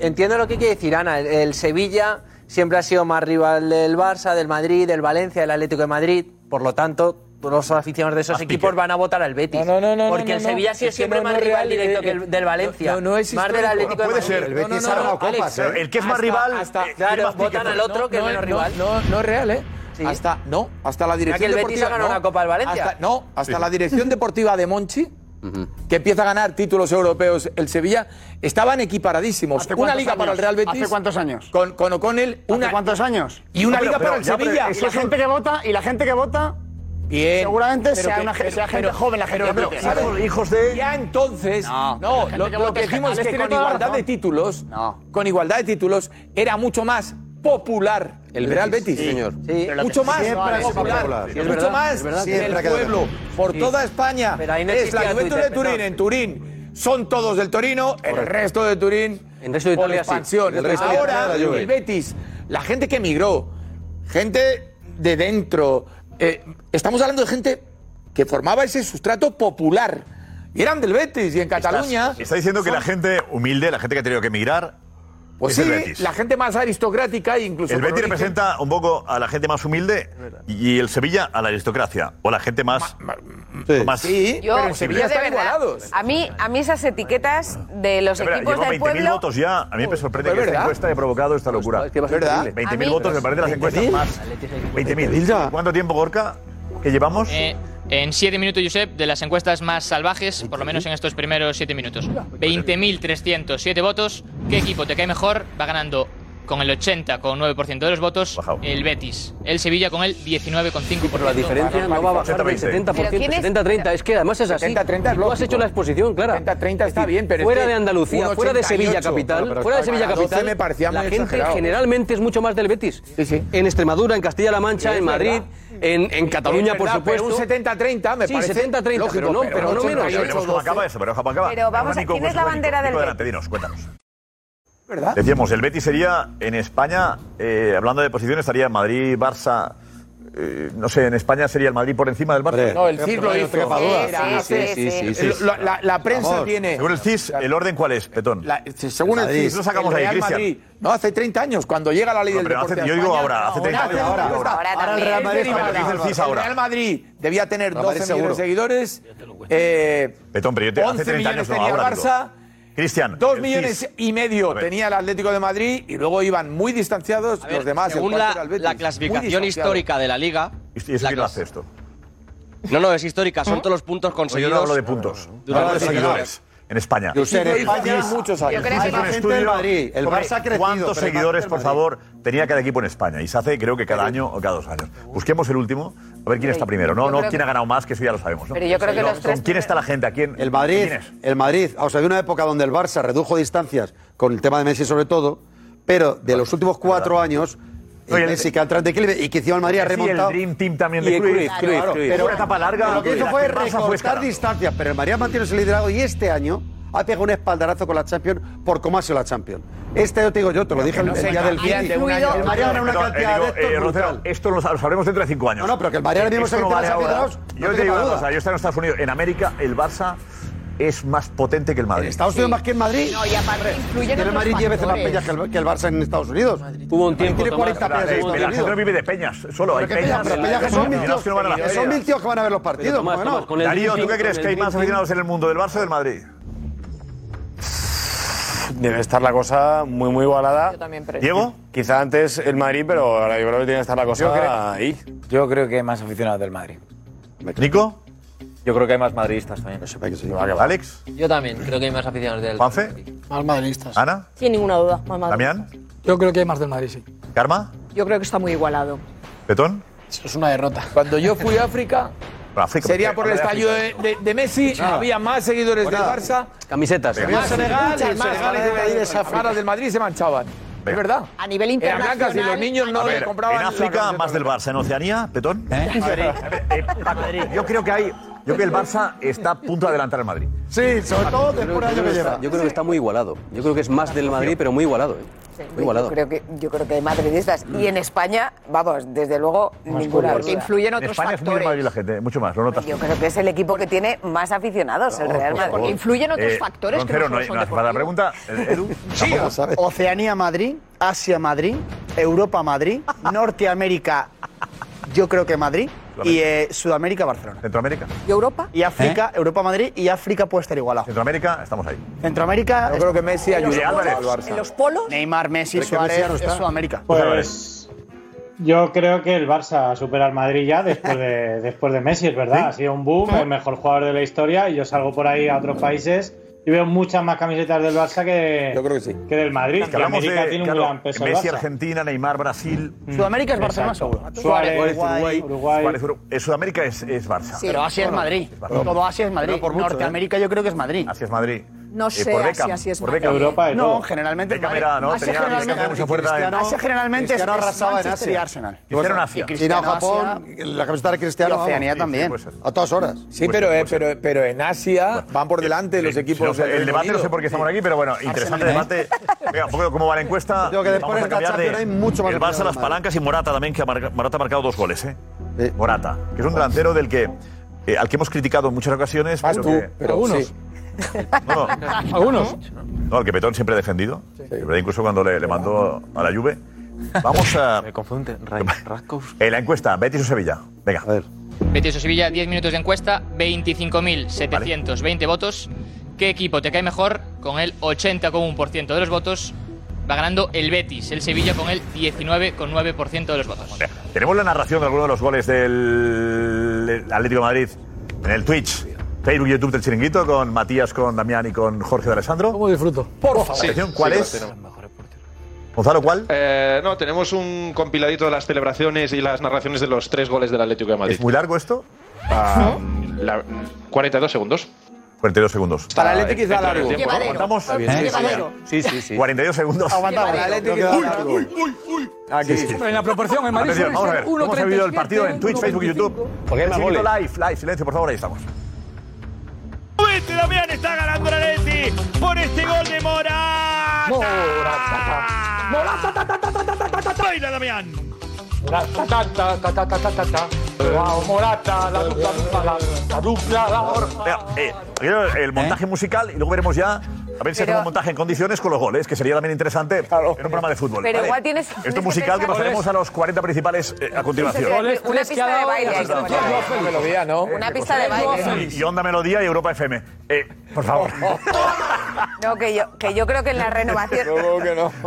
Speaker 34: entiendo lo que quiere decir Ana. El, el Sevilla siempre ha sido más rival del Barça, del Madrid, del Valencia, del Atlético de Madrid. Por lo tanto, los aficionados de esos equipos van a votar al Betis.
Speaker 9: No, no, no,
Speaker 34: Porque
Speaker 9: no,
Speaker 34: el
Speaker 9: no.
Speaker 34: Sevilla sí es,
Speaker 9: Es que
Speaker 34: siempre
Speaker 9: no,
Speaker 34: más
Speaker 9: no es
Speaker 34: rival
Speaker 9: real,
Speaker 34: directo
Speaker 9: eh,
Speaker 34: que el del Valencia.
Speaker 9: no, no es
Speaker 34: más del
Speaker 9: histórico.
Speaker 34: Atlético
Speaker 9: No puede
Speaker 34: de Madrid.
Speaker 9: ser. El Betis ha ganado
Speaker 34: Alex,
Speaker 9: copas, ¿eh?
Speaker 6: El que es más
Speaker 9: Hasta-
Speaker 6: rival,
Speaker 9: hasta-
Speaker 6: eh, tiene
Speaker 34: Claro,
Speaker 6: más pique.
Speaker 34: votan al otro que es menos rival.
Speaker 9: No, no es real, ¿eh? Hasta, no, hasta la
Speaker 34: Mira que
Speaker 9: dirección
Speaker 34: el Betis
Speaker 9: deportiva.
Speaker 34: ha ganado
Speaker 9: no.
Speaker 34: una Copa del Valencia.
Speaker 9: Hasta- no, hasta
Speaker 34: Sí.
Speaker 9: la dirección deportiva de Monchi, que empieza a ganar títulos europeos el Sevilla, estaban equiparadísimos.
Speaker 1: ¿Hace
Speaker 9: Una
Speaker 1: cuántos
Speaker 9: liga para el
Speaker 1: años?
Speaker 9: Real Betis.
Speaker 1: ¿Hace cuántos años?
Speaker 9: Con, con O'Connell. Una,
Speaker 1: cuántos años?
Speaker 9: Y una
Speaker 1: No, pero-
Speaker 9: liga
Speaker 1: pero-
Speaker 9: para el
Speaker 1: ya, pero
Speaker 9: Sevilla.
Speaker 1: es que la gente que vota y la gente que vota
Speaker 9: Bien.
Speaker 1: seguramente
Speaker 9: Pero
Speaker 1: sea,
Speaker 9: que-
Speaker 1: una, ge-
Speaker 9: pero-
Speaker 1: sea gente
Speaker 9: pero-
Speaker 1: joven la gente
Speaker 9: pero-
Speaker 1: que
Speaker 9: pero,
Speaker 1: vota.
Speaker 9: ¿sabes? Ya entonces. No,
Speaker 1: pero la
Speaker 9: lo,
Speaker 1: gente que
Speaker 9: lo
Speaker 1: vota
Speaker 9: que
Speaker 1: es que
Speaker 9: dijimos es
Speaker 1: Canales
Speaker 9: que
Speaker 1: tiene
Speaker 9: con
Speaker 1: toda la
Speaker 9: igualdad de
Speaker 1: razón.
Speaker 9: títulos. Con igualdad de títulos era mucho más popular el Real Betis,
Speaker 7: Sí, señor. Sí.
Speaker 9: Pero la- mucho más
Speaker 7: Siempre ha sido
Speaker 9: popular,
Speaker 7: popular. Sí, es
Speaker 9: mucho
Speaker 7: verdad,
Speaker 9: más
Speaker 7: es verdad.
Speaker 9: el
Speaker 7: Siempre ha quedado.
Speaker 9: pueblo por
Speaker 7: Sí.
Speaker 9: toda España
Speaker 7: Pero ahí no
Speaker 9: es
Speaker 7: existía
Speaker 9: la Juventus
Speaker 7: Twitter,
Speaker 9: de Turín
Speaker 7: perdón.
Speaker 9: en Turín son todos del Torino, el resto de Turín
Speaker 7: el resto de
Speaker 9: por
Speaker 7: Italia, sí.
Speaker 9: expansión.
Speaker 7: El resto de Italia,
Speaker 9: Ahora,
Speaker 7: la Juve.
Speaker 9: el Betis, la gente que emigró, gente de dentro, eh, estamos hablando de gente que formaba ese sustrato popular. Y eran del Betis y en Cataluña...
Speaker 6: Está diciendo que la gente humilde, la gente que ha tenido que emigrar,
Speaker 9: Pues
Speaker 6: es
Speaker 9: sí,
Speaker 6: el Betis.
Speaker 9: la gente más aristocrática e incluso...
Speaker 6: El
Speaker 9: con
Speaker 6: Betis
Speaker 9: origen-
Speaker 6: representa un poco a la gente más humilde y el Sevilla a la aristocracia. O la gente más. más
Speaker 9: Sí,
Speaker 11: Yo,
Speaker 9: pero en
Speaker 11: yo
Speaker 9: Sevilla
Speaker 11: de
Speaker 9: están
Speaker 11: verdad,
Speaker 9: igualados.
Speaker 11: A mí, a mí esas etiquetas de los
Speaker 6: Es verdad,
Speaker 11: equipos
Speaker 6: llevo
Speaker 11: del
Speaker 6: 20.000
Speaker 11: pueblo.
Speaker 6: votos ya. A mí me sorprende
Speaker 11: Pues
Speaker 6: que esta
Speaker 11: verdad.
Speaker 6: encuesta haya provocado esta locura.
Speaker 7: Pues, que va a ser
Speaker 6: ¿Verdad?
Speaker 7: increíble.
Speaker 6: 20.000
Speaker 7: A mí-
Speaker 6: votos me parecen las encuestas
Speaker 7: 20.000.
Speaker 6: más. 20.000. ¿Cuánto tiempo, Gorka, que llevamos?
Speaker 27: Eh, en 7 minutos, Josep, de las encuestas más salvajes, por lo menos en estos primeros 7 minutos.
Speaker 7: pues
Speaker 27: 20.307 votos. ¿Qué equipo te cae mejor? Va ganando con el 80,9% de los votos el Betis. El Sevilla con el 19,5%.
Speaker 7: Pero la diferencia no va a bajar del 70%, 70-30. Es que además es así.
Speaker 9: 70-30 es
Speaker 7: Tú has
Speaker 9: lógico.
Speaker 7: hecho la exposición, Clara.
Speaker 9: 70-30 está bien, pero
Speaker 7: fuera
Speaker 9: es que
Speaker 7: de Andalucía,
Speaker 9: un
Speaker 7: fuera de
Speaker 9: 88,
Speaker 7: Sevilla capital,
Speaker 9: pero
Speaker 7: fuera de Sevilla
Speaker 9: a 12
Speaker 7: capital,
Speaker 9: me parecía
Speaker 7: la
Speaker 9: muy
Speaker 7: gente
Speaker 9: exagerado.
Speaker 7: generalmente es mucho más del Betis. En Extremadura, en Castilla-La Mancha,
Speaker 9: Sí, es
Speaker 7: en Madrid,
Speaker 9: verdad.
Speaker 7: en, en Cataluña,
Speaker 9: Es
Speaker 7: por
Speaker 9: verdad, pero
Speaker 7: supuesto.
Speaker 9: un 70-30 me
Speaker 7: sí,
Speaker 9: parece
Speaker 7: 70-30, pero
Speaker 9: lógico,
Speaker 7: no,
Speaker 9: pero
Speaker 7: pero no
Speaker 9: 88,
Speaker 7: menos.
Speaker 6: Veremos cómo acaba eso, veremos cómo acaba.
Speaker 11: Pero vamos a-
Speaker 6: Nico,
Speaker 11: ¿quién es
Speaker 6: Nico,
Speaker 11: la bandera
Speaker 6: Nico,
Speaker 11: del
Speaker 6: adelante,
Speaker 11: Betis?
Speaker 6: dinos, cuéntanos.
Speaker 9: ¿Verdad?
Speaker 6: Decíamos, el Betis sería en España, eh, hablando de posiciones, estaría Madrid, Barça. eh, no sé, en España sería el Madrid por encima del Barça.
Speaker 9: No, el CIS lo hizo. Era, hace- el- La, la prensa tiene.
Speaker 6: Según el CIS, ¿el orden cuál es, Petón?
Speaker 9: Según el CIS,
Speaker 6: Lo sacamos
Speaker 9: el
Speaker 6: ahí,
Speaker 9: Real
Speaker 6: Cristian.
Speaker 9: Madrid. No, hace 30 años, cuando llega la ley
Speaker 6: No,
Speaker 9: del
Speaker 6: pero
Speaker 9: deporte
Speaker 6: hace-
Speaker 9: a
Speaker 6: yo digo
Speaker 9: España,
Speaker 6: ahora, hace 30 años.
Speaker 9: ahora,
Speaker 6: Ahora
Speaker 9: ahora el
Speaker 6: también.
Speaker 9: Real Madrid.
Speaker 6: A ver, lo que dice el CIS ahora.
Speaker 9: Real Madrid debía tener
Speaker 6: Real
Speaker 9: 12
Speaker 6: Madrid
Speaker 9: millones de seguidores. Eh,
Speaker 6: Petón, pero yo te,
Speaker 9: 11
Speaker 6: hace 30
Speaker 9: millones
Speaker 6: años no,
Speaker 9: tenía el
Speaker 6: ahora digo.
Speaker 9: Barça.
Speaker 6: Cristian.
Speaker 9: 2
Speaker 6: el
Speaker 9: millones
Speaker 6: CIS.
Speaker 9: y
Speaker 6: A
Speaker 9: medio
Speaker 6: ver.
Speaker 9: tenía el Atlético de Madrid y luego iban muy distanciados
Speaker 36: A ver,
Speaker 9: los demás. el
Speaker 36: según
Speaker 9: cuarto
Speaker 36: la-
Speaker 9: era el Betis,
Speaker 36: la
Speaker 9: muy
Speaker 36: clasificación
Speaker 9: distanciado.
Speaker 36: histórica de la liga.
Speaker 6: ¿Y eso
Speaker 36: la
Speaker 6: quién lo
Speaker 36: clas-
Speaker 6: hace esto?
Speaker 36: No, no, es histórica, son todos los puntos
Speaker 6: Pues Yo
Speaker 36: conseguidos.
Speaker 6: no hablo de puntos. Yo
Speaker 36: durante
Speaker 6: hablo de
Speaker 36: los
Speaker 6: seguidores. En España.
Speaker 9: Yo sé, en España muchos años.
Speaker 6: Hay un estudio sobre ¿Cuántos seguidores, por favor, tenía cada equipo en España? Y se hace, creo que cada año o cada dos años. Busquemos el último, a ver quién está primero. No,
Speaker 8: Yo
Speaker 6: no,
Speaker 8: creo
Speaker 6: quién
Speaker 8: que-
Speaker 6: ha ganado más, que eso ya lo sabemos. ¿no?
Speaker 8: Pero yo creo que los
Speaker 6: ¿Con
Speaker 8: tres
Speaker 6: quién está la gente? ¿A quién?
Speaker 8: El Madrid,
Speaker 6: ¿Quién es?
Speaker 8: el Madrid, o sea, había una época donde el Barça redujo distancias con el tema de Messi sobre todo, pero de los últimos cuatro años
Speaker 6: Oye,
Speaker 8: el
Speaker 6: el-
Speaker 8: Messi que ha entrado en declive y que encima el Madrid ha
Speaker 6: Messi, el
Speaker 8: remontado.
Speaker 6: Dream Team también de Cruyff, Cruyff,
Speaker 8: Pero
Speaker 6: Cruyff. Fue una etapa larga,
Speaker 8: Lo que hizo
Speaker 6: la
Speaker 8: fue
Speaker 6: que Barça fue
Speaker 8: recortar
Speaker 6: escalando.
Speaker 8: distancias, pero el Madrid ha mantenido ese liderazgo y este año ha pegado un espaldarazo con la Champions por cómo ha sido la Champions. Este yo te digo yo, te lo dije el,
Speaker 9: no
Speaker 8: el
Speaker 9: se
Speaker 8: día del
Speaker 9: confían
Speaker 8: Betis.
Speaker 9: de un
Speaker 8: El
Speaker 9: año.
Speaker 8: Madrid ha ganado una
Speaker 6: Perdón, eh,
Speaker 8: cantidad de
Speaker 6: digo, eh,
Speaker 8: estos
Speaker 6: Rocero,
Speaker 8: brutal.
Speaker 6: esto lo sab- sabremos dentro de cinco años.
Speaker 8: No, no, pero que el Madrid ahora mismo
Speaker 6: Esto
Speaker 8: se
Speaker 6: no
Speaker 8: mete
Speaker 6: vale
Speaker 8: los
Speaker 6: ahora.
Speaker 8: aficionados,
Speaker 6: Yo
Speaker 8: no
Speaker 6: te
Speaker 8: te
Speaker 6: digo
Speaker 8: cabe
Speaker 6: una
Speaker 8: duda.
Speaker 6: cosa, yo estaba en Estados Unidos. En América, el Barça es más potente que el Madrid.
Speaker 8: Estados Unidos más que en Madrid.
Speaker 10: No, y aparte
Speaker 8: Tiene
Speaker 10: influyen
Speaker 8: el
Speaker 10: otros
Speaker 8: Madrid 10 veces más
Speaker 10: factores.
Speaker 8: peñas que el, que el Barça en Estados Unidos.
Speaker 7: Hubo un tiempo,
Speaker 8: Tiene
Speaker 7: Tomás,
Speaker 8: 40 peñas. en
Speaker 6: Pero
Speaker 8: Estados
Speaker 6: la gente no
Speaker 8: Unidos.
Speaker 6: vive de peñas, solo hay
Speaker 8: Pero qué
Speaker 6: peñas.
Speaker 8: peñas, pero peñas que son mil tíos,
Speaker 6: aficionados que no van a las
Speaker 8: que son mil
Speaker 6: peñas.
Speaker 8: tíos que van a ver los partidos.
Speaker 6: Tomás,
Speaker 8: ¿cómo no?
Speaker 6: Tomás, con el Darío, ¿tú qué crees que hay más aficionados en el mundo del Barça o del Madrid?
Speaker 21: Debe estar la cosa muy, muy igualada.
Speaker 10: pero-
Speaker 6: ¿Diego?
Speaker 21: Quizá antes el Madrid, pero ahora yo creo que tiene que estar la cosa
Speaker 33: Yo creo-
Speaker 21: ahí.
Speaker 33: Yo creo que hay más aficionados del Madrid.
Speaker 6: ¿Nico?
Speaker 3: Yo creo que hay más madridistas también.
Speaker 6: ¿Alex?
Speaker 3: Yo también, creo que hay más aficionados del
Speaker 6: ¿Juanfe?
Speaker 4: Más madridistas.
Speaker 6: ¿Ana?
Speaker 2: Sin ninguna duda, más madre.
Speaker 6: ¿Damián?
Speaker 5: Yo creo que hay más del Madrid, sí.
Speaker 6: ¿Karma?
Speaker 10: Yo creo que está muy igualado.
Speaker 6: ¿Petón?
Speaker 4: Es una derrota.
Speaker 9: Cuando yo fui a África,
Speaker 6: Bueno, África,
Speaker 9: sería
Speaker 6: porque
Speaker 9: por el
Speaker 6: habla de
Speaker 9: estallido
Speaker 6: África.
Speaker 9: de, de- de Messi,
Speaker 6: Nada.
Speaker 9: había más seguidores
Speaker 6: Pues
Speaker 9: del
Speaker 6: nada.
Speaker 9: Camisetas.
Speaker 7: Camisetas.
Speaker 9: Había Senegal,
Speaker 10: Muchas
Speaker 9: el
Speaker 10: más.
Speaker 9: Senegal
Speaker 10: Ahora
Speaker 9: y
Speaker 10: de
Speaker 9: de
Speaker 10: África.
Speaker 9: Safaras del Madrid se manchaban. Es
Speaker 6: Venga.
Speaker 9: verdad. Eh,
Speaker 10: A nivel
Speaker 9: Eran
Speaker 10: internacional.
Speaker 9: blancas y los niños
Speaker 6: A
Speaker 9: no
Speaker 6: ver,
Speaker 9: le compraban
Speaker 6: en
Speaker 9: la
Speaker 6: África
Speaker 9: camiseta.
Speaker 6: más del Barça, en Oceanía, Petón.
Speaker 9: Madrid.
Speaker 6: Eh, Paco, Yo creo que hay, yo creo que el Barça está a punto de adelantar al Madrid.
Speaker 8: Sí, sobre todo
Speaker 7: Yo creo-
Speaker 8: después
Speaker 7: yo
Speaker 8: del año
Speaker 7: creo
Speaker 8: que
Speaker 7: que
Speaker 8: lleva.
Speaker 7: está- yo creo que está muy igualado. Yo creo que es más del Madrid, pero muy igualado. ¿eh? Muy
Speaker 11: Este, Yo
Speaker 7: igualado.
Speaker 11: creo, que, yo creo que hay madridistas. Y
Speaker 6: Mm.
Speaker 11: en España, vamos, desde luego, ninguna
Speaker 6: curioso.
Speaker 11: duda.
Speaker 6: en España es muy del Madrid la gente, mucho más, lo notas.
Speaker 11: Yo creo que es el equipo que tiene más aficionados, el Real Madrid.
Speaker 6: Eh, Roncero, no, hay- no hace falta la pregunta. Eh, Edu,
Speaker 1: Sí,
Speaker 6: tampoco.
Speaker 1: Oceanía Madrid, Asia Madrid, Europa Madrid, Norteamérica, yo creo que Madrid, y eh, Sudamérica Barcelona.
Speaker 6: Centroamérica.
Speaker 1: ¿Y Europa? Y África, Europa Madrid y África puede estar igualado.
Speaker 6: Centroamérica, estamos ahí.
Speaker 1: Centroamérica.
Speaker 9: Yo creo que Messi
Speaker 1: En los
Speaker 9: ayudó
Speaker 1: polos,
Speaker 9: al Barça.
Speaker 1: En los polos. Neymar, Messi,
Speaker 9: Pero es que Messi
Speaker 1: Suárez,
Speaker 9: ya no
Speaker 1: es
Speaker 9: está.
Speaker 1: Sudamérica.
Speaker 26: Pues yo creo que el Barça supera al Madrid ya después de, después de Messi, es verdad. Ha sido un boom, el mejor jugador de la historia. Y yo salgo por ahí a otros países y veo muchas más camisetas del Barça que, que del Madrid.
Speaker 6: Que
Speaker 26: Y
Speaker 6: hablamos
Speaker 26: América
Speaker 6: de
Speaker 26: tiene un
Speaker 6: claro,
Speaker 26: gran peso. el
Speaker 6: Messi,
Speaker 26: Barça.
Speaker 6: Argentina, Neymar, Brasil.
Speaker 1: Sudamérica es Barcelona,
Speaker 6: Exacto.
Speaker 1: seguro.
Speaker 6: Suárez,
Speaker 1: Suárez,
Speaker 6: Uruguay.
Speaker 1: Uruguay.
Speaker 6: Suárez, Uruguay. Eh, Sudamérica es, es Barça.
Speaker 1: Pero Asia es Madrid. Todo Asia es Madrid.
Speaker 6: Pero por mucho,
Speaker 1: Norteamérica yo creo que es Madrid.
Speaker 6: Así es Madrid.
Speaker 10: No
Speaker 6: Eh,
Speaker 10: sé
Speaker 6: por
Speaker 10: así,
Speaker 6: Beckham,
Speaker 10: así es
Speaker 6: por
Speaker 10: Madrid.
Speaker 6: Beckham. Europa y
Speaker 1: no,
Speaker 6: todo.
Speaker 1: generalmente.
Speaker 6: Beckham
Speaker 1: Madrid.
Speaker 6: era, ¿no?
Speaker 1: Asia
Speaker 6: Tenía-
Speaker 1: generalmente,
Speaker 6: Beckham tenía mucha fuerza en-
Speaker 1: Asia generalmente es,
Speaker 6: Cristiano
Speaker 1: es
Speaker 6: arrasaba en
Speaker 1: Manchester
Speaker 6: Asia.
Speaker 1: y Arsenal.
Speaker 6: Cristiano en Asia.
Speaker 1: Y
Speaker 6: Cristiano,
Speaker 1: Cristiano,
Speaker 6: Japón,
Speaker 1: Asia.
Speaker 8: La camiseta de Cristiano.
Speaker 1: Y Oceanía
Speaker 8: vamos.
Speaker 1: también.
Speaker 6: pues,
Speaker 8: a todas horas.
Speaker 9: Sí, pero, eh, pero, pero en Asia van por delante los equipos.
Speaker 6: si no, el debate no sé por qué estamos aquí, pero bueno, interesante debate. Venga, un poco cómo va la encuesta.
Speaker 8: Digo que después
Speaker 6: Vamos a
Speaker 8: esta
Speaker 6: cambiar de.
Speaker 8: Champions hay mucho más
Speaker 6: el
Speaker 8: opinión
Speaker 6: Barça,
Speaker 8: del
Speaker 6: las
Speaker 8: Madrid.
Speaker 6: palancas y Morata también, que ha marca- Morata ha marcado dos goles, ¿eh? Morata, que es un delantero del que. eh, al que hemos criticado en muchas ocasiones.
Speaker 9: Más tú,
Speaker 6: que-
Speaker 9: pero Algunos. sí.
Speaker 6: No, no.
Speaker 5: Algunos.
Speaker 6: No, al que Petón siempre ha defendido. ¿verdad? Incluso cuando le, le mandó a la Juve. Vamos a. Me confunde. En la encuesta, Betis o Sevilla. Venga. A ver.
Speaker 27: Betis o Sevilla, 10 minutos de encuesta, 25.720 votos. ¿Qué equipo te cae mejor? Con el 80,1% de los votos va ganando el Betis, el Sevilla con el 19,9% de los votos.
Speaker 6: Tenemos la narración de alguno de los goles del Atlético de Madrid en el Twitch, Facebook y YouTube del Chiringuito con Matías, con Damián y con Jorge de Alessandro. ¿Cómo
Speaker 5: disfruto?
Speaker 6: Por favor.
Speaker 34: Sí,
Speaker 6: Atención, ¿Cuál
Speaker 34: sí,
Speaker 6: es?
Speaker 34: lo
Speaker 6: Gonzalo, ¿cuál?
Speaker 34: Eh, no, tenemos un compiladito de las celebraciones y las narraciones de los tres goles del Atlético de Madrid.
Speaker 6: ¿Es muy largo esto?
Speaker 34: Ah, la- 42 segundos.
Speaker 6: 42 segundos.
Speaker 34: Para el Atlético está largo.
Speaker 6: ¿Aguantamos?
Speaker 34: Llevadero.
Speaker 6: Sí, sí, sí. 42 segundos.
Speaker 34: Aguantamos. Para el Atlético
Speaker 6: Uy,
Speaker 34: queda largo.
Speaker 6: uy, uy, uy.
Speaker 5: Aquí. Hombre, en la proporción, en Madrid
Speaker 6: Atención,
Speaker 5: suele
Speaker 6: Vamos a
Speaker 5: ser
Speaker 6: ver.
Speaker 5: 1,37,
Speaker 6: Hemos vivido el partido en Twitch, Facebook y
Speaker 5: 1,25.
Speaker 6: YouTube.
Speaker 5: Porque hay más
Speaker 6: Chiringuito
Speaker 5: goles.
Speaker 6: Live, live, silencio, por favor, ahí estamos.
Speaker 9: ¿eh?
Speaker 37: Vete, Damián está ganando la Leti por este gol de Morata. Morata. Morata. Ta, ta, ta, ta, ta, ta, ta, ta. Baila, Damián.
Speaker 38: Morata, ta, ta, ta, ta, ta, ta, ta, ta. Guau, Morata, la dupla, dupla, la, la dupla, la-
Speaker 6: Venga, eh, quiero el montaje musical y luego veremos ya a ver si hacemos un montaje en condiciones con los goles, que sería también interesante en un programa de fútbol.
Speaker 11: Pero
Speaker 6: ¿vale?
Speaker 11: igual tienes- tienes
Speaker 6: Esto
Speaker 11: que
Speaker 6: musical que
Speaker 11: pensar-
Speaker 6: pasaremos a los 40 principales eh, a continuación.
Speaker 11: Goles, Una tres que pista ha de dado baile, y
Speaker 6: Una
Speaker 11: asistencia de Joao Félix. Melodía, ¿no?
Speaker 6: Pues
Speaker 11: Una pista de baile.
Speaker 6: Y Onda Melodía y Europa FM. Eh, por favor.
Speaker 11: No, que yo, que yo creo que en la renovación.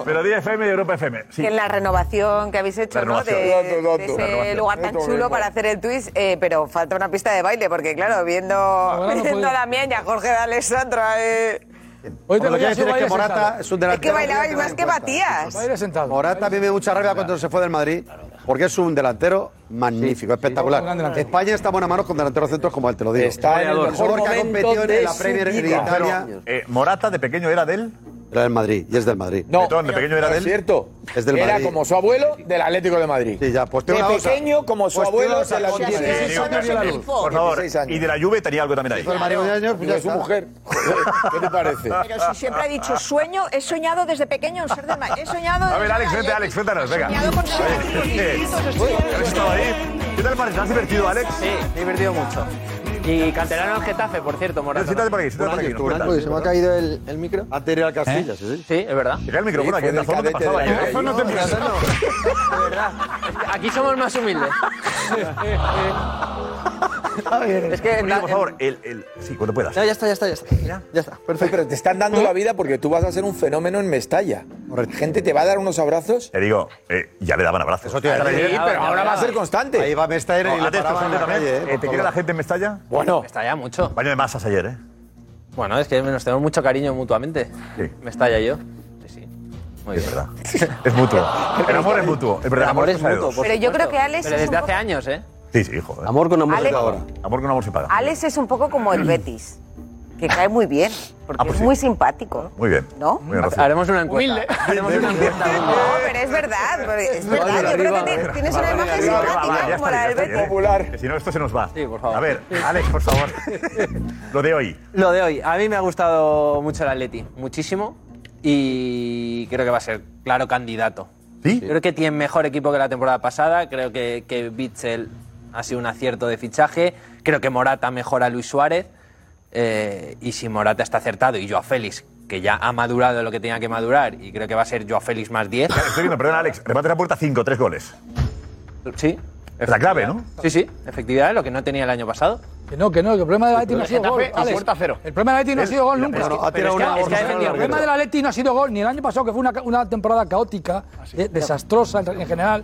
Speaker 6: Melodía FM y Europa FM. Sí.
Speaker 11: Que en la renovación que habéis hecho,
Speaker 6: La
Speaker 11: ¿no? De,
Speaker 6: renovación. Exacto,
Speaker 11: de
Speaker 6: exacto. La
Speaker 11: ese
Speaker 6: renovación.
Speaker 11: lugar tan
Speaker 6: Esto
Speaker 11: chulo
Speaker 6: mismo.
Speaker 11: para hacer el twist, eh, pero falta una pista de baile, porque claro, viendo,
Speaker 8: Ahora no
Speaker 11: viendo a
Speaker 8: puede.
Speaker 11: Damián y a Jorge de Alessandra. Eh,
Speaker 8: Hoy
Speaker 11: te
Speaker 8: te
Speaker 11: voy a
Speaker 8: lo que decir es
Speaker 11: llevar
Speaker 8: que
Speaker 11: ya
Speaker 8: Morata
Speaker 11: sentado.
Speaker 8: es un
Speaker 11: Es
Speaker 8: delantero.
Speaker 11: que bailabais más que Matías.
Speaker 8: Morata a mí me dio mucha rabia cuando se fue del Madrid, porque es un delantero magnífico, espectacular. España está buena mano con delanteros centros como él, te lo digo.
Speaker 9: Está Ah, en el
Speaker 8: Goleador.
Speaker 9: mejor
Speaker 8: Mejor que ha
Speaker 9: momento
Speaker 8: competido
Speaker 9: de
Speaker 8: en la
Speaker 9: su
Speaker 8: Premier en
Speaker 9: vida.
Speaker 8: Italia.
Speaker 6: Pero, eh, Morata de pequeño era del.
Speaker 8: Era del Madrid y es del Madrid.
Speaker 9: No,
Speaker 6: Petón, de pequeño era
Speaker 9: no
Speaker 6: de
Speaker 9: es
Speaker 6: él.
Speaker 9: cierto.
Speaker 8: Es del
Speaker 9: era
Speaker 8: Madrid.
Speaker 9: como su abuelo del Atlético de Madrid.
Speaker 8: Sí, ya, pues
Speaker 9: De
Speaker 8: una cosa.
Speaker 9: pequeño como su
Speaker 8: Pues tiene
Speaker 9: abuelo
Speaker 8: una cosa,
Speaker 9: del
Speaker 8: con
Speaker 9: Atlético de
Speaker 8: 16 años vio la luz.
Speaker 6: Por favor. Y de la Juve tenía algo también ahí.
Speaker 8: Fue el Madrid de años, pues ya
Speaker 9: su
Speaker 8: está.
Speaker 9: mujer. ¿Qué te parece?
Speaker 10: Pero si siempre he dicho sueño, he soñado desde pequeño en ser del Madrid. He soñado.
Speaker 6: A
Speaker 10: en
Speaker 6: ver,
Speaker 10: ser
Speaker 6: Alex,
Speaker 10: del
Speaker 6: vente, Alex,
Speaker 10: Atleti.
Speaker 6: cuéntanos, venga. eh,
Speaker 10: Soñado con ser del
Speaker 11: eh,
Speaker 10: Atleti.
Speaker 6: ¿Has estado ahí? ¿Qué tal parece? ¿Has divertido, Alex?
Speaker 3: Sí, me he divertido mucho. Y canterano en Getafe, por cierto, Morata.
Speaker 6: Siéntate por aquí, siénate por aquí. nos cuentas.
Speaker 3: se me ha caído el, micro.
Speaker 8: Anterior al Castilla,
Speaker 3: ¿Eh?
Speaker 8: sí, sí.
Speaker 3: Sí, es verdad.
Speaker 6: Llega el micrófono aquí, en la zona te pasaba. ¿eh?
Speaker 3: Aquí somos más humildes.
Speaker 6: Es que. por favor, el, el. Sí, cuando puedas.
Speaker 3: ya está, ya está, ya está. Ya está.
Speaker 9: Perfecto. ¿Mm? Pero te están dando la vida porque tú vas a ser un fenómeno en Mestalla. La gente te va a dar unos abrazos.
Speaker 6: Te digo, eh, ya le daban abrazos.
Speaker 9: te iba a decir, Sí, pero ahora va a ser constante.
Speaker 8: Ahí va Mestalla
Speaker 6: No,
Speaker 8: y le
Speaker 6: antes,
Speaker 8: paraban en
Speaker 6: constante
Speaker 8: la
Speaker 6: también.
Speaker 8: calle,
Speaker 6: Eh,
Speaker 8: eh,
Speaker 6: ¿Te
Speaker 8: por
Speaker 6: quiere la
Speaker 8: favor.
Speaker 6: gente en Mestalla?
Speaker 3: Bueno. Está ya mucho.
Speaker 6: Baño de masas ayer, ¿eh?
Speaker 3: Bueno, es que nos tenemos mucho cariño mutuamente. Me estalla yo.
Speaker 6: Muy es verdad. Es mutuo. El amor es mutuo. Es verdad,
Speaker 3: El amor es
Speaker 6: se paga
Speaker 3: mutuo,
Speaker 6: dos.
Speaker 3: por
Speaker 11: Pero yo creo que Alex
Speaker 3: Pero
Speaker 11: es
Speaker 3: desde
Speaker 11: un
Speaker 3: hace
Speaker 11: poco-
Speaker 3: años, ¿eh?
Speaker 6: Sí, sí, hijo.
Speaker 39: Amor con amor
Speaker 11: Ale-
Speaker 39: se paga ahora.
Speaker 6: Amor con amor se paga.
Speaker 11: Alex es un poco como el Betis, que cae muy bien, porque
Speaker 6: Ah, pues
Speaker 11: es
Speaker 6: sí.
Speaker 11: muy simpático.
Speaker 6: Muy bien.
Speaker 11: ¿No?
Speaker 6: Muy bien, Rocío.
Speaker 3: Haremos una encuesta. Haremos una encuesta.
Speaker 11: No, pero es verdad, porque es verdad. Yo creo que te- tienes una imagen
Speaker 6: Arriba, arriba,
Speaker 11: simpática
Speaker 6: va, ya
Speaker 11: como la
Speaker 6: está, ya
Speaker 11: del
Speaker 6: está,
Speaker 11: Betis.
Speaker 6: ya, ¿eh? Que Si no, esto se nos va. Sí, por favor. A ver, Alex, por favor. Lo de hoy.
Speaker 3: Lo de hoy. A mí me ha gustado mucho el Atleti. Muchísimo. Y creo que va a ser claro candidato.
Speaker 6: ¿Sí?
Speaker 3: Creo que tiene mejor equipo que la temporada pasada. Creo que, que Bitzel ha sido un acierto de fichaje. Creo que Morata mejora a Luis Suárez. Eh, y si Morata está acertado y Joao Félix, que ya ha madurado lo que tenía que madurar, y creo que va a ser Joao Félix más 10.
Speaker 6: Estoy viendo, perdón, Alex. Remate la puerta 5, 3 goles.
Speaker 3: Sí.
Speaker 6: Es la clave, ¿no?
Speaker 3: Sí, sí, efectividad, lo que no tenía el año pasado.
Speaker 5: Que no, que no, que el problema del Atleti no ha sido gol.
Speaker 3: Getafe a
Speaker 5: Alex.
Speaker 3: puerta cero.
Speaker 5: El problema del Atleti no ha
Speaker 3: Es-
Speaker 5: sido gol
Speaker 3: es-
Speaker 5: nunca.
Speaker 3: es que- pero es que- es que ha defendido
Speaker 5: el problema
Speaker 3: bien.
Speaker 5: del Atleti no ha sido gol, ni el año pasado, que fue una, ca- una temporada caótica,
Speaker 3: Ah,
Speaker 5: de- desastrosa en, en general.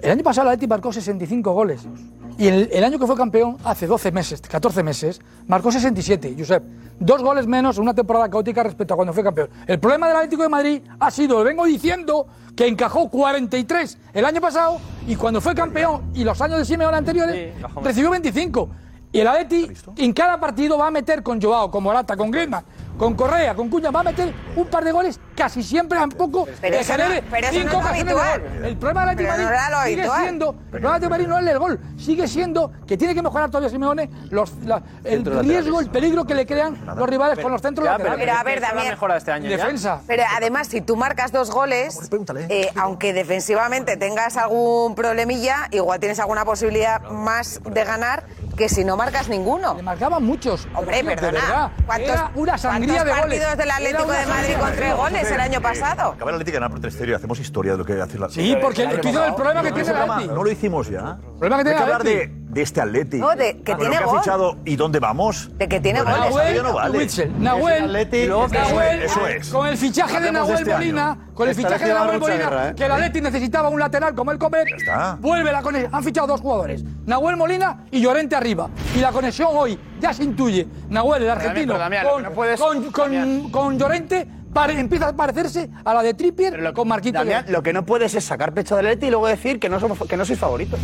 Speaker 5: El año pasado el Atleti marcó 65 goles. Y el, el año que fue campeón, hace 12 meses, 14 meses, marcó 67, Josep. Dos goles menos en una temporada caótica respecto a cuando fue campeón. El problema del Atlético de Madrid ha sido, lo vengo diciendo, que encajó 43 el año pasado y cuando fue campeón y los años de Simeone anteriores, recibió 25. Y el Atleti en cada partido va a meter con Joao, con Morata, con Griezmann, con Correa, con Cuña, va a meter un par de goles casi siempre tampoco
Speaker 11: Pero
Speaker 5: que
Speaker 11: eso no-
Speaker 5: genere
Speaker 11: pero eso
Speaker 5: cinco
Speaker 11: no es lo
Speaker 5: ocasiones de
Speaker 11: habitual.
Speaker 5: gol. El problema del Atleti
Speaker 11: Pero no
Speaker 5: Madrid
Speaker 11: era lo
Speaker 5: sigue
Speaker 11: habitual.
Speaker 5: siendo, el problema del Atleti Madrid no es el gol, sigue siendo que tiene que mejorar todavía Simeone los, la- el
Speaker 7: Centros
Speaker 5: riesgo, el peligro que le crean los rivales
Speaker 7: Pero-
Speaker 5: con los centros
Speaker 7: ya,
Speaker 5: laterales.
Speaker 11: Pero a ver, Damián.
Speaker 5: este Defensa.
Speaker 11: Pero además, si tú marcas dos goles, eh, aunque defensivamente tengas algún problemilla, igual tienes alguna posibilidad más de ganar que si no marcas ninguno. Le
Speaker 5: marcaban muchos.
Speaker 11: Hombre,
Speaker 5: tío, de
Speaker 11: perdona.
Speaker 5: verdad.
Speaker 11: ¿Cuántos,
Speaker 5: Era una sangría
Speaker 11: cuántos
Speaker 5: de goles.
Speaker 11: partidos del
Speaker 5: Era
Speaker 11: Atlético
Speaker 5: una
Speaker 11: de Madrid
Speaker 5: sangría
Speaker 11: con
Speaker 5: de
Speaker 11: tres
Speaker 5: goles.
Speaker 11: goles el año pasado?
Speaker 6: Acaba el Atlético ganar por 3-0 y hacemos historia de lo que hace la
Speaker 5: Sí, porque tú dices el problema que
Speaker 6: No,
Speaker 5: tiene
Speaker 6: ese
Speaker 5: el
Speaker 6: programa
Speaker 5: Atleti.
Speaker 6: ¿Eh? No lo hicimos ya. El
Speaker 5: problema Pues que tiene
Speaker 6: Pues Hay que
Speaker 5: el
Speaker 6: hablar de,
Speaker 5: Atleti.
Speaker 6: de este Atleti.
Speaker 11: No, de- que
Speaker 6: Con
Speaker 11: tiene
Speaker 6: lo que
Speaker 11: gol.
Speaker 6: ha fichado y dónde vamos.
Speaker 11: De que tiene
Speaker 6: Bueno,
Speaker 11: goles.
Speaker 6: eso ya no vale.
Speaker 5: Witzel, Nahuel,
Speaker 6: Atleti,
Speaker 5: y luego
Speaker 6: eso es,
Speaker 5: Nahuel,
Speaker 6: eso es.
Speaker 5: con el fichaje de
Speaker 6: Hablemos
Speaker 5: Nahuel
Speaker 6: este
Speaker 5: Molina,
Speaker 6: año.
Speaker 5: con el
Speaker 6: Esta
Speaker 5: fichaje
Speaker 6: vez
Speaker 5: de
Speaker 6: lleva
Speaker 5: Nahuel
Speaker 6: mucha
Speaker 5: Molina,
Speaker 6: guerra, ¿eh?
Speaker 5: que el Atleti necesitaba un lateral como el Comer,
Speaker 6: está.
Speaker 5: vuelve la conexión, han fichado dos jugadores, Nahuel Molina y Llorente arriba, y la conexión hoy ya se intuye, Nahuel, el
Speaker 4: Damián,
Speaker 5: argentino,
Speaker 4: pero Damián,
Speaker 5: con,
Speaker 4: no puedes-
Speaker 5: con- con- con Llorente, pare- empieza a parecerse a la de Trippier con Marquito
Speaker 1: Damián,
Speaker 5: Llorente.
Speaker 1: lo que no puedes es sacar pecho del Atleti y luego decir que no, somos, que no sois favoritos.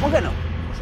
Speaker 1: ¿Cómo que no?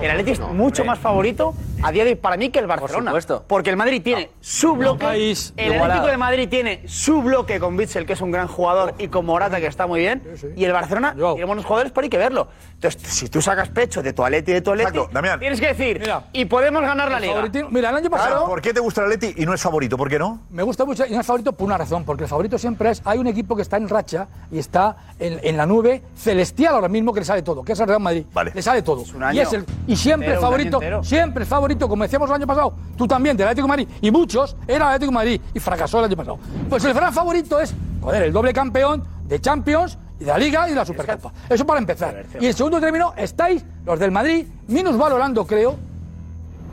Speaker 1: El Atleti es mucho más favorito a día de hoy para mí que el Barcelona.
Speaker 40: supuesto.
Speaker 1: Porque el Madrid tiene su bloque.
Speaker 40: país
Speaker 1: el
Speaker 40: igualado.
Speaker 1: Atlético de Madrid tiene su bloque con Bitzel, que es un gran jugador, y con Morata, que está muy bien. Y el Barcelona tiene buenos jugadores, pero hay que verlo. Entonces, si tú sacas pecho de tu Atleti y de tu Atleti,
Speaker 6: Exacto, Damián.
Speaker 1: tienes que decir, y podemos ganar la liga.
Speaker 5: Mira, el año pasado...
Speaker 6: Claro, ¿Por qué te gusta el Atleti y no es favorito? ¿Por qué no?
Speaker 5: Me gusta mucho y no es favorito por una razón, porque el favorito siempre es, hay un equipo que está en racha y está en, en la nube celestial ahora mismo que le sale todo, que es el Real Madrid. Le sale todo.
Speaker 1: año
Speaker 5: y, es el, y siempre el
Speaker 1: entero, un año
Speaker 5: favorito,
Speaker 1: entero.
Speaker 5: siempre el favorito, como decíamos el año pasado, tú también, del Atlético de Madrid, y muchos, era el Atlético de Madrid y fracasó el año pasado. Pues el gran favorito es, joder, el doble campeón de Champions y de la Liga y de la Supercopa. Eso para empezar. Y en segundo término, estáis los del Madrid, minusvalorando, creo,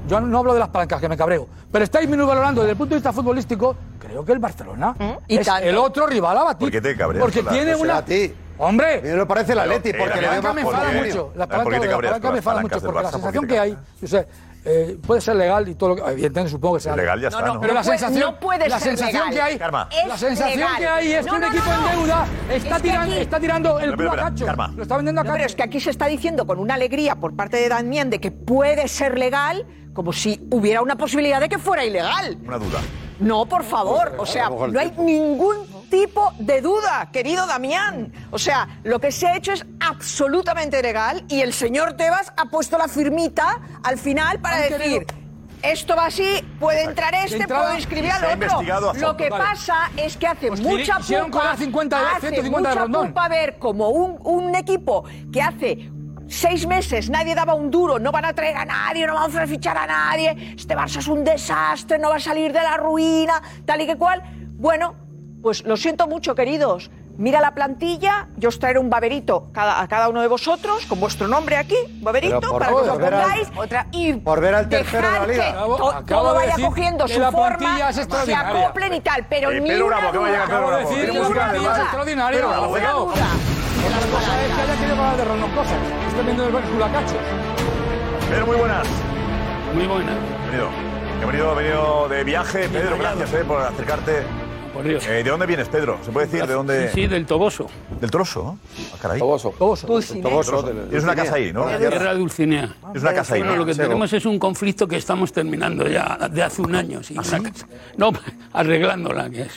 Speaker 5: yo no hablo de las palancas, que me cabreo. Pero estáis minusvalorando desde el punto de vista futbolístico, creo que el Barcelona
Speaker 8: Y
Speaker 5: es
Speaker 8: tanto.
Speaker 5: el otro rival a batir.
Speaker 6: ¿Por qué te cabreas
Speaker 5: Porque
Speaker 6: con la-
Speaker 5: tiene
Speaker 6: pues
Speaker 5: una...
Speaker 6: será a ti.
Speaker 5: ¡Hombre!
Speaker 8: me parece el
Speaker 5: la
Speaker 8: Atleti, porque le
Speaker 5: palanca
Speaker 8: vemos
Speaker 5: me
Speaker 8: por
Speaker 5: enfada
Speaker 8: qué.
Speaker 5: mucho.
Speaker 6: Ah,
Speaker 5: La
Speaker 6: ¿por qué
Speaker 5: palanca,
Speaker 6: te
Speaker 5: la
Speaker 6: cabreas
Speaker 5: palanca
Speaker 6: con
Speaker 5: me
Speaker 6: las
Speaker 5: enfada
Speaker 6: palancas
Speaker 5: mucho,
Speaker 6: del
Speaker 5: porque la sensación
Speaker 6: Barça? ¿Por qué te
Speaker 5: que hay... o sea, eh, puede ser legal y todo lo que... Evidentemente supongo que sea
Speaker 6: Legal ya está, No, no, ¿no?
Speaker 5: Pero la
Speaker 6: no puede-
Speaker 5: sensación,
Speaker 6: no puede
Speaker 5: la
Speaker 6: ser
Speaker 5: sensación
Speaker 6: legal.
Speaker 5: que hay...
Speaker 6: Karma.
Speaker 5: La
Speaker 6: Es
Speaker 5: sensación
Speaker 6: legal.
Speaker 5: que hay es
Speaker 6: No,
Speaker 5: que un
Speaker 6: no, no,
Speaker 5: equipo
Speaker 6: no.
Speaker 5: en deuda
Speaker 6: Es
Speaker 5: está,
Speaker 6: que
Speaker 5: tirando,
Speaker 6: aquí-
Speaker 5: está tirando el
Speaker 6: Espera,
Speaker 5: culo a
Speaker 6: espera,
Speaker 5: cacho.
Speaker 6: Karma.
Speaker 5: Lo está vendiendo a
Speaker 10: No, pero
Speaker 5: cacho.
Speaker 10: es que aquí se está diciendo con una alegría por parte de Damián de que puede ser legal, como si hubiera una posibilidad de que fuera ilegal.
Speaker 6: Una duda.
Speaker 10: No, por favor. O sea, no hay ningún tipo de duda, querido Damián. O sea, lo que se ha hecho es absolutamente legal y el señor Tebas ha puesto la firmita al final para decir. Esto va así, puede entrar este,
Speaker 5: Entraba-
Speaker 10: puedo inscribir
Speaker 5: Se ha
Speaker 10: al
Speaker 5: investigado a
Speaker 10: otro.
Speaker 5: fondo.
Speaker 10: Lo que
Speaker 5: Vale.
Speaker 10: pasa es que hace
Speaker 5: Pues
Speaker 10: mucha
Speaker 5: quisieron- quisieron
Speaker 10: pupa,
Speaker 5: cobrar 50,
Speaker 10: hace
Speaker 5: 150 de
Speaker 10: mucha
Speaker 5: Rondón.
Speaker 10: pupa ver como un, un equipo que hace seis meses nadie daba un duro, no van a traer a nadie, no vamos a fichar a nadie, este Barça es un desastre, no va a salir de la ruina, tal y que cual. Bueno, pues lo siento mucho, queridos. Mira la plantilla, yo os traeré un baberito cada- a cada uno de vosotros, con vuestro nombre aquí, baberito,
Speaker 8: Pero por
Speaker 10: para que os lo
Speaker 8: volver al-
Speaker 10: pongáis. y
Speaker 8: por ver al tercero de la
Speaker 10: dejad
Speaker 8: liga.
Speaker 10: que
Speaker 8: Acabo-
Speaker 10: to-
Speaker 8: acabo
Speaker 10: todo
Speaker 8: de
Speaker 10: vaya
Speaker 8: decir
Speaker 10: cogiendo
Speaker 8: que
Speaker 10: su
Speaker 8: la plantilla
Speaker 10: forma,
Speaker 8: es
Speaker 10: se
Speaker 8: extraordinaria.
Speaker 10: acoplen y tal, pero
Speaker 8: Eh,
Speaker 10: ni
Speaker 8: Pedro
Speaker 10: una
Speaker 8: Bravo, que
Speaker 10: duda.
Speaker 8: vaya a Pedro Bravo.
Speaker 5: decir
Speaker 8: Tenemos
Speaker 5: que
Speaker 8: una
Speaker 5: la plantilla
Speaker 8: duda.
Speaker 5: es extraordinaria.
Speaker 8: Pedro Bravo,
Speaker 5: Ninguna
Speaker 8: venga.
Speaker 5: duda. Otra cosa es que haya querido hablar de Rondón Cosas. Está viendo el culo a cacho.
Speaker 6: Pedro, muy buenas.
Speaker 28: Muy buenas.
Speaker 6: Bienvenido. Bienvenido, venido de viaje. Pedro, gracias eh, por acercarte.
Speaker 28: Por Dios.
Speaker 6: Eh, ¿De dónde vienes, Pedro? ¿Se puede decir de dónde?
Speaker 28: Sí, sí, del Toboso.
Speaker 6: ¿Del Toloso? Ah, caray.
Speaker 28: Toboso. Toboso.
Speaker 6: Toboso. Tienes una casa ahí, ¿no?
Speaker 28: La Tierra Dulcinea.
Speaker 6: Es una casa ahí,
Speaker 28: Bueno,
Speaker 6: ¿no?
Speaker 28: lo que
Speaker 6: Sego.
Speaker 28: tenemos es un conflicto que estamos terminando ya de hace un año.
Speaker 6: ¿Ah,
Speaker 28: sí, una casa. No, arreglándola, que es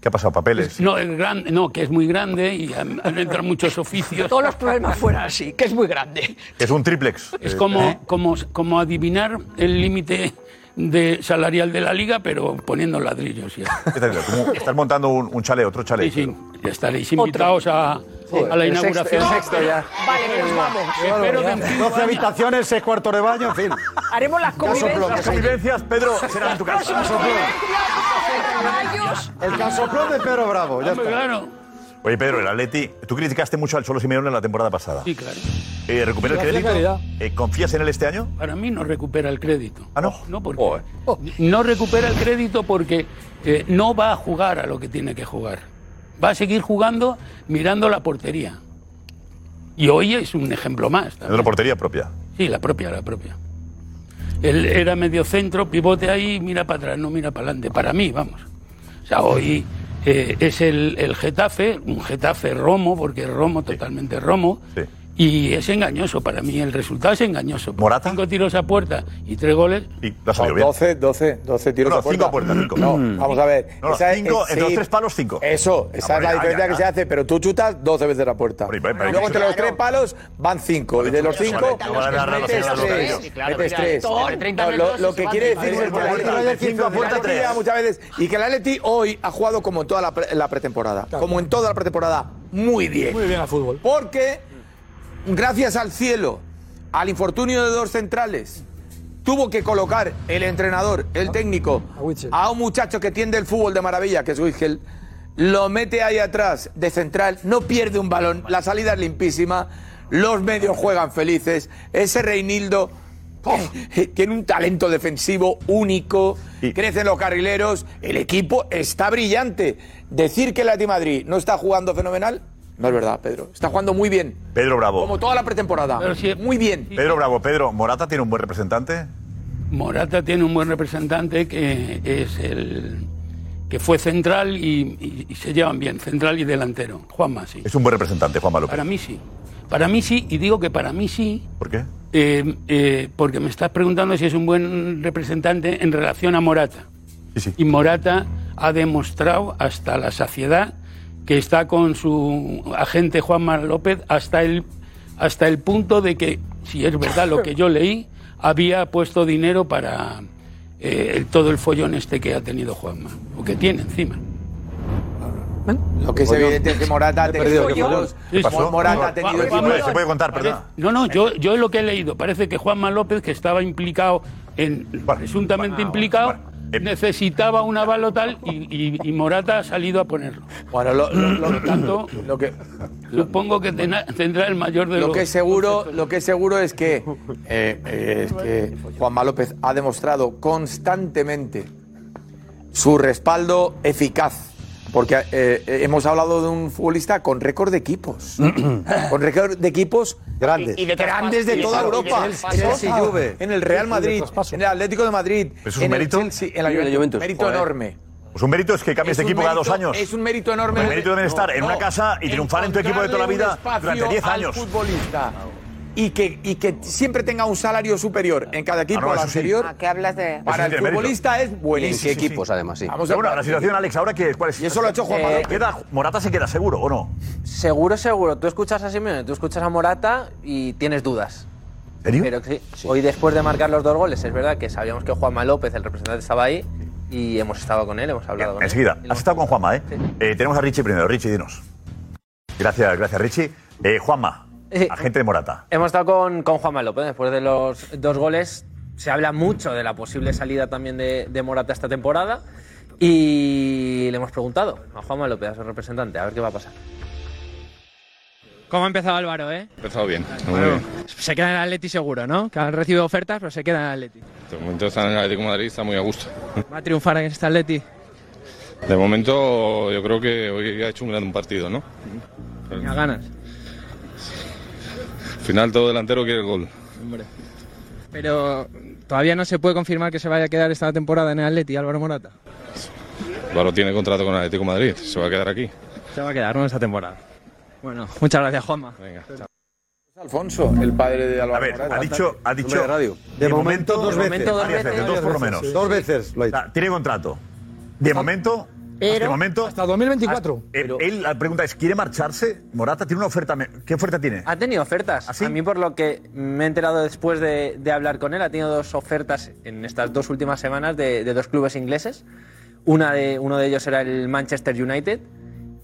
Speaker 6: ¿Qué ha pasado? ¿Papeles?
Speaker 28: No, el gran, no, que es muy grande y han, han entrado muchos oficios.
Speaker 10: Todos los problemas fueran así, que es muy grande.
Speaker 6: Es un triplex.
Speaker 28: Es
Speaker 6: Eh,
Speaker 28: como, como, como adivinar el límite de salarial de la liga, pero poniendo ladrillos. Ya.
Speaker 6: ¿Qué tal? ¿Cómo estás montando un, un chalet, otro chalet. Sí,
Speaker 28: sí. Estaréis invitados a, a la inauguración.
Speaker 10: Vale, nos vamos.
Speaker 28: Espero que en cinco
Speaker 8: 12
Speaker 28: años-
Speaker 8: habitaciones, 6 cuartos de baño, en fin.
Speaker 10: Haremos las
Speaker 8: Casoplón,
Speaker 10: convivencias.
Speaker 8: casoplón.
Speaker 6: Vivencias, Pedro, será en tu casa.
Speaker 8: El casoplón de Pedro Bravo, ya está.
Speaker 28: Hombre, claro.
Speaker 6: Oye, Pedro, el Atleti, tú criticaste mucho al Cholo Simeone la temporada pasada.
Speaker 28: Sí, claro.
Speaker 6: Eh, ¿Recupera el
Speaker 28: Gracias,
Speaker 6: crédito?
Speaker 28: calidad.
Speaker 6: Eh, ¿Confías en él este año?
Speaker 28: Para mí no recupera el crédito.
Speaker 6: Ah, no.
Speaker 28: No, porque Oh. no recupera el crédito porque eh, no va a jugar a lo que tiene que jugar. Va a seguir jugando mirando la portería. Y hoy es un ejemplo más.
Speaker 6: Es una portería propia.
Speaker 28: Sí, la propia, la propia. Él era medio centro, pivote ahí, mira para atrás, no mira para adelante. Para mí, vamos. O sea, hoy eh, es el, el Getafe, un Getafe romo, porque es romo, totalmente romo, Y es engañoso para mí, el resultado es engañoso. ¿Morata? Cinco tiros a puerta y tres goles.
Speaker 6: Y
Speaker 9: 12, 12, tiros
Speaker 6: No,
Speaker 9: a puerta.
Speaker 6: cinco a puerta, Nico.
Speaker 9: No, vamos a ver.
Speaker 6: No, no,
Speaker 9: Esa es-
Speaker 6: cinco,
Speaker 9: es-
Speaker 6: entre los
Speaker 9: sí.
Speaker 6: tres palos, cinco.
Speaker 9: Eso, esa es
Speaker 6: Hombre,
Speaker 9: la
Speaker 6: ya,
Speaker 9: diferencia
Speaker 6: ya,
Speaker 9: que se hace, pero tú chutas 12 veces a puerta.
Speaker 6: pero hay
Speaker 9: Luego
Speaker 6: que
Speaker 9: entre los tres palos van cinco. Y de los
Speaker 6: sí,
Speaker 9: cinco,
Speaker 6: claro, claro, claro,
Speaker 9: metes
Speaker 6: claro, claro,
Speaker 9: tres.
Speaker 6: claro, claro,
Speaker 9: Metes
Speaker 6: claro,
Speaker 9: tres.
Speaker 6: claro, claro,
Speaker 9: No, Lo
Speaker 6: claro,
Speaker 9: lo que quiere
Speaker 6: claro,
Speaker 9: decir es
Speaker 6: claro,
Speaker 9: que
Speaker 6: claro, claro,
Speaker 9: la
Speaker 6: claro,
Speaker 9: Atleti
Speaker 6: cinco a puerta, tres.
Speaker 9: llega muchas veces y que el Atleti hoy ha jugado como en toda la pre- la pretemporada. Como en toda la pretemporada. Muy bien.
Speaker 5: Muy bien al fútbol.
Speaker 9: Porque, gracias al cielo, al infortunio de dos centrales, tuvo que colocar el entrenador, el técnico, a un muchacho que tiende el fútbol de maravilla, que es Wigel, lo mete ahí atrás de central, no pierde un balón, la salida es limpísima, los medios juegan felices, ese Reinildo eh, tiene un talento defensivo único, crecen los carrileros, el equipo está brillante. Decir que el Atleti Madrid no está jugando fenomenal, no es verdad, Pedro. Está jugando muy bien.
Speaker 6: Pedro Bravo.
Speaker 9: Como toda la pretemporada. Muy bien.
Speaker 6: Pedro Bravo, Pedro, ¿Morata tiene un buen representante?
Speaker 28: Morata tiene un buen representante que es el que fue central y, y- y se llevan bien, central y delantero. Juan Masi.
Speaker 6: Es un buen representante, Juanma López.
Speaker 28: Para mí sí. Para mí sí, y digo que para mí sí,
Speaker 6: ¿Por qué?
Speaker 28: eh, eh, porque me estás preguntando si es un buen representante en relación a Morata. Y Morata ha demostrado hasta la saciedad que está con su agente Juanma López hasta el, hasta el punto de que, si es verdad lo que yo leí, había puesto dinero para eh, el- todo el follón este que ha tenido Juanma, o que tiene encima.
Speaker 9: Lo que es evidente es que Morata ha tenido dos. Morata ha tenido equipos-
Speaker 28: No, no, yo, yo es lo que he leído. Parece que Juanma López, que estaba implicado, en, presuntamente implicado, necesitaba un avalo tal y, y- y Morata ha salido a ponerlo.
Speaker 9: Bueno, lo,
Speaker 28: tanto,
Speaker 9: lo que,
Speaker 28: supongo que tena- tendrá el mayor de
Speaker 9: Lo
Speaker 28: los...
Speaker 9: que es seguro, lo que es seguro es que, eh, eh, es que Juanma López ha demostrado constantemente su respaldo eficaz. Porque eh, eh, hemos hablado de un futbolista con récord de equipos. con récord de equipos
Speaker 33: Grandes.
Speaker 9: y de grandes de toda
Speaker 33: Y de
Speaker 9: Europa.
Speaker 33: traspasos.
Speaker 9: En el
Speaker 33: Chelsea, Juve.
Speaker 9: en el Real Madrid, en el Atlético de Madrid.
Speaker 6: ¿Eso es un
Speaker 9: en el
Speaker 6: mérito?
Speaker 9: Chelsea, en la Juventus. Mérito
Speaker 6: Joder.
Speaker 9: enorme.
Speaker 6: Pues un mérito es que cambies
Speaker 9: Es
Speaker 6: de
Speaker 9: un
Speaker 6: equipo cada dos
Speaker 9: mérito-
Speaker 6: años.
Speaker 9: es un mérito enorme.
Speaker 6: El mérito debe estar en
Speaker 9: No,
Speaker 6: una casa y triunfar en tu equipo de toda la vida
Speaker 9: encontrarle un
Speaker 6: durante
Speaker 9: espacio
Speaker 6: 10
Speaker 9: al
Speaker 6: años.
Speaker 9: futbolista y que, y que siempre tenga un salario superior en cada equipo
Speaker 6: Ah, no,
Speaker 9: al
Speaker 6: eso sí.
Speaker 9: anterior.
Speaker 11: ¿A qué hablas de...?
Speaker 9: Para el
Speaker 6: tiene mérito.
Speaker 9: futbolista es buenísimo.
Speaker 6: Sí, sí, sí, sí.
Speaker 9: Vamos a
Speaker 6: Pero bueno,
Speaker 9: hablar
Speaker 6: la
Speaker 9: de-
Speaker 6: situación, Alex, ¿ahora qué? ¿Cuál es?
Speaker 9: Y eso lo ha hecho Juanma
Speaker 6: Eh,
Speaker 9: López.
Speaker 6: queda- ¿Morata se queda seguro o no?
Speaker 3: Seguro, seguro. Tú escuchas a Simeone, tú escuchas a Morata y tienes dudas. Pero sí, hoy después de marcar los dos goles, es verdad que sabíamos que Juanma López, el representante, estaba ahí y hemos estado con él, hemos hablado con él.
Speaker 6: Enseguida, has estado con Juanma, ¿eh? Eh, tenemos a Richie primero. Richie, dinos. Gracias, gracias, Richie. Eh, Juanma,
Speaker 3: Sí.
Speaker 6: agente de Morata.
Speaker 3: Hemos estado con, con Juanma López después de los dos goles. Se habla mucho de la posible salida también de, de Morata esta temporada. Y le hemos preguntado a Juanma López, a su representante, a ver qué va a pasar.
Speaker 1: ¿Cómo ha empezado Álvaro, eh?
Speaker 34: Empezado bien.
Speaker 1: Álvaro, Se queda en el Atleti seguro, ¿no? Que han recibido ofertas, pero se queda en el Atleti.
Speaker 34: De momento está en el Atlético de Madrid, está muy a gusto.
Speaker 1: ¿Va a triunfar en este Atleti?
Speaker 34: De momento yo creo que hoy ha hecho un gran partido, ¿no?
Speaker 1: Tenía ganas.
Speaker 34: Al final todo delantero quiere el gol.
Speaker 1: Hombre. Pero todavía no se puede confirmar que se vaya a quedar esta temporada en el Atleti, Álvaro Morata.
Speaker 34: Claro, tiene contrato con el Atlético de Madrid, se va a quedar aquí.
Speaker 1: Se va a quedar, ¿no? Esta temporada. Bueno, muchas gracias, Juanma.
Speaker 34: Venga,
Speaker 9: Alfonso, el padre de Álvaro
Speaker 6: A ver,
Speaker 9: Morata.
Speaker 6: ha dicho, ha
Speaker 9: Hombre
Speaker 6: dicho.
Speaker 9: de radio.
Speaker 6: De,
Speaker 9: momento,
Speaker 6: momento,
Speaker 9: dos
Speaker 6: dos
Speaker 9: veces.
Speaker 6: veces. varias
Speaker 9: Varias
Speaker 6: veces,
Speaker 9: veces,
Speaker 6: dos por lo
Speaker 9: sí,
Speaker 6: menos.
Speaker 9: sí.
Speaker 6: Dos veces lo Tiene contrato. De momento.
Speaker 5: Pero-
Speaker 6: de momento, hasta
Speaker 5: 2024.
Speaker 6: Él, él- la pregunta es, ¿quiere marcharse? Morata tiene una oferta. me- ¿Qué oferta
Speaker 9: Ah,
Speaker 6: tiene?
Speaker 3: Ha tenido ofertas.
Speaker 6: ¿Ah,
Speaker 3: A mí, por lo que me he enterado después de, de hablar con él, ha tenido dos ofertas en estas dos últimas semanas de, de dos clubes ingleses. Una de, uno de ellos era el Manchester United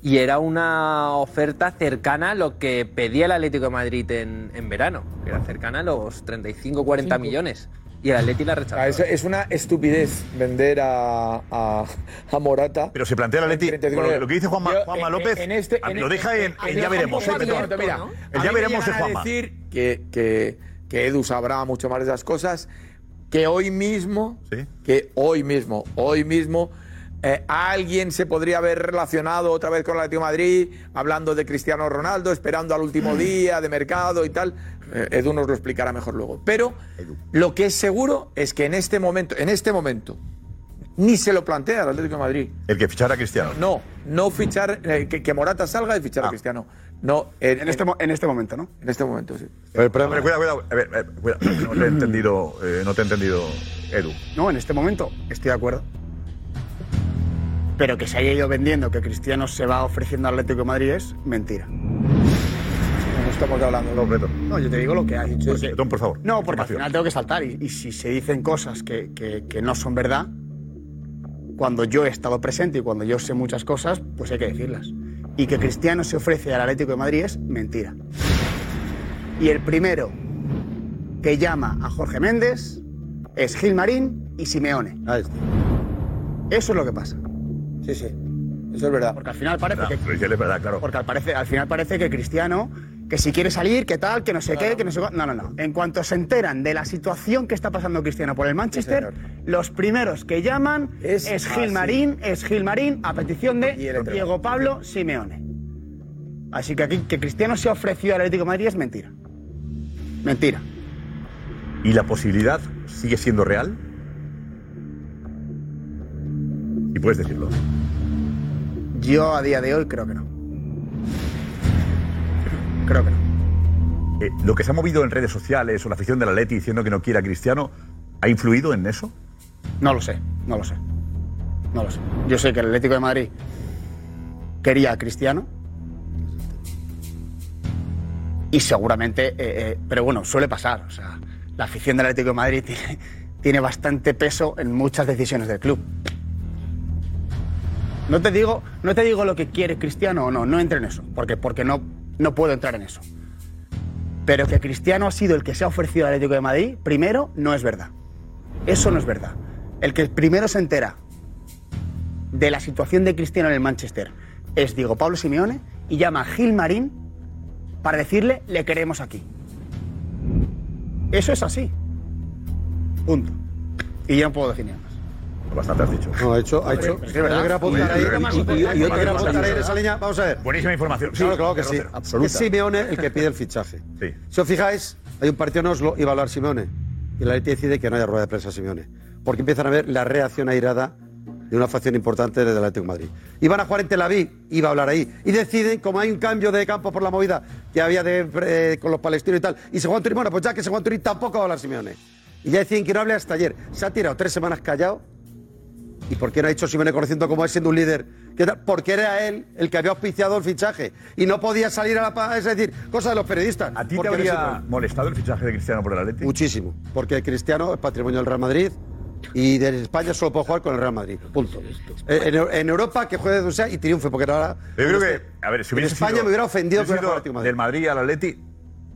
Speaker 3: y era una oferta cercana a lo que pedía el Atlético de Madrid en, en verano, que era cercana a los 35-40 millones. Y el Atlético la rechazó.
Speaker 9: Es, Ah, es una estupidez vender a, a, a Morata.
Speaker 6: Pero se plantea la Leti. Lo, lo que dice Juanma, Juanma
Speaker 9: eh,
Speaker 6: López,
Speaker 9: este,
Speaker 6: ah, lo deja en, en ya veremos. eh, perdón.
Speaker 9: Mira,
Speaker 6: El ya veremos de
Speaker 9: es
Speaker 6: Juanma.
Speaker 9: decir que, que, que Edu sabrá mucho más de esas cosas, que hoy mismo, que hoy mismo, hoy mismo, eh, alguien se podría haber relacionado otra vez con el Atlético de Madrid, hablando de Cristiano Ronaldo, esperando al último
Speaker 6: Mm.
Speaker 9: día de mercado y tal. Eh, Edu nos lo explicará mejor luego. Pero lo que es seguro es que en este momento, en este momento, ni se lo plantea al Atlético de Madrid.
Speaker 6: El que fichara a Cristiano.
Speaker 9: No, no fichar, eh, que, que Morata salga y fichar a Cristiano.
Speaker 32: No, en,
Speaker 1: este, mo- Ah. en este momento, ¿no?
Speaker 32: En este momento, sí.
Speaker 6: Hombre, cuidado, cuidado. A ver, a ver, cuidado. No te he entendido, eh, no te he entendido, Edu.
Speaker 1: No, en este momento estoy de acuerdo. Pero que se haya ido vendiendo, que Cristiano se va ofreciendo al Atlético de Madrid es mentira. No estamos hablando. No, yo te digo lo que has dicho. Porque-
Speaker 6: Don, por favor.
Speaker 1: No, porque al final tengo que saltar. Y, y si se dicen cosas que, que- que no son verdad, cuando yo he estado presente y cuando yo sé muchas cosas, pues hay que decirlas. Y que Cristiano se ofrece al Atlético de Madrid es mentira. Y el primero que llama a Jorge Méndez es Gil Marín y Simeone. Eso es lo que pasa.
Speaker 32: Sí, sí. Eso es verdad.
Speaker 1: Porque al final parece
Speaker 6: Claro,
Speaker 1: que.
Speaker 6: pero es verdad, claro.
Speaker 1: Porque al, parece, al final parece que Cristiano, que si quiere salir, que tal, que no sé qué, que no sé cu- No, no, no. En cuanto se enteran de la situación que está pasando Cristiano por el Manchester, los primeros que llaman es, Gil
Speaker 32: así.
Speaker 1: Marín, es Gil Marín, a petición de Diego Pablo Simeone. Así que aquí que Cristiano se ha ofrecido al Atlético de Madrid es mentira. Mentira.
Speaker 6: ¿Y la posibilidad sigue siendo real? Y puedes decirlo.
Speaker 1: Yo a día de hoy creo que no. Creo que
Speaker 6: no. Eh, lo que se ha movido en redes sociales o la afición de la Leti diciendo que no quiere a Cristiano, ¿ha influido en eso?
Speaker 1: No lo sé, no lo sé. No lo sé. Yo sé que el Atlético de Madrid quería a Cristiano. Y seguramente, eh, eh, pero bueno, suele pasar. O sea, la afición del Atlético de Madrid tiene, tiene bastante peso en muchas decisiones del club. No te digo, no te digo lo que quiere Cristiano o no, no entre en eso, porque, porque no, no puedo entrar en eso. Pero que Cristiano ha sido el que se ha ofrecido al Atlético de Madrid, primero, no es verdad. Eso no es verdad. El que primero se entera de la situación de Cristiano en el Manchester es Diego Pablo Simeone y llama a Gil Marín para decirle le queremos aquí. Eso es así. Punto. Y yo no puedo definir más.
Speaker 6: Bastante has dicho.
Speaker 8: No, ha hecho, ha
Speaker 1: Hombre,
Speaker 8: hecho.
Speaker 1: pero es que es verdad.
Speaker 8: Yo quería apuntar ahí.
Speaker 1: Y- y- y- y otra
Speaker 8: Yo quería
Speaker 1: cosa.
Speaker 8: apuntar ahí en esa línea. Vamos a ver.
Speaker 6: Buenísima información. Sí,
Speaker 8: Claro, claro que
Speaker 6: pero
Speaker 8: sí.
Speaker 6: cero, absoluta.
Speaker 8: Es Simeone el que pide el fichaje.
Speaker 6: Sí.
Speaker 8: Si os fijáis, hay un partido en Oslo y va a hablar Simeone. Y la Leti decide que no haya rueda de prensa a Simeone. Porque empiezan a ver la reacción airada de una facción importante desde el Atlético de Madrid. Y van a jugar en Tel Aviv, iba a hablar ahí. Y deciden, como hay un cambio de campo por la movida que había de, eh, con los palestinos y tal, y se juega en Turín, bueno, pues ya que se juega en Turín tampoco va a hablar Simeone. Y ya deciden que no hable hasta ayer. Se ha tirado tres semanas callado ¿Y por qué no ha dicho Simeone conociendo como es siendo un líder? ¿Qué tal? Porque era él el que había auspiciado el fichaje y no podía salir a la pa- es decir, cosa de los periodistas.
Speaker 6: ¿A ti te habría molestado el fichaje de Cristiano por el Atlético?
Speaker 8: Muchísimo, porque Cristiano es patrimonio del Real Madrid y de España solo puede jugar con el Real Madrid. Punto. Eh, En, en Europa que juegue donde sea y triunfe, porque ahora.
Speaker 6: Yo creo que, a ver, si
Speaker 8: en
Speaker 6: hubiese
Speaker 8: España
Speaker 6: sido-
Speaker 8: me hubiera
Speaker 6: si
Speaker 8: ofendido que
Speaker 6: hubiese
Speaker 8: hubiera jugado
Speaker 6: sido
Speaker 8: Atlético de Madrid.
Speaker 6: del Madrid al Atleti,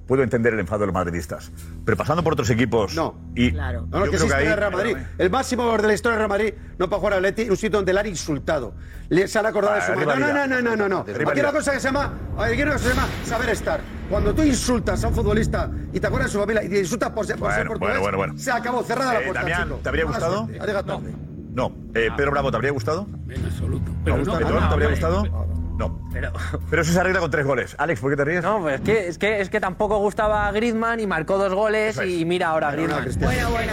Speaker 6: puedo entender el enfado de los madridistas. Pero pasando por otros equipos. No. Y
Speaker 8: Claro. No, no, que
Speaker 6: yo creo
Speaker 8: existe
Speaker 6: ahí- eh.
Speaker 8: el Real Madrid. El máximo valor de la historia del Real Madrid no para jugar al Atleti, un sitio donde le han insultado. Le, se han acordado de
Speaker 6: Ah,
Speaker 8: su madre. No,
Speaker 6: rivalidad.
Speaker 8: no, no, no, no. no.
Speaker 6: Rivalidad.
Speaker 8: Aquí hay una cosa que se llama, aquí hay una cosa que se llama saber estar. Cuando tú insultas a un futbolista y te acuerdas de su familia y te insultas por ser, por ser
Speaker 6: Bueno,
Speaker 8: portugués,
Speaker 6: bueno, bueno, bueno.
Speaker 8: se acabó cerrada
Speaker 6: Eh,
Speaker 8: la puerta.
Speaker 6: Damián,
Speaker 8: chico. Ah,
Speaker 6: ¿te habría
Speaker 8: Mala
Speaker 6: gustado?
Speaker 8: suerte. Ha llegado tarde.
Speaker 6: No. Eh, Pedro Bravo, ¿te habría gustado?
Speaker 28: En absoluto.
Speaker 6: ¿Te,
Speaker 28: Pero
Speaker 6: gusta,
Speaker 28: no,
Speaker 6: Pedro?
Speaker 28: no,
Speaker 6: ¿Te habría
Speaker 28: hombre,
Speaker 6: gustado? No. Pero... eso se arregla con tres goles. Alex, ¿por qué te ríes?
Speaker 7: No, pues es que, es que, es que tampoco gustaba a Griezmann y marcó dos goles y mira ahora a Griezmann. Bueno, bueno,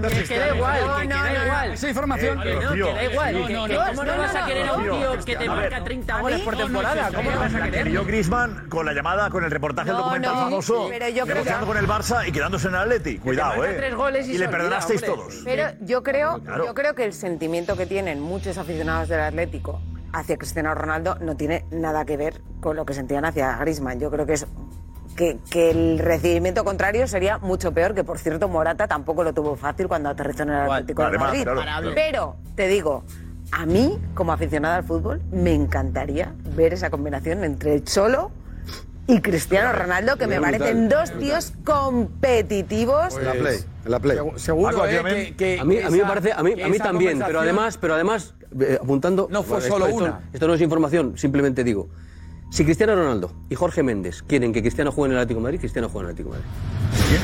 Speaker 7: no, que- que, da igual, que, que da igual.
Speaker 5: Esa información.
Speaker 7: Eh, que no, que da igual. que- que ¿Cómo no vas a querer a un tío que te marca 30 goles por temporada? ¿Cómo lo vas a
Speaker 6: Que
Speaker 7: querer?
Speaker 6: yo Griezmann con la llamada, con el reportaje, el
Speaker 7: No,
Speaker 6: documental
Speaker 7: no,
Speaker 6: famoso,
Speaker 7: sí, pero yo creo
Speaker 6: negociando
Speaker 11: que-
Speaker 6: con el Barça y quedándose en el Atleti. Cuidado,
Speaker 11: marca
Speaker 6: eh.
Speaker 11: tres goles y
Speaker 6: y
Speaker 11: se
Speaker 6: le
Speaker 11: olvida,
Speaker 6: perdonasteis
Speaker 11: hombre.
Speaker 6: todos.
Speaker 11: Pero yo creo,
Speaker 6: Claro.
Speaker 11: yo creo que el sentimiento que tienen muchos aficionados del Atlético hacia Cristiano Ronaldo no tiene nada que ver con lo que sentían hacia Griezmann. Yo creo que es que, que el recibimiento contrario sería mucho peor, que por cierto Morata tampoco lo tuvo fácil cuando aterrizó en el Atlético de
Speaker 6: además,
Speaker 11: Madrid.
Speaker 6: claro, claro.
Speaker 11: Pero te digo, a mí como aficionada al fútbol me encantaría ver esa combinación entre el Cholo y Cristiano Ronaldo, que me
Speaker 8: Brutal,
Speaker 11: parecen dos tíos competitivos.
Speaker 8: En la play, en la play.
Speaker 7: Paco,
Speaker 8: eh,
Speaker 32: eh,
Speaker 7: a ti también. a mí, a mí me parece, a mí, a mí también, pero además, pero además, eh, apuntando. No
Speaker 32: fue solo
Speaker 7: esto,
Speaker 32: una.
Speaker 7: Esto no es información, simplemente digo. Si Cristiano Ronaldo y Jorge Méndez quieren que Cristiano juegue en el Atlético de Madrid, Cristiano juega en el Atlético de Madrid.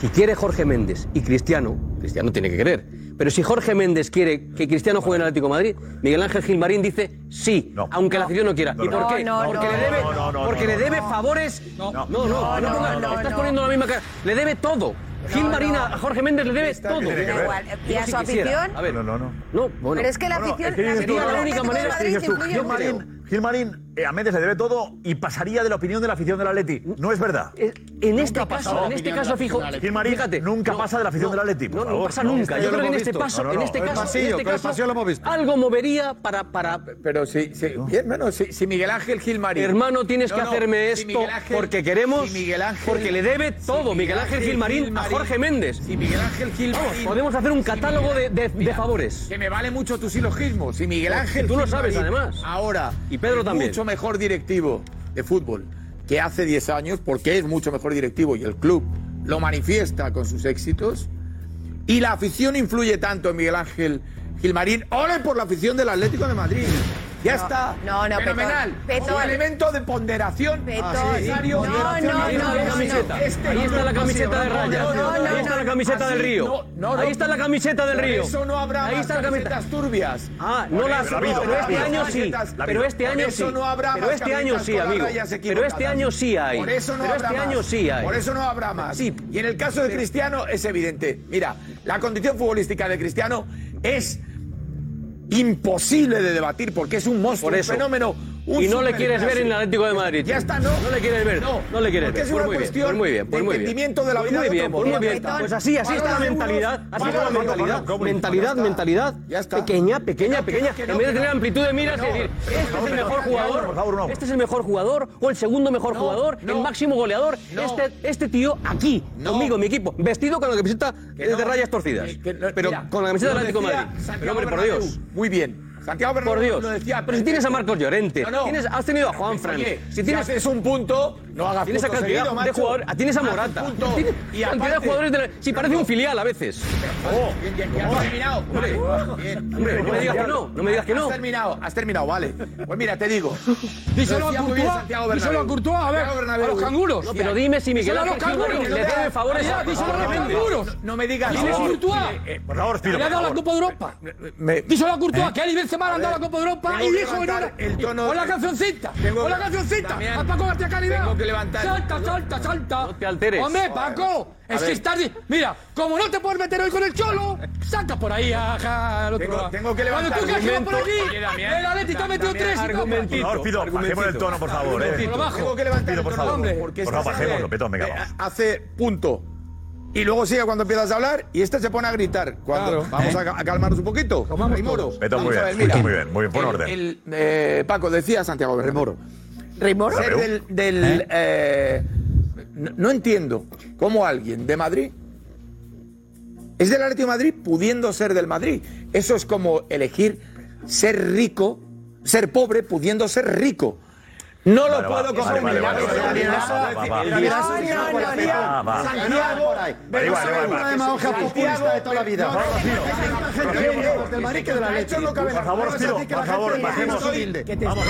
Speaker 7: Si quiere Jorge Méndez y Cristiano, Cristiano tiene que querer. Pero si Jorge Méndez quiere que Cristiano juegue en el Atlético de Madrid, Miguel Ángel Gilmarín dice sí, aunque la afición no quiera. ¿Y por qué? porque le debe, porque le debe favores. No, no, no, no, pongas- estás poniendo la misma cara. Le debe todo. Gil Marín a Jorge Méndez le debe todo.
Speaker 11: tiene que Da ver? igual. ¿Y
Speaker 7: Yo
Speaker 11: a
Speaker 7: si
Speaker 11: su
Speaker 7: quisiera.
Speaker 11: afición?
Speaker 7: A ver,
Speaker 6: no, no, no.
Speaker 7: No, bueno.
Speaker 11: Pero es que la
Speaker 7: No, no,
Speaker 11: afición-
Speaker 7: es que
Speaker 11: la
Speaker 7: dices tú,
Speaker 11: afición
Speaker 7: la
Speaker 11: del
Speaker 7: única
Speaker 11: Atlético de
Speaker 7: manera
Speaker 11: Madrid
Speaker 7: dices tú,
Speaker 11: influye
Speaker 7: yo
Speaker 11: mucho.
Speaker 7: creo-
Speaker 6: Gilmarín, Gilmarín eh, a Méndez se debe todo y pasaría de la opinión de la afición del Atleti. No es verdad.
Speaker 33: En este caso, en este caso, fijo.
Speaker 6: Gilmarín nunca pasa de la afición del Atleti, por
Speaker 33: No, no
Speaker 6: favor.
Speaker 33: pasa nunca. Yo creo que en este paso,
Speaker 6: No, no,
Speaker 33: en
Speaker 6: no.
Speaker 33: este
Speaker 6: El
Speaker 33: caso,
Speaker 6: pasillo,
Speaker 33: en este
Speaker 6: con el
Speaker 33: caso,
Speaker 6: pasillo lo hemos visto.
Speaker 33: algo movería para, para
Speaker 9: Pero si, si- bien, bueno, si, si Miguel Ángel Gilmarín.
Speaker 7: Hermano, tienes
Speaker 9: No,
Speaker 7: que
Speaker 9: no,
Speaker 7: hacerme
Speaker 9: si
Speaker 7: esto
Speaker 9: Miguel Ángel-
Speaker 7: porque queremos,
Speaker 9: si Miguel Ángel-
Speaker 7: porque le debe
Speaker 9: si
Speaker 7: todo Miguel Ángel Gilmarín, a Jorge Méndez.
Speaker 9: Si Miguel Ángel Gilmarín.
Speaker 7: Vamos, podemos hacer un
Speaker 9: si
Speaker 7: catálogo
Speaker 9: Miguel-
Speaker 7: de- de- de
Speaker 9: Mira,
Speaker 7: favores. Pues,
Speaker 9: Que me vale mucho tu silogismo. Si Miguel Ángel.
Speaker 7: Tú lo sabes,
Speaker 9: Gilmarín
Speaker 7: además.
Speaker 9: Ahora.
Speaker 7: Y Pedro
Speaker 9: es
Speaker 7: también.
Speaker 9: Mucho mejor directivo de fútbol que hace 10 años, porque es mucho mejor directivo y el club lo manifiesta con sus éxitos. Y la afición influye tanto en Miguel Ángel Gilmarín. ¡Ole por la afición del Atlético de Madrid! Ya
Speaker 11: No,
Speaker 9: está.
Speaker 11: no, no,
Speaker 9: Fenomenal.
Speaker 11: Petón, Petón.
Speaker 9: Como elemento de ponderación.
Speaker 7: Ah,
Speaker 11: Petón.
Speaker 9: necesario.
Speaker 11: No, no, no,
Speaker 9: Ahí está la
Speaker 11: no,
Speaker 9: camiseta.
Speaker 11: no.
Speaker 9: Este
Speaker 7: Ahí está la
Speaker 9: no,
Speaker 7: camiseta
Speaker 9: no,
Speaker 7: de
Speaker 9: no,
Speaker 7: rayas.
Speaker 9: no, no,
Speaker 7: Ahí está
Speaker 9: no,
Speaker 7: la camiseta
Speaker 9: así
Speaker 7: del río.
Speaker 9: no, no, no.
Speaker 7: Ahí está la camiseta del
Speaker 9: Por
Speaker 7: río.
Speaker 9: Eso no habrá
Speaker 7: Ahí
Speaker 9: más
Speaker 7: está la camiseta.
Speaker 9: camisetas turbias.
Speaker 7: Ah, no
Speaker 9: Por
Speaker 7: las-
Speaker 9: eso
Speaker 7: pero
Speaker 9: habrá
Speaker 7: este
Speaker 9: más
Speaker 7: año sí,
Speaker 9: camisetas-
Speaker 7: pero
Speaker 9: Por
Speaker 7: este año
Speaker 9: eso
Speaker 7: sí.
Speaker 9: no habrá
Speaker 7: Pero
Speaker 9: más
Speaker 7: este año
Speaker 9: camisetas
Speaker 7: sí,
Speaker 9: con las
Speaker 7: amigo.
Speaker 9: rayas
Speaker 7: Pero
Speaker 9: equivocadas.
Speaker 7: este año sí hay.
Speaker 9: Por eso no
Speaker 7: Pero
Speaker 9: habrá
Speaker 7: este
Speaker 9: más.
Speaker 7: año sí hay.
Speaker 9: Por eso no habrá más. Y en el caso de Cristiano es evidente. Mira, la condición futbolística de Cristiano es imposible de debatir porque es un monstruo,
Speaker 7: Por eso.
Speaker 9: un fenómeno. un
Speaker 7: y no le
Speaker 9: superclase.
Speaker 7: quieres ver en el Atlético de Madrid.
Speaker 9: Ya está, no.
Speaker 7: No le quieres ver.
Speaker 9: No,
Speaker 7: No, le quieres
Speaker 9: porque
Speaker 7: ver.
Speaker 9: es
Speaker 7: Pues
Speaker 9: una
Speaker 7: muy bien,
Speaker 9: cuestión
Speaker 7: pues muy bien, pues
Speaker 9: de
Speaker 7: muy bien.
Speaker 9: entendimiento de la
Speaker 7: Pues
Speaker 9: vida
Speaker 7: muy
Speaker 9: de
Speaker 7: bien,
Speaker 9: otro
Speaker 7: pues muy
Speaker 9: modo.
Speaker 7: bien.
Speaker 9: Petón,
Speaker 7: Pues así, así está la
Speaker 9: valora de unos,
Speaker 7: mentalidad. Así está la
Speaker 9: valora de otros.
Speaker 7: mentalidad.
Speaker 9: Valora de otros.
Speaker 7: Mentalidad, mentalidad.
Speaker 9: Ya está.
Speaker 7: Pequeña, pequeña, pequeña.
Speaker 9: que no,
Speaker 7: En vez de
Speaker 9: que
Speaker 7: tener
Speaker 9: no.
Speaker 7: amplitud de miras y
Speaker 9: Que no.
Speaker 7: decir,
Speaker 9: Pero
Speaker 7: este
Speaker 9: no,
Speaker 7: es el
Speaker 9: pero
Speaker 7: mejor
Speaker 9: no,
Speaker 7: jugador,
Speaker 9: por favor, no.
Speaker 7: este es el mejor jugador, o el segundo mejor jugador, el máximo goleador. Este, este tío aquí, conmigo, en mi equipo, vestido con la camiseta eh, de rayas torcidas.
Speaker 9: Que- que no-
Speaker 7: Pero
Speaker 9: mira,
Speaker 7: con la camiseta
Speaker 9: lo
Speaker 7: del Atlético de
Speaker 9: decía
Speaker 7: Madrid.
Speaker 9: Santiago
Speaker 7: Pero hombre, por
Speaker 9: Bernabéu.
Speaker 7: Dios.
Speaker 9: Muy bien. Santiago
Speaker 7: Por
Speaker 9: Bernabéu
Speaker 7: Dios.
Speaker 9: lo decía.
Speaker 7: Pero si tienes a Marcos Llorente,
Speaker 9: No, no.
Speaker 7: tienes, has tenido a Juan Fran.
Speaker 9: Oye,
Speaker 7: Si tienes
Speaker 9: haces un punto, no hagas
Speaker 7: Tienes a
Speaker 9: punto
Speaker 7: cantidad
Speaker 9: seguido,
Speaker 7: de
Speaker 9: macho.
Speaker 7: jugadores, ah, tienes a
Speaker 9: Haces
Speaker 7: Morata.
Speaker 9: punto.
Speaker 7: Tienes
Speaker 9: Y
Speaker 7: cantidad
Speaker 9: aparte-
Speaker 7: de jugadores de la- Si parece un filial a veces.
Speaker 9: Oh, bien, bien, bien, has terminado. Vale,
Speaker 5: Oh.
Speaker 9: bien.
Speaker 7: hombre, no me digas que no, no me digas que no.
Speaker 9: Has terminado, has terminado, vale. Pues mira, te digo.
Speaker 5: Díselo
Speaker 9: Lo decía
Speaker 5: a
Speaker 9: muy bien
Speaker 5: Courtois,
Speaker 9: Santiago Bernabéu.
Speaker 5: díselo a Courtois, a ver,
Speaker 9: Santiago Bernabéu.
Speaker 5: a los canguros.
Speaker 7: No, pero dime si Miguel
Speaker 5: Díselo a los
Speaker 7: Ángel
Speaker 5: canguros.
Speaker 7: Gilmarín le debe favores a-
Speaker 5: Mira, Díselo a
Speaker 7: a
Speaker 5: los
Speaker 7: Méndez.
Speaker 5: canguros.
Speaker 9: No me digas.
Speaker 5: ¿Quién es
Speaker 9: Por favor.
Speaker 5: Courtois?
Speaker 9: Eh, por favor, Ciro,
Speaker 5: Le ha
Speaker 9: por
Speaker 5: dado la
Speaker 9: favor.
Speaker 5: Copa de Europa.
Speaker 9: Me-
Speaker 5: Díselo a Courtois,
Speaker 9: ¿Eh?
Speaker 5: que Ari Benzema le han dado la Copa de Europa
Speaker 9: Tengo
Speaker 5: y
Speaker 9: que
Speaker 5: dijo en hora.
Speaker 9: levantar el tono-
Speaker 5: Con la cancioncita,
Speaker 9: Tengo
Speaker 5: con la
Speaker 9: que-
Speaker 5: cancioncita.
Speaker 9: Damián,
Speaker 5: a Paco García Caridad.
Speaker 9: tengo que levantar-
Speaker 5: Salta, salta, salta. No te
Speaker 7: alteres.
Speaker 5: Hombre,
Speaker 7: Joder.
Speaker 5: Paco, es
Speaker 9: A
Speaker 5: que
Speaker 9: ver.
Speaker 5: estás. di- Mira, como no te puedes meter hoy con el cholo, saca por ahí a, a- al otro
Speaker 9: Tengo-
Speaker 5: lado.
Speaker 9: tengo que
Speaker 5: Cuando
Speaker 9: levantar
Speaker 5: tú crees que va por
Speaker 9: argumento.
Speaker 5: aquí,
Speaker 9: Oye, Damián,
Speaker 5: el Atleti te ha metido
Speaker 9: Damián,
Speaker 5: tres. y no,
Speaker 6: Por favor, Pido, bajemos el tono, por favor. eh.
Speaker 9: Argumentito. Tengo que levantar
Speaker 6: Pido,
Speaker 9: el
Speaker 6: por
Speaker 9: tono,
Speaker 6: favor. este
Speaker 9: hombre,
Speaker 6: Por
Speaker 9: porque
Speaker 6: favor,
Speaker 9: esta tarde-
Speaker 6: bajémoslo, Petón, venga,
Speaker 9: Eh,
Speaker 6: vamos.
Speaker 9: hace punto. Y luego sigue cuando empiezas a hablar y este se pone a gritar. Cuando-
Speaker 6: Claro.
Speaker 9: Vamos a, ca- a calmarnos un poquito. Raimoro.
Speaker 6: Petón, muy
Speaker 9: Vamos a ver,
Speaker 6: bien,
Speaker 9: mira.
Speaker 6: muy bien, muy bien, por
Speaker 9: El-
Speaker 6: orden.
Speaker 9: el, eh, Paco, decía Santiago Bernabéu.
Speaker 11: Raimoro.
Speaker 9: Ser del, del, eh, no, no entiendo cómo alguien de Madrid es del Atlético de Madrid pudiendo ser del Madrid. Eso es como elegir ser rico, ser pobre pudiendo ser rico. No lo
Speaker 6: Vale,
Speaker 9: puedo
Speaker 6: vale,
Speaker 9: coger.
Speaker 6: vale, vale, vale, vale, vale, vale, vale, vale, vale.
Speaker 9: Santiago,
Speaker 6: Va, va.
Speaker 9: Santiago,
Speaker 6: Da igual, da igual,
Speaker 8: Una
Speaker 6: va.
Speaker 8: demagogia populista de toda la vida.
Speaker 6: Por favor, Ciro, por favor, bajemos. Vamos, vamos, vamos, vamos,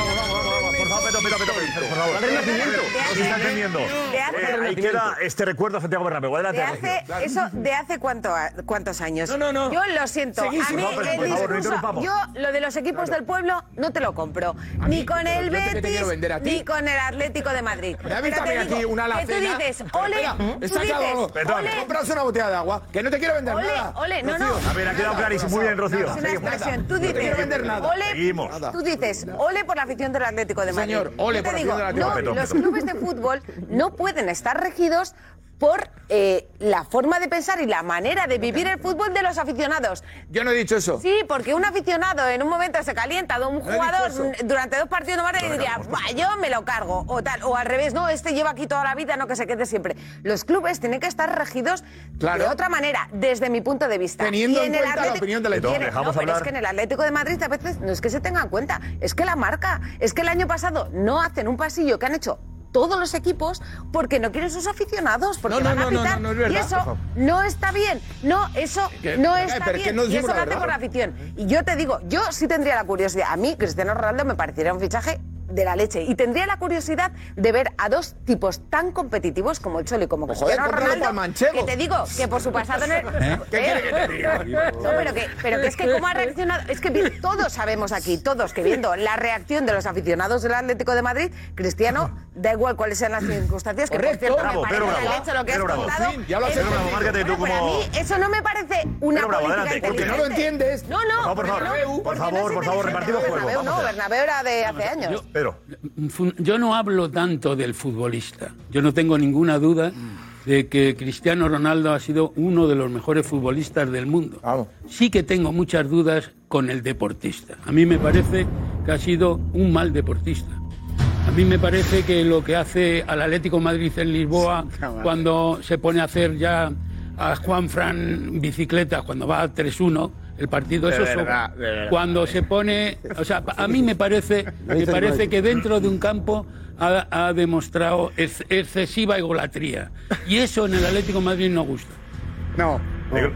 Speaker 6: por favor, Petón, Petón, Petón, Petón, por favor. No se está entendiendo.
Speaker 11: Te hace-
Speaker 6: Eh, Ahí queda este recuerdo a Santiago Bernabéu.
Speaker 11: De
Speaker 6: Adelante,
Speaker 11: hace,
Speaker 6: Rocío.
Speaker 11: eso de hace cuánto, a- cuántos años.
Speaker 6: No, no, no.
Speaker 11: Yo lo siento.
Speaker 6: Seguís,
Speaker 11: a mí
Speaker 6: por favor,
Speaker 11: el
Speaker 6: por favor, no
Speaker 11: discurso-
Speaker 6: interrumpamos.
Speaker 11: yo lo de los equipos del pueblo no te lo compro.
Speaker 9: A
Speaker 11: Ni
Speaker 9: mí,
Speaker 11: con
Speaker 9: pero
Speaker 11: el
Speaker 9: yo te te
Speaker 11: Betis,
Speaker 9: quiero vender a ti.
Speaker 11: ni con el Atlético de Madrid.
Speaker 9: Me ha
Speaker 11: Pero
Speaker 9: visto
Speaker 11: te
Speaker 9: a mí
Speaker 11: digo
Speaker 9: aquí una
Speaker 11: que tú
Speaker 9: alacena.
Speaker 11: dices,
Speaker 9: Pero
Speaker 11: ole,
Speaker 9: espera,
Speaker 11: tú
Speaker 9: está
Speaker 11: dices,
Speaker 9: acabado.
Speaker 6: Perdón.
Speaker 11: ole,
Speaker 9: Compras una botella de agua, que no te quiero vender
Speaker 11: Ole,
Speaker 9: nada.
Speaker 11: ole, no,
Speaker 9: Rocío.
Speaker 11: no.
Speaker 6: A ver, ha quedado
Speaker 9: Nada,
Speaker 6: clarísimo. Muy bien, Rocío.
Speaker 11: Es una
Speaker 6: Seguimos.
Speaker 11: expresión. Tú
Speaker 9: No te
Speaker 11: dices,
Speaker 9: quiero vender nada.
Speaker 11: ole,
Speaker 6: Seguimos.
Speaker 11: tú dices, ole por la afición del Atlético de
Speaker 9: Sí,
Speaker 11: Madrid.
Speaker 9: señor, ole
Speaker 11: Yo te
Speaker 9: por la
Speaker 11: digo,
Speaker 9: afición del Atlético.
Speaker 11: no,
Speaker 9: Petón,
Speaker 11: Los
Speaker 9: petón.
Speaker 11: clubes de fútbol no pueden estar regidos por eh, la forma de pensar y la manera de vivir el fútbol de los aficionados.
Speaker 9: Yo no he dicho eso.
Speaker 11: Sí, porque un aficionado en un momento se calienta de un
Speaker 9: he
Speaker 11: jugador
Speaker 9: dicho eso.
Speaker 11: mm, durante dos partidos no vale y diría, "Buah, yo me lo cargo, o tal, o al revés, no, este lleva aquí toda la vida, no que se quede siempre. Los clubes tienen que estar regidos
Speaker 9: Claro.
Speaker 11: de otra manera, desde mi punto de vista.
Speaker 9: Teniendo
Speaker 11: Y
Speaker 9: en
Speaker 11: el
Speaker 9: cuenta la
Speaker 11: Atlético-
Speaker 9: opinión del Atlético.
Speaker 11: Tiene-
Speaker 9: Dejamos
Speaker 11: no, pero
Speaker 9: hablar.
Speaker 11: es que en el Atlético de Madrid a veces no es que se tenga en cuenta, es que la marca, es que el año pasado no hacen un pasillo que han hecho todos los equipos porque no quieren sus aficionados, porque
Speaker 9: No, no,
Speaker 11: van a
Speaker 9: no, no,
Speaker 11: pitar,
Speaker 9: no, no es verdad,
Speaker 11: y eso
Speaker 9: por favor.
Speaker 11: no está bien, no, eso
Speaker 9: Que-
Speaker 11: no
Speaker 9: eh,
Speaker 11: está
Speaker 9: pero que
Speaker 11: bien,
Speaker 9: no
Speaker 11: y eso
Speaker 9: decimos
Speaker 11: lo
Speaker 9: la
Speaker 11: hace por
Speaker 9: verdad.
Speaker 11: la afición. Y yo te digo, yo sí tendría la curiosidad, a mí Cristiano Ronaldo me parecería un fichaje de la leche y tendría la curiosidad de ver a dos tipos tan competitivos como el Cholo y como
Speaker 9: Pues,
Speaker 6: eh,
Speaker 11: Cristiano
Speaker 9: joder, cómpralo
Speaker 11: Ronaldo
Speaker 9: pa'l manchego.
Speaker 11: que te digo que por su pasado en el...
Speaker 9: ¿Eh? ¿Qué quiere que te diga?
Speaker 11: No, pero que, pero que es que cómo ha reaccionado. Es que vi- todos sabemos aquí, todos que viendo la reacción de los aficionados del Atlético de Madrid, Cristiano Da igual cuáles sean las circunstancias, que por cierto
Speaker 6: Bravo,
Speaker 11: me
Speaker 6: Pedro
Speaker 11: parece
Speaker 6: Bravo.
Speaker 11: mal hecho lo que
Speaker 6: Pedro
Speaker 11: has
Speaker 6: Bravo.
Speaker 11: contado.
Speaker 6: Fin, ya lo has
Speaker 11: Eso-
Speaker 6: entendido. Márcate tú
Speaker 11: Bueno, pues
Speaker 6: como-
Speaker 11: a mí eso no me parece una
Speaker 6: Bravo,
Speaker 11: política
Speaker 6: adelante, porque
Speaker 11: inteligente.
Speaker 6: no lo
Speaker 9: entiendes.
Speaker 11: No, no,
Speaker 6: Por favor,
Speaker 11: Bernabéu,
Speaker 6: por
Speaker 11: porque no
Speaker 6: favor,
Speaker 11: es
Speaker 6: por favor,
Speaker 11: inteligente.
Speaker 6: repartimos juego,
Speaker 11: Bernabéu
Speaker 6: vamos
Speaker 11: no,
Speaker 6: allá.
Speaker 11: Bernabéu era de hace años.
Speaker 6: Pero.
Speaker 28: Fun- Yo no hablo tanto del futbolista. Yo no tengo ninguna duda
Speaker 3: Mm.
Speaker 28: de que Cristiano Ronaldo ha sido uno de los mejores futbolistas del mundo. Sí que tengo muchas dudas con el deportista. A mí me parece que ha sido un mal deportista. A mí me parece que lo que hace al Atlético de Madrid en Lisboa cuando se pone a hacer ya a Juan Fran bicicletas cuando va a 3-1 el partido
Speaker 3: De
Speaker 28: eso es
Speaker 3: verdad,
Speaker 28: obra.
Speaker 3: de verdad.
Speaker 28: cuando se pone o sea pa- a mí me parece me
Speaker 3: dice
Speaker 28: parece
Speaker 3: Mike.
Speaker 28: que dentro de un campo ha, ha demostrado ex- excesiva egolatría y eso en el Atlético de Madrid no gusta
Speaker 6: No.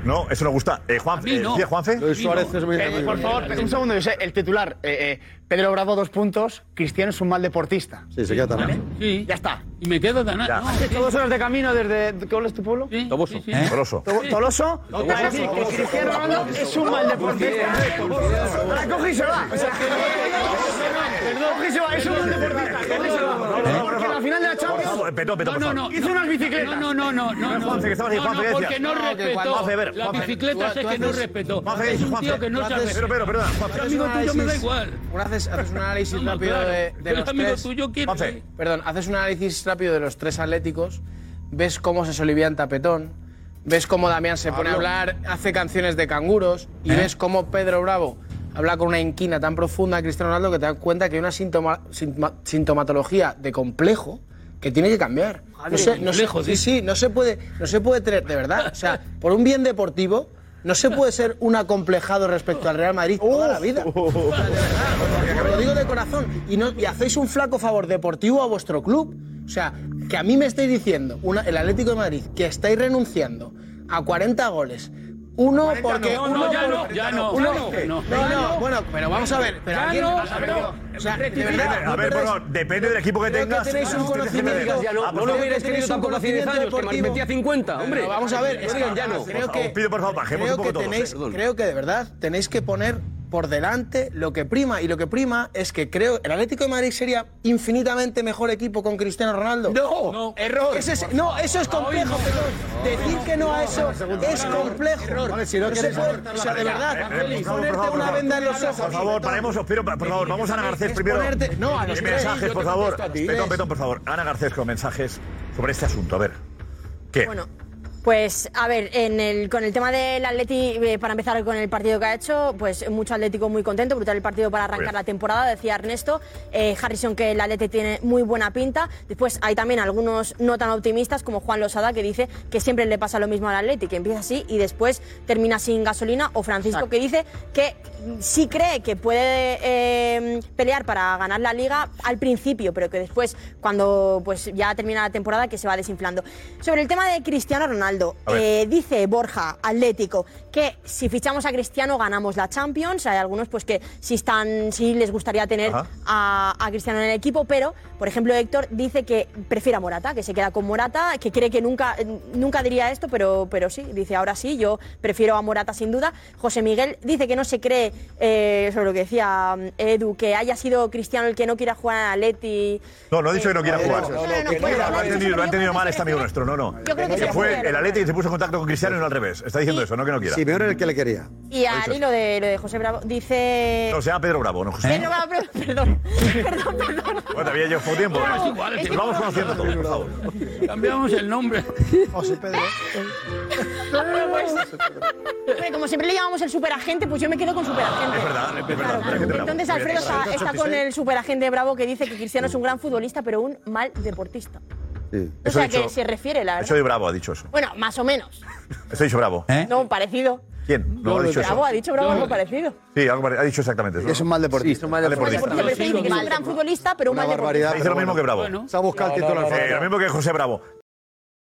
Speaker 6: No, eso no gusta. Eh, Juan,
Speaker 28: mí
Speaker 6: eh,
Speaker 28: no.
Speaker 6: decía Juanfe.
Speaker 28: Luis Suárez es muy-
Speaker 1: Eh, por favor, un segundo, José, el titular. eh, eh, Pedro Bravo, dos puntos. Cristiano es un mal deportista.
Speaker 8: Sí, se queda tan
Speaker 1: ¿Vale?
Speaker 28: Sí.
Speaker 1: Ya está.
Speaker 28: Y me quedo tan
Speaker 1: nada. Todos horas de camino desde. ¿Cuál es tu pueblo?
Speaker 7: Toboso.
Speaker 6: Toloso.
Speaker 1: Toloso.
Speaker 7: Toboso.
Speaker 1: Para decir que Cristiano Ronaldo es un mal deportista. La coge y se va. O sea, la coge y se va. Es un mal deportista. Coge y se va. Porque en la final de la Champions.
Speaker 6: Petó, petó,
Speaker 1: No,
Speaker 6: por
Speaker 1: no,
Speaker 6: favor.
Speaker 1: no. Hizo unas bicicletas.
Speaker 28: No, no, no, no, no.
Speaker 6: Juanfe, que estabas ahí,
Speaker 28: No,
Speaker 6: Juanfe,
Speaker 28: no,
Speaker 6: que
Speaker 28: porque
Speaker 6: decía.
Speaker 28: no respetó.
Speaker 6: Juanfe, a ver,
Speaker 28: Las
Speaker 6: Juanfe.
Speaker 28: bicicletas
Speaker 6: Tú-
Speaker 28: es
Speaker 6: tú
Speaker 28: que no
Speaker 6: haces-
Speaker 28: respetó.
Speaker 6: Juanfe,
Speaker 28: Es un tío
Speaker 6: Juanfe,
Speaker 28: que no
Speaker 6: tú
Speaker 28: se
Speaker 6: haces-
Speaker 28: respeta.
Speaker 6: Pero, pero, perdona, Juanfe.
Speaker 28: Yo amigo tuyo me da igual.
Speaker 4: Haces, haces un análisis
Speaker 28: No, no,
Speaker 4: rápido
Speaker 28: claro.
Speaker 4: de, de
Speaker 28: Pero
Speaker 4: los
Speaker 28: amigo
Speaker 4: tres.
Speaker 28: tuyo, ¿quién Juanfe. es?
Speaker 4: Perdón, haces un análisis rápido de los tres atléticos. Ves cómo se solivianta Petón. Ves cómo Damián se pone a
Speaker 21: Pablo.
Speaker 4: hablar, hace canciones de canguros. Y ves cómo Pedro Bravo habla con una inquina tan profunda a Cristiano Ronaldo que te das cuenta que hay una sintoma- sintoma- sintomatología de complejo que tiene que cambiar.
Speaker 28: Joder,
Speaker 4: No sé, no sé,
Speaker 28: complejo,
Speaker 4: sí, sí, no se puede, no se puede tener, de verdad, o sea, por un bien deportivo no se puede ser un acomplejado respecto al Real Madrid toda la vida. O sea, de verdad, os lo digo de corazón. Y, no, y hacéis un flaco favor deportivo a vuestro club. O sea, que a mí me estáis diciendo, una- el Atlético de Madrid, que estáis renunciando a 40 goles. Uno porque.
Speaker 28: no,
Speaker 4: uno
Speaker 28: no, ya
Speaker 4: por-
Speaker 28: no, ya no,
Speaker 4: uno-
Speaker 28: ya no,
Speaker 4: no,
Speaker 28: ya
Speaker 4: no,
Speaker 28: no.
Speaker 4: bueno, pero vamos a ver. Pero
Speaker 28: Ya
Speaker 4: alguien-
Speaker 28: no,
Speaker 4: vamos a ver,
Speaker 28: pero-
Speaker 4: o sea, de
Speaker 6: Depende-
Speaker 4: verdad,
Speaker 6: a
Speaker 4: no
Speaker 6: ver,
Speaker 4: perdáis-
Speaker 6: bueno, depende del equipo que
Speaker 4: Creo
Speaker 6: tengas.
Speaker 4: tenéis un
Speaker 6: Ah,
Speaker 4: conocimiento.
Speaker 6: ah,
Speaker 4: Ah,
Speaker 6: pues
Speaker 4: pues
Speaker 6: no.
Speaker 4: creo que tenéis un conocimiento deportivo. No, no, Vamos a ver, es que
Speaker 6: eh,
Speaker 4: creo que.
Speaker 6: Os pido, por favor, bajemos
Speaker 4: creo
Speaker 6: un poco
Speaker 4: que
Speaker 6: todos,
Speaker 4: tenéis-
Speaker 6: eh. Perdón.
Speaker 4: Creo que de verdad tenéis que poner por delante lo que prima. Y lo que prima es que creo el Atlético de Madrid sería infinitamente mejor equipo con Cristiano Ronaldo.
Speaker 9: No, error.
Speaker 4: Ese es- no, eso es complejo, perdón. Decir que no a eso es complejo.
Speaker 6: Vale, si no
Speaker 4: se
Speaker 6: quieres-
Speaker 4: puede- o sea, de verdad,
Speaker 6: Eh, eh, por favor, por
Speaker 4: ponerte
Speaker 6: favor,
Speaker 4: una
Speaker 6: por
Speaker 4: venda en los
Speaker 6: favor.
Speaker 4: ojos.
Speaker 6: Por favor, paremos, os pido, por favor, vamos a Ana Garcés
Speaker 4: es
Speaker 6: primero.
Speaker 4: ponerte- no, a los
Speaker 6: Eh,
Speaker 4: tres, yo
Speaker 6: Mensajes,
Speaker 4: te
Speaker 6: por favor.
Speaker 4: contesto a ti.
Speaker 6: Petón,
Speaker 4: Tres.
Speaker 6: Petón, por favor. Ana Garcés con mensajes sobre este asunto. A ver. ¿Qué?
Speaker 2: Pues, a ver, en el, con el tema del Atleti, eh, para empezar con el partido que ha hecho, pues mucho Atlético muy contento, brutal el partido para arrancar
Speaker 35: Bien.
Speaker 2: la temporada, decía Ernesto. Eh, Harrison que el Atleti tiene muy buena pinta. Después hay también algunos no tan optimistas, como Juan Losada, que dice que siempre le pasa lo mismo al Atleti, que empieza así y después termina sin gasolina. O Francisco que dice que sí cree que puede eh, pelear para ganar la liga al principio, pero que después, cuando pues ya termina la temporada, que se va desinflando. Sobre el tema de Cristiano Ronaldo,
Speaker 36: A ver.
Speaker 2: eh, dice Borja, Atlético, que si fichamos a Cristiano ganamos la Champions. Hay algunos pues que sí están, sí les gustaría tener
Speaker 36: Ajá.
Speaker 2: a, a Cristiano en el equipo, pero por ejemplo Héctor dice que prefiere a Morata, que se queda con Morata, que cree que nunca, nunca diría esto, pero, pero sí, dice ahora sí, yo prefiero a Morata sin duda. José Miguel dice que no se cree, eh, sobre lo que decía mm, Edu, que haya sido Cristiano el que no quiera jugar en Atleti.
Speaker 6: No, no he dicho que no quiera
Speaker 2: no,
Speaker 6: jugar.
Speaker 2: eh, no, no, no,
Speaker 6: Mira,
Speaker 2: que no,
Speaker 6: Lo
Speaker 2: no,
Speaker 6: ha
Speaker 2: no,
Speaker 6: entendido, lo ha
Speaker 2: yo
Speaker 6: entendido mal este amigo nuestro. No, no.
Speaker 2: Yo creo que
Speaker 6: Que
Speaker 2: sí,
Speaker 6: fue
Speaker 2: pero-
Speaker 6: el Atleti y se puso en contacto con Cristiano y no al revés. Está diciendo eso, no que no quiera.
Speaker 8: Sí, peor el que le quería.
Speaker 2: Y al hilo de lo de José Bravo, dice...
Speaker 6: No, ¿Eh? se llama Pedro Bravo, ¿no, José?
Speaker 2: Pedro Bravo, perdón, perdón, perdón.
Speaker 6: Bueno, todavía llevo poco tiempo.
Speaker 2: No,
Speaker 6: ¿no?
Speaker 2: es igual,
Speaker 6: Nos
Speaker 2: es
Speaker 6: vamos
Speaker 2: igual.
Speaker 6: conociendo todos, por favor.
Speaker 28: cambiamos el nombre
Speaker 4: José Pedro
Speaker 2: Hombre, pues, hombre, como siempre le llamamos el superagente, pues yo me quedo con superagente.
Speaker 6: Es verdad, es verdad.
Speaker 2: Entonces Alfredo está, está con el superagente Bravo que dice que Cristiano es un gran futbolista, pero un mal deportista. O
Speaker 6: Eso he
Speaker 2: sea,
Speaker 6: dicho.
Speaker 2: que se refiere, la
Speaker 6: Eso
Speaker 2: verdad.
Speaker 6: de Bravo ha dicho eso.
Speaker 2: Bueno, más o menos.
Speaker 6: Eso ha dicho Bravo.
Speaker 2: No, parecido.
Speaker 6: ¿Quién? No ha dicho
Speaker 2: Bravo
Speaker 6: eso.
Speaker 2: Ah, ha dicho Bravo algo parecido.
Speaker 6: Sí, algo pare- ha dicho exactamente eso. Es un mal deportista. es un mal deportista.
Speaker 2: Porque parece que es un gran futbolista, pero un mal deportista.
Speaker 6: Dice lo mismo que Bravo.
Speaker 8: Se ha buscado el
Speaker 6: Eh,
Speaker 8: titular.
Speaker 6: lo mismo que José Bravo.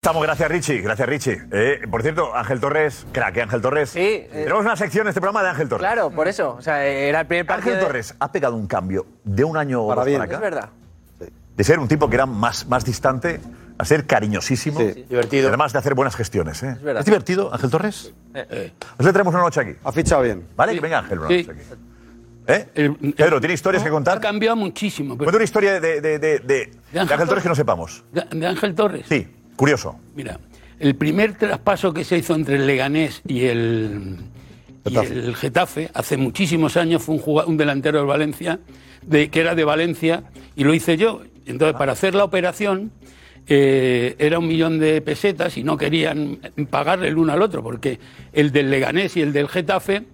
Speaker 6: Estamos, gracias Richie, gracias Richie. Eh, por cierto, Ángel Torres, crack, ¿eh, Ángel Torres. Sí. Tenemos una sección en este programa de Ángel Torres.
Speaker 7: Claro, por eso. O sea, era el primer partido.
Speaker 6: Ángel
Speaker 7: de-
Speaker 6: Torres ha pegado un cambio de un año o dos para acá.
Speaker 7: Es verdad.
Speaker 6: De ser un tipo que era más, más distante a ser cariñosísimo. Divertido. Además de hacer buenas gestiones. ¿eh? Es,
Speaker 7: verdad.
Speaker 6: Eh, divertido, Ángel Torres? Os Pues le traemos una noche aquí.
Speaker 8: Ha fichado bien.
Speaker 6: Vale, que venga Ángel una
Speaker 8: Sí.
Speaker 6: noche aquí. ¿Eh? Pedro, ¿tiene historias que contar? Ha
Speaker 28: cambiado muchísimo.
Speaker 6: Cuenta una historia de, de, de, de- de Ángel Torres que no sepamos.
Speaker 28: De, de Ángel Torres.
Speaker 6: Sí, curioso.
Speaker 28: Mira, el primer traspaso que se hizo entre el Leganés y el y el Getafe, hace muchísimos años, fue un, jugado- un delantero de Valencia, de, que era de Valencia, y lo hice yo. Entonces, para hacer la operación, eh, era un millón de pesetas y no querían pagarle el uno al otro, porque el del Leganés y el del Getafe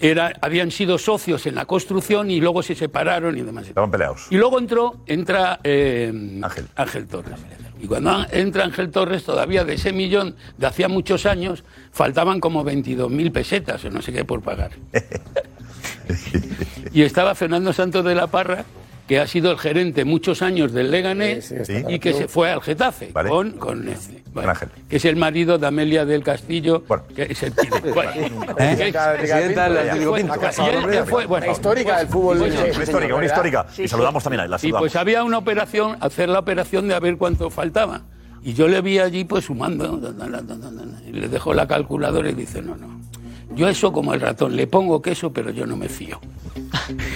Speaker 28: era, habían sido socios en la construcción y luego se separaron y demás.
Speaker 6: Estaban peleados.
Speaker 28: Y luego entró, entra eh, Ángel. Torres. Y cuando a- entra Ángel Torres, todavía de ese millón de hacía muchos años, faltaban como 22.000 pesetas o no sé qué por pagar. y estaba Fernando Santos de la Parra, que ha sido el gerente muchos años del Leganés y que se fue al Getafe con, con este, vale, que es el marido de Amelia del Castillo, que es el tío. Bueno,
Speaker 6: ¿Eh?
Speaker 28: que es- que fue- y él que fue- bueno, pues, pues,
Speaker 6: Una histórica, una histórica.
Speaker 28: Sí,
Speaker 6: Y
Speaker 28: sí.
Speaker 6: saludamos también a él. la
Speaker 28: Y
Speaker 6: saludamos.
Speaker 28: pues había una operación, hacer la operación de a ver cuánto faltaba. Y yo le vi allí pues sumando, ¿no? Dan, dan, dan, dan, dan. y le dejó la calculadora y dice, no, no. Yo eso como el ratón, le pongo queso, pero yo no me fío.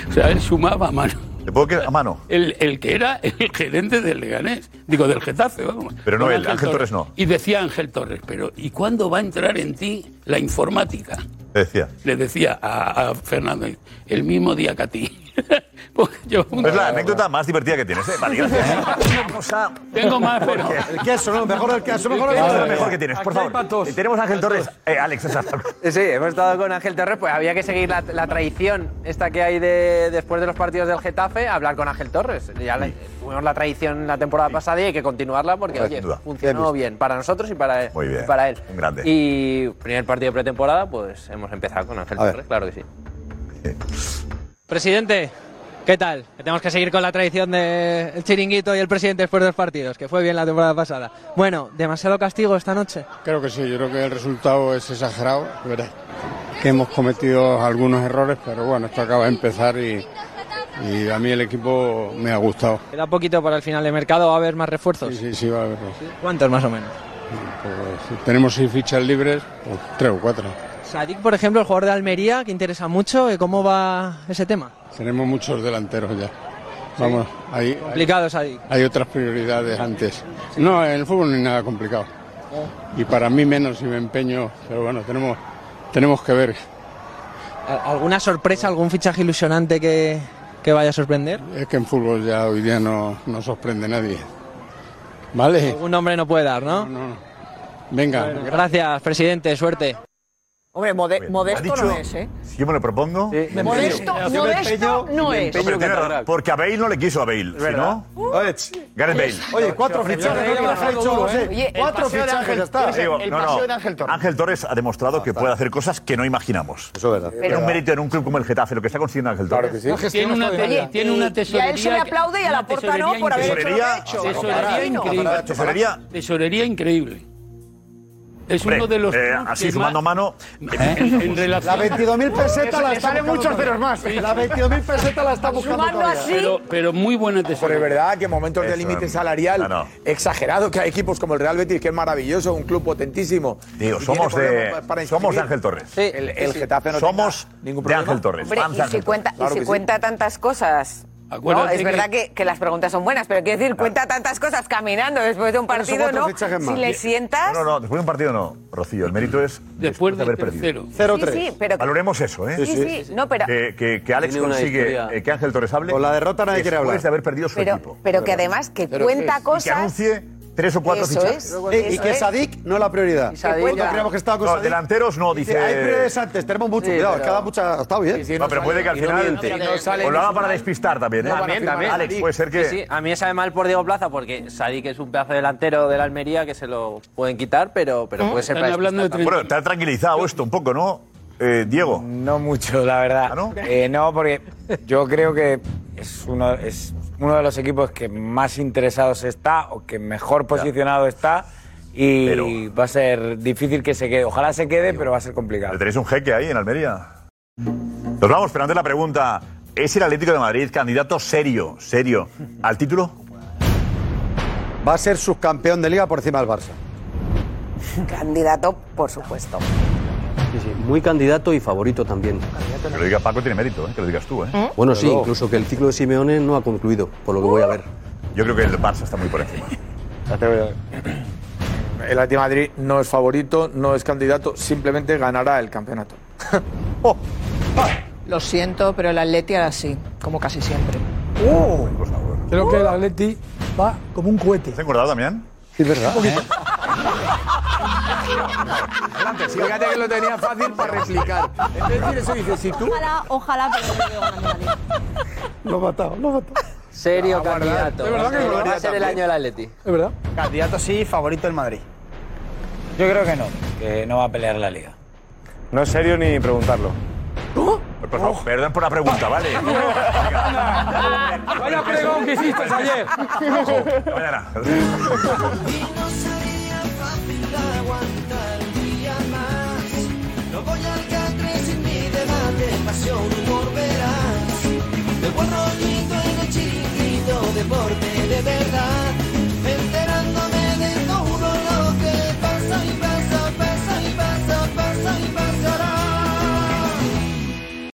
Speaker 28: O sea, él sumaba a mano.
Speaker 6: ¿Le pongo a mano?
Speaker 28: El, el que era el gerente del Leganés, digo, del Getafe, vamos.
Speaker 6: Pero no
Speaker 28: Don
Speaker 6: él, Ángel Torres no.
Speaker 28: Y decía Ángel Torres, pero ¿y cuándo va a entrar en ti la informática?
Speaker 6: Te decía.
Speaker 28: Le decía a, a Fernando, el mismo día que a ti. Porque yo-
Speaker 6: Es la anécdota más divertida que tienes, ¿eh? Vale, gracias. Vamos a...
Speaker 28: Tengo más, pero...
Speaker 6: El queso, ¿no? Mejor el queso, mejor el queso. lo mejor que tienes, por favor. Eh, Tenemos a Ángel Torres. Eh, Alex, esa-
Speaker 7: Sí, hemos estado con Ángel Torres, pues había que seguir la, la tradición esta que hay de, después de los partidos del Getafe, hablar con Ángel Torres. Ya la- tuvimos la tradición la temporada pasada y hay que continuarla porque,
Speaker 6: Sin
Speaker 7: oye,
Speaker 6: duda.
Speaker 7: funcionó bien para nosotros y para,
Speaker 6: Muy bien.
Speaker 7: y para él.
Speaker 6: Un grande.
Speaker 7: Y primer partido de pretemporada, pues hemos empezado con Ángel
Speaker 6: A ver.
Speaker 7: Torres, claro que sí.
Speaker 3: Presidente, ¿qué tal? Que Tenemos que seguir con la tradición del chiringuito y el presidente después de los partidos, que fue bien la temporada pasada. Bueno, demasiado castigo esta noche.
Speaker 21: Creo que sí, yo creo que el resultado es exagerado, es verdad. Que hemos cometido algunos errores, pero bueno, esto acaba de empezar y, y a mí el equipo me ha gustado.
Speaker 3: Queda poquito para el final de mercado, va a haber más refuerzos.
Speaker 21: Sí, sí, va a haber.
Speaker 3: ¿Cuántos más o menos?
Speaker 21: Pues, tenemos seis fichas libres, pues, tres o cuatro.
Speaker 3: Sadik, por ejemplo, el jugador de Almería, que interesa mucho, ¿eh? ¿cómo va ese tema?
Speaker 21: Tenemos muchos delanteros ya. Vamos, hay,
Speaker 3: Complicado, Sadik.
Speaker 21: hay otras prioridades antes. No, en el fútbol no hay nada complicado. Y para mí menos si me empeño, pero bueno, tenemos, tenemos que ver.
Speaker 3: ¿Al- ¿Alguna sorpresa, algún fichaje ilusionante que, que vaya a sorprender?
Speaker 21: Es que en fútbol ya hoy día no, no sorprende nadie. ¿Vale?
Speaker 3: Un nombre no puede dar, ¿no?
Speaker 21: Venga.
Speaker 3: Bueno, gracias, presidente, suerte.
Speaker 10: Hombre, mode- modesto
Speaker 6: dicho-
Speaker 10: no es, ¿eh?
Speaker 6: Si yo me lo propongo.
Speaker 10: Modesto, modesto no es.
Speaker 6: Hombre, tiene razón, porque a Bale no le quiso a Bale, si no... Gareth Bale.
Speaker 8: Oye, cuatro fichajes, no te las ha hecho, José. Cuatro fichajes, ya está.
Speaker 6: Digo, no, no. Ángel Torres ha demostrado que puede hacer cosas que no imaginamos. Eso es verdad. Es un mérito en un club como el Getafe, lo que está consiguiendo Ángel Torres.
Speaker 28: Tiene una, te- tiene una tesorería.
Speaker 10: Y a él se le aplaude y a la porta no por haber hecho lo que ha hecho.
Speaker 28: Tesorería
Speaker 10: Comparado,
Speaker 28: increíble.
Speaker 10: comparado,
Speaker 6: Tesorería-
Speaker 28: Tesorería increíble. Es
Speaker 6: Hombre,
Speaker 28: uno de los.
Speaker 6: eh,
Speaker 28: clubes
Speaker 6: así,
Speaker 28: que
Speaker 6: sumando
Speaker 28: más-
Speaker 6: mano,
Speaker 28: ¿Eh? En relación-
Speaker 8: Las 22.000 pesetas las está
Speaker 6: sale
Speaker 8: buscando
Speaker 6: muchos
Speaker 8: todavía.
Speaker 6: ceros más.
Speaker 8: Las 22.000 pesetas las está buscando todavía.
Speaker 28: Pero, pero muy buena
Speaker 9: Pero es
Speaker 28: tesorería.
Speaker 9: verdad que momentos de
Speaker 28: Eso,
Speaker 9: límite
Speaker 28: eh.
Speaker 9: salarial
Speaker 28: No, no.
Speaker 9: exagerado, que hay equipos como el Real Betis, que es maravilloso, un club potentísimo.
Speaker 6: Digo,
Speaker 9: Y
Speaker 6: somos
Speaker 9: tiene
Speaker 6: de-
Speaker 9: problemas para
Speaker 6: somos de
Speaker 9: inscribir.
Speaker 6: Ángel Torres.
Speaker 9: Sí, el, el Getafe no
Speaker 6: Somos
Speaker 9: tenga
Speaker 6: de
Speaker 9: ningún problema.
Speaker 6: Ángel Torres.
Speaker 11: Hombre,
Speaker 6: Fans de
Speaker 11: y si
Speaker 6: Ángel
Speaker 11: cuenta, y
Speaker 6: Torres. Claro
Speaker 11: si
Speaker 6: que sí.
Speaker 11: cuenta tantas cosas.
Speaker 6: Acuérdate
Speaker 11: no, es
Speaker 6: que-
Speaker 11: verdad que, que las preguntas son buenas, pero quiero decir, cuenta tantas cosas caminando después de un
Speaker 6: Pero son
Speaker 11: partido,
Speaker 6: cuatro
Speaker 11: ¿no?
Speaker 6: fichajes más.
Speaker 11: Si le sientas.
Speaker 6: No, no, no, después de un partido no, Rocío. El mérito es después, de haber perdido.
Speaker 11: tercero. 0-3. Sí, sí, pero-
Speaker 6: Valoremos eso, ¿eh?
Speaker 11: Sí, sí, Sí, sí. no, pero-
Speaker 6: Que, que- que Alex
Speaker 11: Tiene una
Speaker 6: consigue
Speaker 11: historia.
Speaker 6: eh, que Ángel Torres hable.
Speaker 8: Con la derrota nadie quiere hablar.
Speaker 6: Después de haber perdido su
Speaker 11: Pero,
Speaker 6: equipo.
Speaker 11: pero que además que cuenta
Speaker 6: Y que
Speaker 11: cosas.
Speaker 6: anuncie tres o cuatro
Speaker 11: Eso
Speaker 6: fichajes.
Speaker 11: es,
Speaker 8: Eh, y
Speaker 11: eso
Speaker 8: que
Speaker 11: es.
Speaker 8: Sadik no es la prioridad.
Speaker 11: Sadik
Speaker 8: Nosotros
Speaker 11: ya.
Speaker 8: creíamos que estaba con
Speaker 6: No,
Speaker 8: Sadik.
Speaker 6: delanteros no, dice-
Speaker 8: Hay prioridades antes, tenemos mucho
Speaker 6: Sí,
Speaker 8: cuidado.
Speaker 6: pero-
Speaker 8: Es que da mucha Octavio, ¿eh?
Speaker 6: no, pero puede que al final o lo haga para despistar también, ¿eh?
Speaker 7: También, también.
Speaker 6: Alex, puede ser que...
Speaker 7: Sí, sí, A mí me sabe mal por Diego Plaza porque Sadik es un pedazo de delantero de la Almería que se lo pueden quitar, pero,
Speaker 6: ¿Eh?
Speaker 7: pero
Speaker 3: ¿Eh?
Speaker 7: puede ser para despistar
Speaker 6: Bueno, te ha tranquilizado esto un poco, ¿no, Eh, Diego?
Speaker 35: No mucho, la verdad.
Speaker 6: no?
Speaker 35: Eh, no, porque yo creo que es uno, es uno de los equipos que más interesados está o que mejor posicionado está y va a ser difícil que se quede. Ojalá se quede, pero va a ser complicado.
Speaker 6: Tenéis un jeque ahí en Almería. Nos vamos, pero antes la pregunta. ¿Es el Atlético de Madrid candidato serio, serio, al título?
Speaker 8: Va a ser subcampeón de liga por encima del Barça.
Speaker 11: Candidato, por supuesto.
Speaker 7: Sí, sí, muy candidato y favorito también.
Speaker 11: Que lo diga Paco tiene mérito, ¿eh? que lo digas tú. ¿eh?
Speaker 7: Bueno, sí,
Speaker 11: Pero-
Speaker 7: incluso que el ciclo de Simeone no ha concluido, por lo que voy a ver.
Speaker 11: Yo creo que el Barça está muy por encima.
Speaker 9: El Atlético de Madrid no es favorito, no es candidato, simplemente ganará el campeonato.
Speaker 10: Lo siento, pero el Atleti hará así, como casi siempre.
Speaker 6: Creo que el Atleti va como un cohete.
Speaker 11: ¿Te has acordado, Damián?
Speaker 1: Sí, es verdad.
Speaker 9: Fíjate que lo tenía fácil para replicar. En vez de decir eso, dices, si tú.
Speaker 2: Ojalá, ojalá, pero no lo veo ganando la liga.
Speaker 1: Lo he matado, lo he matado.
Speaker 3: Serio
Speaker 1: Ah, guarda,
Speaker 3: candidato.
Speaker 1: es verdad que lo
Speaker 3: va
Speaker 1: haría
Speaker 3: a ser el
Speaker 1: también.
Speaker 3: año del Atleti.
Speaker 6: Es verdad.
Speaker 41: Candidato sí, favorito el Madrid.
Speaker 42: Yo creo que no, que no va a pelear la liga.
Speaker 33: No es serio ni preguntarlo.
Speaker 11: Por favor,
Speaker 35: Oh.
Speaker 11: perdón por la pregunta, ¿vale?
Speaker 35: Vaya pregón que hiciste ayer.
Speaker 11: Mañana.
Speaker 35: aguantar un día más. No voy al catre sin mi debate, pasión, humor verás. De buen rollito en el chiringuito, deporte de verdad.